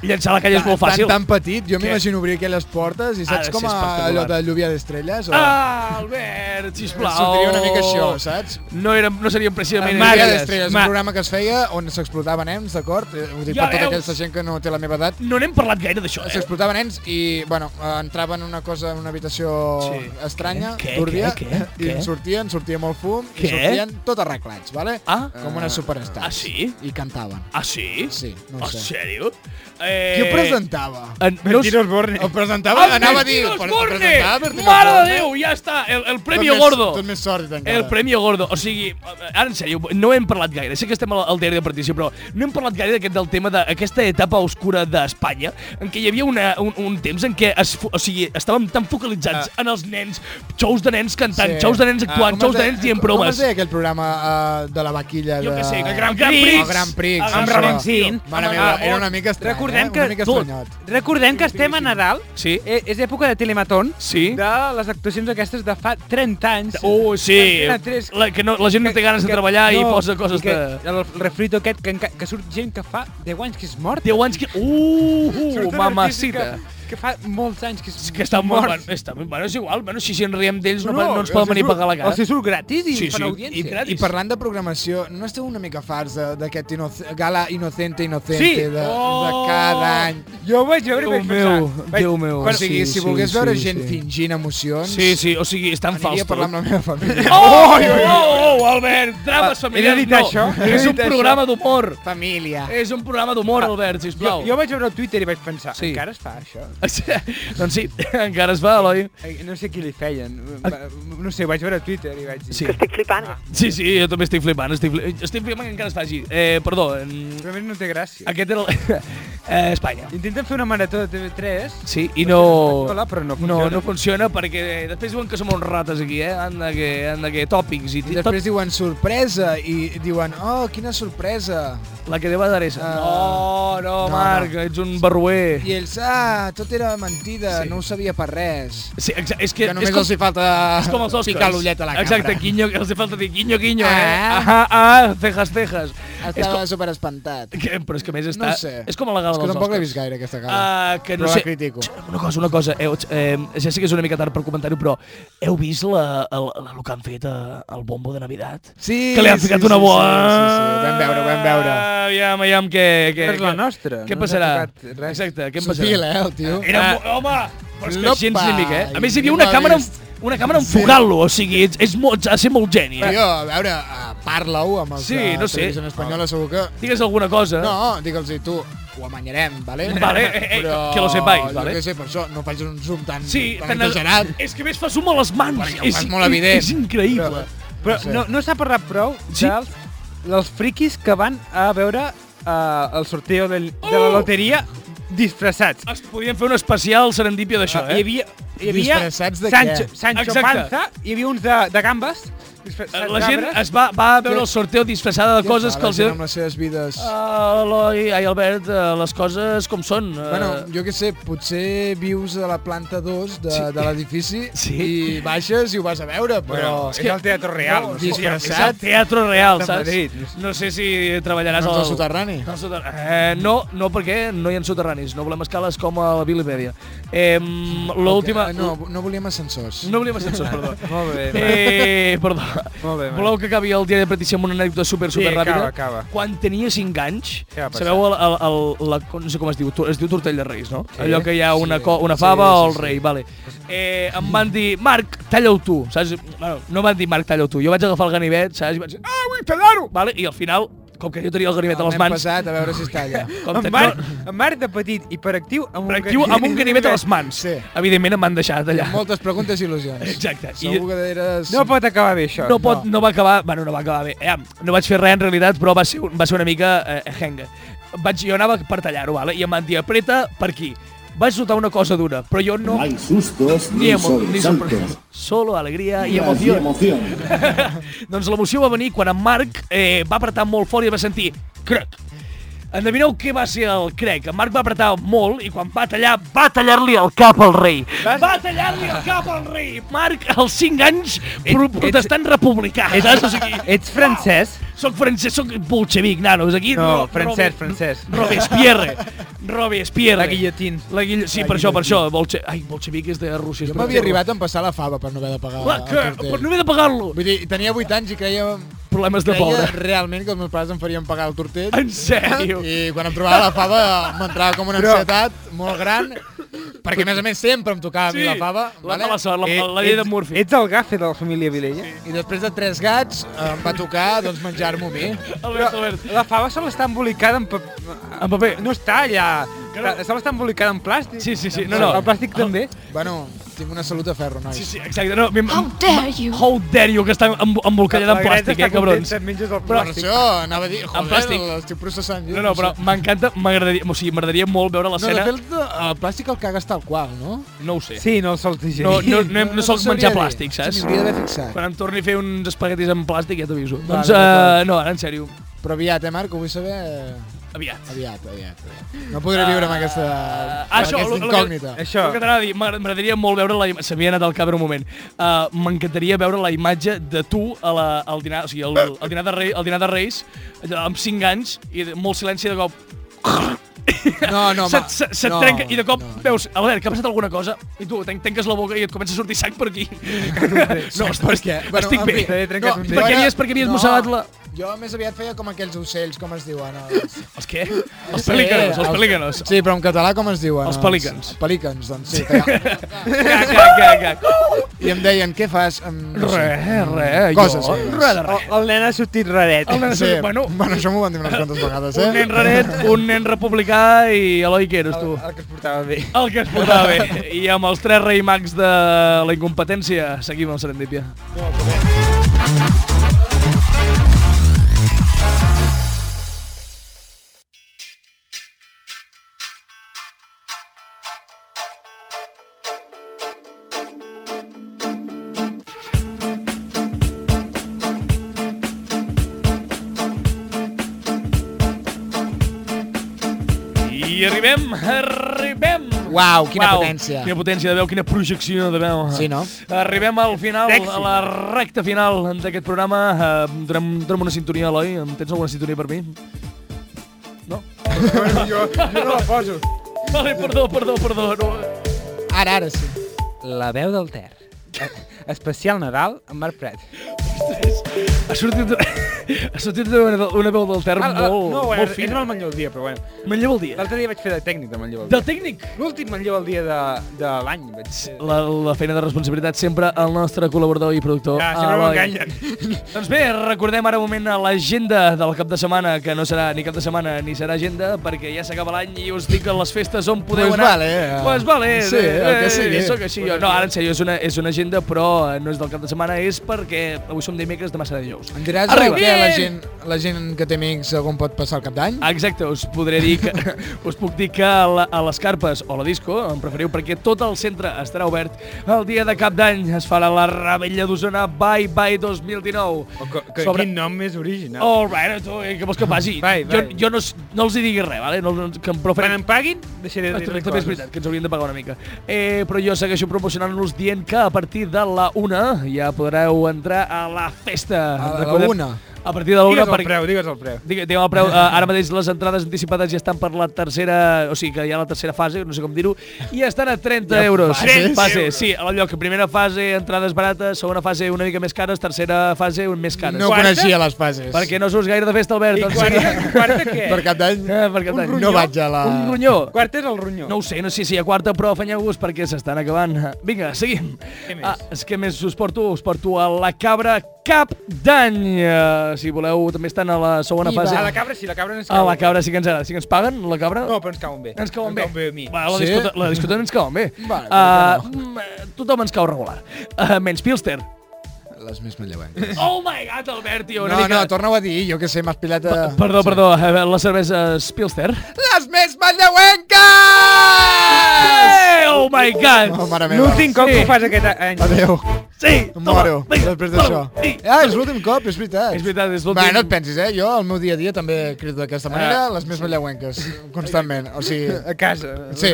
Speaker 1: Llançar la canya és molt
Speaker 2: tan-
Speaker 1: fàcil.
Speaker 2: Tan, tan petit, jo
Speaker 1: Què?
Speaker 2: m'imagino obrir aquelles portes i
Speaker 1: Ha
Speaker 2: saps
Speaker 1: de
Speaker 2: com
Speaker 1: ser
Speaker 2: a,
Speaker 1: espectacular.
Speaker 2: allò de lluvia d'estrelles? O...
Speaker 1: Ah, Albert, sisplau.
Speaker 2: Sortiria una mica això, saps?
Speaker 1: No, érem, no seríem precisament...
Speaker 2: Lluvia
Speaker 1: idees.
Speaker 2: d'estrelles, un
Speaker 1: Ma-
Speaker 2: programa que es feia on s'explotava nens, d'acord? Eh, Ho dic
Speaker 1: Ja
Speaker 2: per tota
Speaker 1: veus.
Speaker 2: aquesta gent que no té la meva edat.
Speaker 1: No n'hem parlat gaire d'això, eh?
Speaker 2: S'explotaven nens i, bueno, eh, entrava en una cosa, en una habitació
Speaker 1: Sí.
Speaker 2: estranya,
Speaker 1: Què? Què?
Speaker 2: túrbia,
Speaker 1: Què?
Speaker 2: i
Speaker 1: Què?
Speaker 2: en sortien, sortia molt fum,
Speaker 1: Què?
Speaker 2: i sortien tot arreglats, vale?
Speaker 1: Ah.
Speaker 2: Com unes superestars.
Speaker 1: Ah, sí?
Speaker 2: I cantaven.
Speaker 1: Ah, sí?
Speaker 2: Sí, no ho
Speaker 1: en
Speaker 2: sé.
Speaker 1: sèrio? Eh...
Speaker 2: Qui ho presentava?
Speaker 1: En, no
Speaker 3: Mentiros Borne.
Speaker 2: El presentava, anava a dir...
Speaker 1: Bertinos
Speaker 2: per-
Speaker 1: Borne!
Speaker 2: presentava Bertinos
Speaker 1: Mare de
Speaker 2: Borne.
Speaker 1: Déu, ja està, el, el
Speaker 2: Tot
Speaker 1: Premi
Speaker 2: més-
Speaker 1: Gordo.
Speaker 2: Tot més sort, encara.
Speaker 1: El Premi Gordo. O sigui, ara en sèrio, no hem parlat gaire. Sé que estem al, al diari de partició, però no hem parlat gaire d'aquest del tema d'aquesta etapa oscura d'Espanya, en què hi havia una, un, un temps en què es, fo- o sigui, estàvem tan focalitzats en els nens, xous de nens cantant,
Speaker 2: Sí.
Speaker 1: xous de nens
Speaker 2: Ah,
Speaker 1: actuant,
Speaker 2: com
Speaker 1: xous
Speaker 2: es
Speaker 1: de
Speaker 2: deia-
Speaker 1: nens dient
Speaker 2: Com es
Speaker 1: proves.
Speaker 2: deia aquell programa uh, de la vaquilla?
Speaker 1: Jo
Speaker 2: de...
Speaker 1: què sé, que Gran Prix.
Speaker 2: Prix. El Gran Prix.
Speaker 1: Amb
Speaker 2: sí,
Speaker 1: Ramon
Speaker 2: sí.
Speaker 1: Sin.
Speaker 2: Mare
Speaker 1: Amb
Speaker 2: meva,
Speaker 1: Ramon.
Speaker 2: era una mica estrany,
Speaker 3: Recordem
Speaker 2: eh?
Speaker 3: que
Speaker 2: Una mica
Speaker 3: tot.
Speaker 2: estranyot.
Speaker 3: Recordem que estem a Nadal.
Speaker 1: Sí.
Speaker 3: Eh, és època de telematón.
Speaker 1: Sí.
Speaker 3: De les actuacions aquestes de fa 30 anys.
Speaker 1: Oh, sí.
Speaker 3: Antena tres.
Speaker 1: La, que no, la gent no té ganes de treballar i posa coses
Speaker 3: i que,
Speaker 1: de...
Speaker 3: El refrito aquest, que, enca- que surt gent que fa 10 anys que és mort.
Speaker 1: 10 anys que... Uh, uh
Speaker 3: Surt un
Speaker 1: mamacita.
Speaker 3: artista Que, que fa molts anys que és,
Speaker 1: És que està molt...
Speaker 3: mort.
Speaker 1: Bueno, està, bueno, és igual, bueno, si, si en riem d'ells no, no, no ens poden venir a pagar la cara.
Speaker 3: O sigui, surt gratis i
Speaker 1: Sí,
Speaker 3: fan
Speaker 1: sí,
Speaker 3: audiència.
Speaker 1: i gratis.
Speaker 2: I parlant de programació, no esteu una mica farts de- d'aquest inoc- gala Inocente Inocente
Speaker 3: Sí.
Speaker 2: de,
Speaker 3: Oh.
Speaker 2: de cada any?
Speaker 3: Jo ho vaig veure
Speaker 1: Déu
Speaker 3: i vaig
Speaker 1: meu,
Speaker 3: pensar... Vaig,
Speaker 1: Déu meu.
Speaker 2: o sigui, si volgués veure gent
Speaker 1: sí.
Speaker 2: fingint emocions,
Speaker 1: Sí, sí, o sigui, és tan fals
Speaker 2: aniria a parlar amb la
Speaker 1: tot.
Speaker 2: meva família.
Speaker 1: Oh, oh, oh, oh, Albert, drames familiars,
Speaker 3: dit
Speaker 1: no.
Speaker 3: això? He
Speaker 1: És
Speaker 3: dit
Speaker 1: un programa
Speaker 3: això?
Speaker 1: d'humor.
Speaker 2: Família.
Speaker 1: És un programa d'humor, Albert, sisplau.
Speaker 3: Jo, jo vaig veure el Twitter i vaig pensar,
Speaker 1: Sí.
Speaker 3: sí. encara es fa això?
Speaker 1: doncs sí, encara es va, Eloi.
Speaker 3: Eh, No sé qui li feien. Va- No sé, vaig veure a Twitter i vaig dir...
Speaker 1: Sí.
Speaker 3: Que estic flipant.
Speaker 1: Sí, sí, jo també estic flipant, estic, fli- estic flipant que encara es faci. Eh, perdó, em,
Speaker 3: Però a més no té gràcia.
Speaker 1: Aquest era el... eh, Espanya.
Speaker 3: Intenten fer una marató de TV3.
Speaker 1: Sí, i no...
Speaker 3: Hola, però
Speaker 1: No,
Speaker 3: no funciona.
Speaker 1: no funciona perquè després diuen que som uns rates aquí, eh? Anda que, anda que tòpics i...
Speaker 2: I després diuen sorpresa i diuen, oh, quina sorpresa.
Speaker 1: La que deva d'adreça. no,
Speaker 2: Uh,
Speaker 1: no, Marc, ets un barruer.
Speaker 2: I ells, ah, tot era mentida, sí. no ho sabia per res.
Speaker 1: Sí, exa- és que,
Speaker 2: Que només
Speaker 1: és com,
Speaker 2: els hi falta
Speaker 1: és com els Oscars.
Speaker 2: picar l'ullet a la
Speaker 1: Exacte,
Speaker 2: cambra.
Speaker 1: guinyo, els hi falta dir guinyo, guinyo, eh?
Speaker 2: Ah.
Speaker 1: Ah, ah, cejas, cejas.
Speaker 2: Estava com... superespantat.
Speaker 1: Que, però és que a més està...
Speaker 2: No ho sé.
Speaker 1: És com a la gala
Speaker 2: És que
Speaker 1: dels
Speaker 2: tampoc l'he
Speaker 1: Oscars.
Speaker 2: vist gaire, aquesta gala.
Speaker 1: Ah, que no
Speaker 2: però
Speaker 1: sé...
Speaker 2: la critico.
Speaker 1: Una cosa, una cosa, eh, eh, ja sé que és una mica tard per comentar-ho, però heu vist la, el, el, el que han fet eh, al bombo de Navidad?
Speaker 2: Sí,
Speaker 1: Que li han
Speaker 2: sí,
Speaker 1: ficat
Speaker 2: sí,
Speaker 1: una
Speaker 2: sí,
Speaker 1: boa...
Speaker 2: Sí, sí, sí, vam veure, vam veure.
Speaker 1: Aviam, aviam, què... què
Speaker 3: És la
Speaker 1: què-
Speaker 3: nostra,
Speaker 1: Què
Speaker 3: no ens ha
Speaker 1: passarà?
Speaker 3: tocat res.
Speaker 1: Exacte, què em passarà?
Speaker 2: Sutil, eh, el tio.
Speaker 1: Era, mo- home, però és que
Speaker 2: Lopa,
Speaker 1: gens ni mica, eh? A més, hi
Speaker 2: i
Speaker 1: havia una
Speaker 2: no ha
Speaker 1: càmera...
Speaker 2: vist.
Speaker 1: amb- Una càmera enfocant-lo, o sigui, és, és molt, ha de ser molt geni. eh?
Speaker 2: Tio, a veure, eh, parla-ho amb els
Speaker 1: Sí,
Speaker 2: de
Speaker 1: no sé.
Speaker 2: Televisió Espanyola, segur que...
Speaker 1: Digues alguna cosa.
Speaker 2: No, digue'ls-hi, tu, ho amanyarem, vale?
Speaker 1: Vale, eh, eh,
Speaker 2: Però
Speaker 1: que lo sepáis, vale?
Speaker 2: Jo què sé, per això, no facis un zoom tan,
Speaker 1: Sí,
Speaker 2: tan
Speaker 1: tan-
Speaker 2: exagerat.
Speaker 1: és que a més fa zoom a les mans.
Speaker 2: Perquè ho
Speaker 1: és,
Speaker 2: fas molt evident.
Speaker 1: És increïble.
Speaker 3: Però no, no s'ha parlat prou sí? dels, dels friquis que van a veure eh, el sorteo del, de la loteria disfressats. Ah,
Speaker 1: Es podien fer un especial serendipia d'això, Ah,
Speaker 2: Ah,
Speaker 1: eh?
Speaker 3: Hi havia, hi havia
Speaker 1: Disfressats de
Speaker 3: Sancho,
Speaker 1: què?
Speaker 3: Sancho
Speaker 1: Exacte.
Speaker 3: Panza, hi havia uns de, de gambes. disfressats
Speaker 1: La gent
Speaker 3: d'arbres.
Speaker 1: es va, va a veure el sorteo disfressada de coses que els...
Speaker 2: Amb les seves vides...
Speaker 1: Ah, Eloi, ai, Albert, eh, les coses com són. eh.
Speaker 2: Bueno, jo què sé, potser vius a la planta 2 de,
Speaker 1: Sí.
Speaker 2: sí. de l'edifici
Speaker 1: Sí.
Speaker 2: i baixes i ho vas a veure, però...
Speaker 1: Bueno, és el
Speaker 3: Teatre Real,
Speaker 2: No,
Speaker 3: no sé si
Speaker 1: Sí, és
Speaker 2: disfressat.
Speaker 1: el Teatre Real,
Speaker 2: De
Speaker 1: saps?
Speaker 2: Madrid.
Speaker 1: No sé si treballaràs
Speaker 2: No ets
Speaker 1: al...
Speaker 2: al soterrani?
Speaker 1: No, al soter- eh, no, no, perquè no hi ha soterranis. No volem escales com a la Bilipèdia. Eh, L'última...
Speaker 2: Eh, No, no volíem ascensors.
Speaker 1: No volíem ascensors, perdó.
Speaker 3: Molt bé.
Speaker 1: Eh, perdó.
Speaker 3: Molt bé,
Speaker 1: Voleu que acabi el dia de petició amb una anècdota super,
Speaker 3: Sí,
Speaker 1: super ràpida?
Speaker 3: acaba, acaba.
Speaker 1: Quan tenia 5 anys,
Speaker 3: Què va passar?
Speaker 1: sabeu, el, el, el, la, no sé com es diu, tu- es diu tortell de reis, no?
Speaker 3: Sí.
Speaker 1: Allò que hi ha una,
Speaker 3: Sí.
Speaker 1: co, una fava
Speaker 3: Sí, sí,
Speaker 1: o el
Speaker 3: sí.
Speaker 1: rei, vale. Eh, em van dir, Marc, talla-ho tu, saps? Bueno, no em van dir, Marc, talla-ho tu. Jo vaig agafar el ganivet, saps? I vaig dir, ah, vull tallar-ho! Vale? I al final, com que jo tenia el ganivet a les
Speaker 2: Hem
Speaker 1: mans...
Speaker 2: passat a veure si es talla.
Speaker 1: Com
Speaker 3: en,
Speaker 1: te-
Speaker 3: Marc, en Marc de petit i per actiu amb,
Speaker 1: Per actiu, amb un ganivet a les mans.
Speaker 2: Sí.
Speaker 1: Evidentment em van deixar tallar.
Speaker 2: Moltes preguntes i il·lusions.
Speaker 1: Exacte. I-
Speaker 2: Segur que eres...
Speaker 3: No pot acabar bé, això.
Speaker 1: No, pot, no. va acabar, bueno, no va acabar bé. Eh, no vaig fer res en realitat, però va ser, un- va ser una mica eh, henga. Vaig, jo anava per tallar-ho, vale? i em van dir, apreta per aquí. Vaig notar una cosa dura, però jo no...
Speaker 13: Hay sustos
Speaker 1: Ni
Speaker 13: ni,
Speaker 1: emo- ni
Speaker 13: sobresaltos.
Speaker 1: sorpre- Solo alegria i
Speaker 13: Ni
Speaker 1: emoció.
Speaker 13: emoción.
Speaker 1: doncs l'emoció va venir quan en Marc eh, va apretar molt fort i va sentir crec. Endevineu què va ser el crec. En Marc va apretar molt i quan va tallar, va tallar-li el cap al rei. Va tallar-li el cap al rei. Marc, als 5 anys, pro protestant republicà.
Speaker 3: ets-
Speaker 1: saps? O sigui,
Speaker 3: ets francès?
Speaker 1: uau, Soc francès, soc bolxevic, nanos. Aquí,
Speaker 3: No,
Speaker 1: Ro-
Speaker 3: francès,
Speaker 1: Robes-
Speaker 3: francès.
Speaker 1: Robespierre. Robespierre.
Speaker 3: La guillotín.
Speaker 1: La guillo... Sí,
Speaker 3: La
Speaker 1: per això, per això.
Speaker 3: guillotín.
Speaker 1: Bolxe... Ai, bolxevic és de Rússia.
Speaker 2: Jo m'havia arribat a empassar la fava per no haver de pagar
Speaker 1: Clar, que-
Speaker 2: el tortell.
Speaker 1: per no haver de pagar-lo.
Speaker 2: Vull dir, tenia 8 anys i creia...
Speaker 1: Problemes de
Speaker 2: creia
Speaker 1: pobre.
Speaker 2: realment que els meus pares em farien pagar el tortell.
Speaker 1: En sèrio?
Speaker 2: I quan em trobava la fava m'entrava com una
Speaker 1: Però-
Speaker 2: ansietat molt gran, perquè a més a més sempre em tocava a mi la fava. vale?
Speaker 3: Ets- Ets el gafe de la família Vilella?
Speaker 2: I després de tres gats eh, em va tocar doncs, menjar-m'ho a mi.
Speaker 1: Albert, Albert.
Speaker 3: La fava se l'està embolicada en, pa
Speaker 1: en paper.
Speaker 3: No està allà. Està- Se l'està embolicada en plàstic.
Speaker 1: Sí, sí, sí. No, no.
Speaker 3: El plàstic també.
Speaker 2: Bueno, tinc una salut de ferro, nois.
Speaker 1: Sí, sí, exacte. No, How dare you? How dare you, que està em- embolcallada en plàstic, eh, cabrons.
Speaker 3: menges el
Speaker 2: Però
Speaker 1: plàstic.
Speaker 2: això, anava a dir,
Speaker 1: En
Speaker 2: joder,
Speaker 1: plàstic.
Speaker 2: l'estic processant. jo,
Speaker 1: No, no, però
Speaker 2: sé.
Speaker 1: m'encanta, m'agradaria, o sigui, m'agradaria molt veure
Speaker 2: No, de
Speaker 1: l'escena.
Speaker 2: fet, el plàstic el caga està al qual, no?
Speaker 1: No ho sé.
Speaker 3: Sí, no el sols digerir.
Speaker 1: No, no, no, no, no sols
Speaker 2: sabria
Speaker 1: menjar
Speaker 2: dir.
Speaker 1: plàstic, saps?
Speaker 2: Se m'hauria d'haver fixat.
Speaker 1: Quan em torni a fer uns espaguetis en plàstic ja t'aviso.
Speaker 2: Vale,
Speaker 1: Doncs, uh,
Speaker 2: d'acord.
Speaker 1: no, ara, en sèrio.
Speaker 2: Però aviat, eh, Marc, ho vull saber...
Speaker 1: Aviat.
Speaker 2: Aviat, aviat. aviat. No podré viure amb aquesta, amb
Speaker 1: Ah, això,
Speaker 2: aquesta
Speaker 1: el- el
Speaker 2: incògnita.
Speaker 1: Que, això. El que t'anava a dir, m'agra- m'agradaria molt veure la... ima- Se m'havia anat al cap en un moment. Uh, M'encantaria veure la imatge de tu a la, al dinar, o sigui, al, al, dinar de rei, al dinar de Reis, allò, amb 5 anys, i de- molt silenci, de cop...
Speaker 2: No, no,
Speaker 1: se't,
Speaker 2: ma-
Speaker 1: se, se't
Speaker 2: no,
Speaker 1: trenca i de cop no, veus, Albert, que ha passat alguna cosa i tu ten tanques la boca i et comença a sortir sang per aquí. no, estic,
Speaker 2: perquè, eh, bueno,
Speaker 1: estic
Speaker 2: en
Speaker 1: bé.
Speaker 2: fi, no,
Speaker 1: perquè havies, perquè havies mossegat la...
Speaker 2: Jo més aviat feia com aquells ocells, com es diuen. Els,
Speaker 1: els què? Els pelícanos, els pelícanos.
Speaker 2: Sí, però en català com es diuen?
Speaker 1: Els pelícans.
Speaker 2: Els pelícans, doncs sí. feia-
Speaker 1: Cac, cac, cac, cac.
Speaker 2: I em deien, què fas? Em, no sé,
Speaker 1: Re,
Speaker 2: em,
Speaker 1: re, jo,
Speaker 2: Coses. Oh,
Speaker 1: re de re.
Speaker 3: El, el nen ha sortit raret.
Speaker 1: El nen ha sortit- bueno.
Speaker 2: bueno, això m'ho van dir unes quantes vegades, eh?
Speaker 1: Un nen raret, un nen republicà i Eloi, què eres tu? El,
Speaker 3: que es portava bé.
Speaker 1: El que es portava bé. I amb els tres rei mags de la incompetència, seguim amb Serendipia. I arribem, arribem.
Speaker 2: Uau, quina potència.
Speaker 1: Quina potència de veu, quina projecció de veu.
Speaker 2: Sí, no?
Speaker 1: Arribem al final,
Speaker 2: Sexy.
Speaker 1: a la recta final d'aquest programa. Uh, donem, donem una sintonia, Eloi. Em Tens alguna sintonia per mi?
Speaker 3: jo, jo no la poso.
Speaker 1: Vale, perdó, perdó, perdó. No.
Speaker 2: Ara, ara sí.
Speaker 3: La veu del Ter. Especial Nadal amb Marc Prat.
Speaker 1: Ha sortit, ha sortit una, una veu del Ter molt,
Speaker 3: Ah, no, bueno,
Speaker 1: molt
Speaker 3: és
Speaker 1: fina.
Speaker 3: el manlleu del dia, però bueno.
Speaker 1: Manlleu del dia?
Speaker 3: L'altre dia vaig fer de tècnic de manlleu del
Speaker 1: dia. De tècnic?
Speaker 3: L'últim manlleu del dia de, de l'any. Vaig... fer.
Speaker 1: La, la feina de responsabilitat sempre al nostre col·laborador i productor.
Speaker 3: Ja, sempre
Speaker 1: Eloi.
Speaker 3: m'enganyen.
Speaker 1: Doncs bé, recordem ara un moment a l'agenda del cap de setmana, que no serà ni cap de setmana ni serà agenda, perquè ja s'acaba l'any i us dic a les festes on podeu
Speaker 2: Pues
Speaker 1: anar.
Speaker 2: vale, eh.
Speaker 1: Pues vale. Eh,
Speaker 2: Sí, el que sigui.
Speaker 1: Sóc així jo. No, ara en sèrio, és una, és una agenda, però eh, no és del cap de setmana, és perquè avui som dimecres, demà serà dijous.
Speaker 2: Em diràs el
Speaker 1: Arriba.
Speaker 2: que la gent, la gent que té amics on pot passar el cap d'any?
Speaker 1: Exacte, us podré dir que, us puc dir que a, la, a les carpes o la disco, em preferiu, perquè tot el centre estarà obert el dia de cap d'any. Es farà la rebella d'Osona Bye Bye 2019.
Speaker 3: Que, que,
Speaker 1: Sobre-
Speaker 3: Quin nom més original.
Speaker 1: All right, tu, eh, què vols que faci?
Speaker 3: Vai, vai.
Speaker 1: Jo, jo no, s- no els hi digui res, vale? No, no, que em preferim...
Speaker 3: Quan em paguin, deixaré de dir
Speaker 1: També
Speaker 3: coses.
Speaker 1: és veritat, que ens haurien de pagar una mica. Eh, però jo segueixo promocionant-los dient que a partir de la 1 ja podreu entrar a la festa.
Speaker 2: A la
Speaker 1: Recordem-
Speaker 2: una.
Speaker 1: A partir de la 1.
Speaker 3: Digues el preu, digues el preu.
Speaker 1: Digue, digue'm el preu. Eh, ara mateix les entrades anticipades ja estan per la tercera... O sigui, que hi ha la tercera fase, no sé com dir-ho, i estan a 30
Speaker 3: Ja
Speaker 1: euros.
Speaker 3: fases? 30
Speaker 1: Fase, sí, a lloc, primera fase, entrades barates, segona fase una mica més cares, tercera fase un més cares.
Speaker 2: No
Speaker 1: Quarta?
Speaker 2: coneixia les fases.
Speaker 1: Perquè no surts gaire de festa, Albert. doncs.
Speaker 2: Per cap d'any
Speaker 1: Eh, per cap d'any.
Speaker 2: no vaig a la...
Speaker 1: Un ronyó.
Speaker 3: Quarta és el ronyó.
Speaker 1: No ho sé, no sé si hi ha quarta, però afanyeu-vos perquè s'estan acabant. Vinga, seguim. Què més? Ah, és que més us porto? Us porto a la cabra cap d'any. Eh, si voleu, també estan a la segona
Speaker 3: Viva.
Speaker 1: fase.
Speaker 3: A la cabra sí, la cabra no ens
Speaker 1: A
Speaker 3: cau
Speaker 1: Ah, la
Speaker 3: bé.
Speaker 1: cabra sí que ens agrada. Sí que ens paguen, la cabra?
Speaker 3: No, però ens cauen bé.
Speaker 1: Ens cauen
Speaker 3: Ens
Speaker 1: bé.
Speaker 3: cauen bé a mi. doncs
Speaker 1: Va, la,
Speaker 3: Sí?
Speaker 1: discote la discoteca ens cauen bé.
Speaker 2: Vale,
Speaker 1: uh, tothom ens cau regular. Uh, menys Pilster.
Speaker 2: Les més manlleuenques.
Speaker 1: Oh my god, Albert, tio, una
Speaker 2: No, no,
Speaker 1: mica...
Speaker 2: torna-ho a dir, jo que sé, m'has pilat a...
Speaker 1: Perdó, perdó, a veure, la cervesa és Pilster.
Speaker 2: Les més manlleuenques!
Speaker 1: Eh, oh my god!
Speaker 2: Oh, mare meva.
Speaker 3: L'últim cop que ho fas aquest any.
Speaker 2: Adéu.
Speaker 1: Sí,
Speaker 2: Em Moro, després d'això. Ah, és l'últim cop, és veritat.
Speaker 1: És veritat, és l'últim. Ah,
Speaker 2: Va, no et pensis, eh? Jo, al meu dia a dia, també crido d'aquesta manera les més manlleuenques, constantment. O sigui...
Speaker 3: A casa.
Speaker 2: Sí.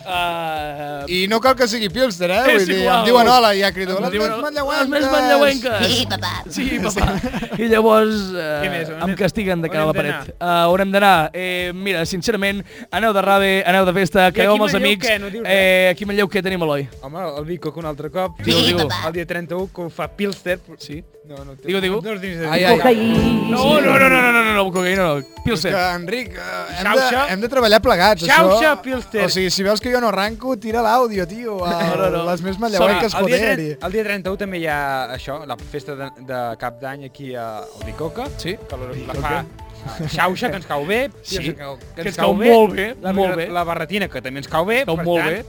Speaker 1: Uh,
Speaker 2: I no cal que sigui Pilster, eh?
Speaker 1: És
Speaker 2: Vull dir,
Speaker 1: igual.
Speaker 2: em diuen hola i ja crido
Speaker 1: Em
Speaker 2: les
Speaker 1: diuen,
Speaker 2: més
Speaker 1: "Les
Speaker 2: manlleuenques.
Speaker 1: més manlleuenques. Sí, papà. Sí, papà. I llavors eh,
Speaker 2: Què més? On
Speaker 1: em
Speaker 2: hem-
Speaker 1: castiguen de cara a la
Speaker 2: on hem
Speaker 1: paret. Uh, on hem d'anar? Eh, mira, sincerament, aneu de rave, aneu de festa,
Speaker 3: aquí
Speaker 1: caigueu amb els
Speaker 3: Manlleu
Speaker 1: amics.
Speaker 3: què? No dius res?
Speaker 1: eh, aquí a Manlleu què tenim, Eloi?
Speaker 3: Home, el Vico que un altre cop.
Speaker 1: Diu, diu.
Speaker 3: El dia 31 que ho fa Pilster.
Speaker 1: Sí.
Speaker 3: No, no.
Speaker 1: Digo, digo.
Speaker 3: No us dins de
Speaker 2: Ai, ai, ai. Cocaïna.
Speaker 1: No, no, no, no, no, no, no, no, cocaïna no. Pilsen.
Speaker 2: És que, Enric, eh, hem de,
Speaker 1: Xauxa.
Speaker 2: hem de treballar plegats,
Speaker 1: Xauxa,
Speaker 2: això.
Speaker 1: Pilster.
Speaker 2: O sigui, si veus que jo no arranco, tira l'àudio, tio. A, no, no. Les més manlleuenques,
Speaker 3: el, dia
Speaker 2: joder.
Speaker 3: 30, el dia 31 també hi ha això, la festa de, de cap d'any aquí a al Bicoca,
Speaker 1: sí.
Speaker 3: que la, la fa a Xauxa, que ens cau bé,
Speaker 1: Sí,
Speaker 3: Pienso
Speaker 1: que ens cau molt bé,
Speaker 3: la,
Speaker 1: molt bé.
Speaker 3: la barretina, que també ens cau bé,
Speaker 1: Cau molt bé.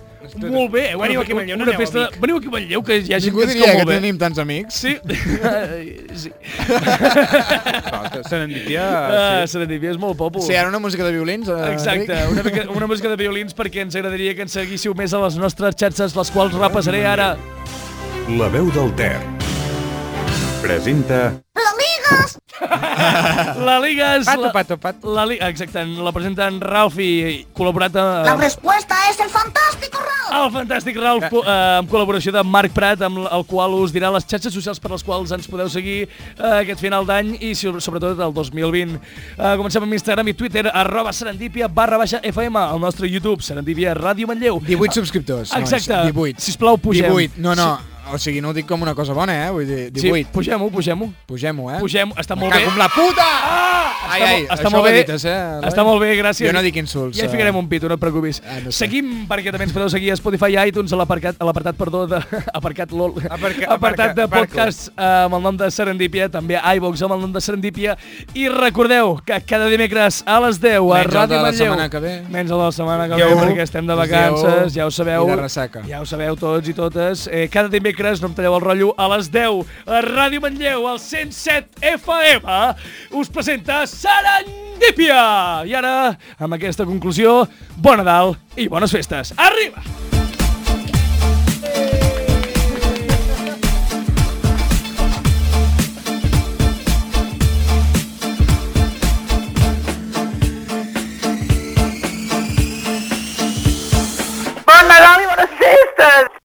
Speaker 1: Molt bé, eh?
Speaker 3: Veniu
Speaker 1: Una-
Speaker 3: aquí a Manlleu, no
Speaker 1: una
Speaker 3: aneu
Speaker 1: festa-
Speaker 3: a Vic.
Speaker 1: veniu aquí a Manlleu, que hi ha gent
Speaker 2: Ningú
Speaker 1: que ens
Speaker 2: diria
Speaker 1: cau
Speaker 2: que
Speaker 1: molt bé.
Speaker 2: tenim Ah, tants amics.
Speaker 1: Sí. sí.
Speaker 3: Serendipia...
Speaker 1: Ah, Serendipia és molt popular.
Speaker 2: Sí, ara una música de violins. eh,
Speaker 1: Exacte,
Speaker 2: Enric?
Speaker 1: una, mica, una música de violins perquè ens agradaria que ens seguíssiu més a les nostres xarxes, les quals repassaré ara.
Speaker 13: La veu del Ter. Presenta
Speaker 9: ¡Lo ligas!
Speaker 1: La Liga és...
Speaker 9: Pato,
Speaker 1: la, pato, pato. La Liga, exacte, en- la presenta en Ralfi, col·laborat eh, amb...
Speaker 9: La respuesta es el fantástico Ralph.
Speaker 1: El fantàstic Ralf, eh, amb col·laboració de Marc Prat, amb el qual us dirà les xarxes socials per les quals ens podeu seguir eh, aquest final d'any i so- sobretot el 2020. Eh, comencem amb Instagram i Twitter, arroba serendipia barra baixa FM, el nostre YouTube, Serendipia Ràdio Manlleu.
Speaker 2: 18 subscriptors. nois,
Speaker 1: Exacte.
Speaker 2: 18.
Speaker 1: Sisplau, pugem.
Speaker 2: 18. No, no. O sigui, no ho dic com una cosa bona, eh? Vull dir, 18.
Speaker 1: Sí, pugem-ho, pugem-ho.
Speaker 2: Pugem-ho, eh?
Speaker 1: Pugem, està molt
Speaker 2: Cago
Speaker 1: bé.
Speaker 2: amb la puta!
Speaker 1: Ah!
Speaker 2: Ai,
Speaker 1: Està,
Speaker 2: ai,
Speaker 1: mo- està
Speaker 2: això
Speaker 1: molt
Speaker 2: ho
Speaker 1: bé.
Speaker 2: edites, eh, Eloi?
Speaker 1: està molt bé, gràcies.
Speaker 2: Jo no dic insults,
Speaker 1: Ja hi
Speaker 2: eh. Ah,
Speaker 1: ficarem un pito, no et preocupis. no
Speaker 2: sé.
Speaker 1: Seguim, perquè també ens podeu seguir a Spotify i iTunes, a l'aparcat, a l'apartat, perdó, de, aparcat LOL,
Speaker 3: Aparca-
Speaker 1: apartat de
Speaker 3: aparca-
Speaker 1: podcast eh, amb el nom de Serendipia, també a iVox amb el nom de Serendipia, i recordeu que cada dimecres a les 10 a
Speaker 2: Menys el de
Speaker 1: Ràdio
Speaker 2: la
Speaker 1: Manlleu.
Speaker 2: setmana que ve.
Speaker 1: Menys el de la setmana que
Speaker 2: Dia
Speaker 1: ve,
Speaker 2: u,
Speaker 1: perquè estem de
Speaker 2: dia
Speaker 1: vacances,
Speaker 2: u,
Speaker 1: ja ho sabeu.
Speaker 2: i de ressaca.
Speaker 1: Ja ho sabeu tots i totes. Eh, cada dimecres, no em talleu el rotllo, a les 10, a Ràdio Manlleu, al 107 FM, eh, us presenta Serendipia! I ara, amb aquesta conclusió, bon Nadal i bones festes. Arriba!
Speaker 14: bones festes!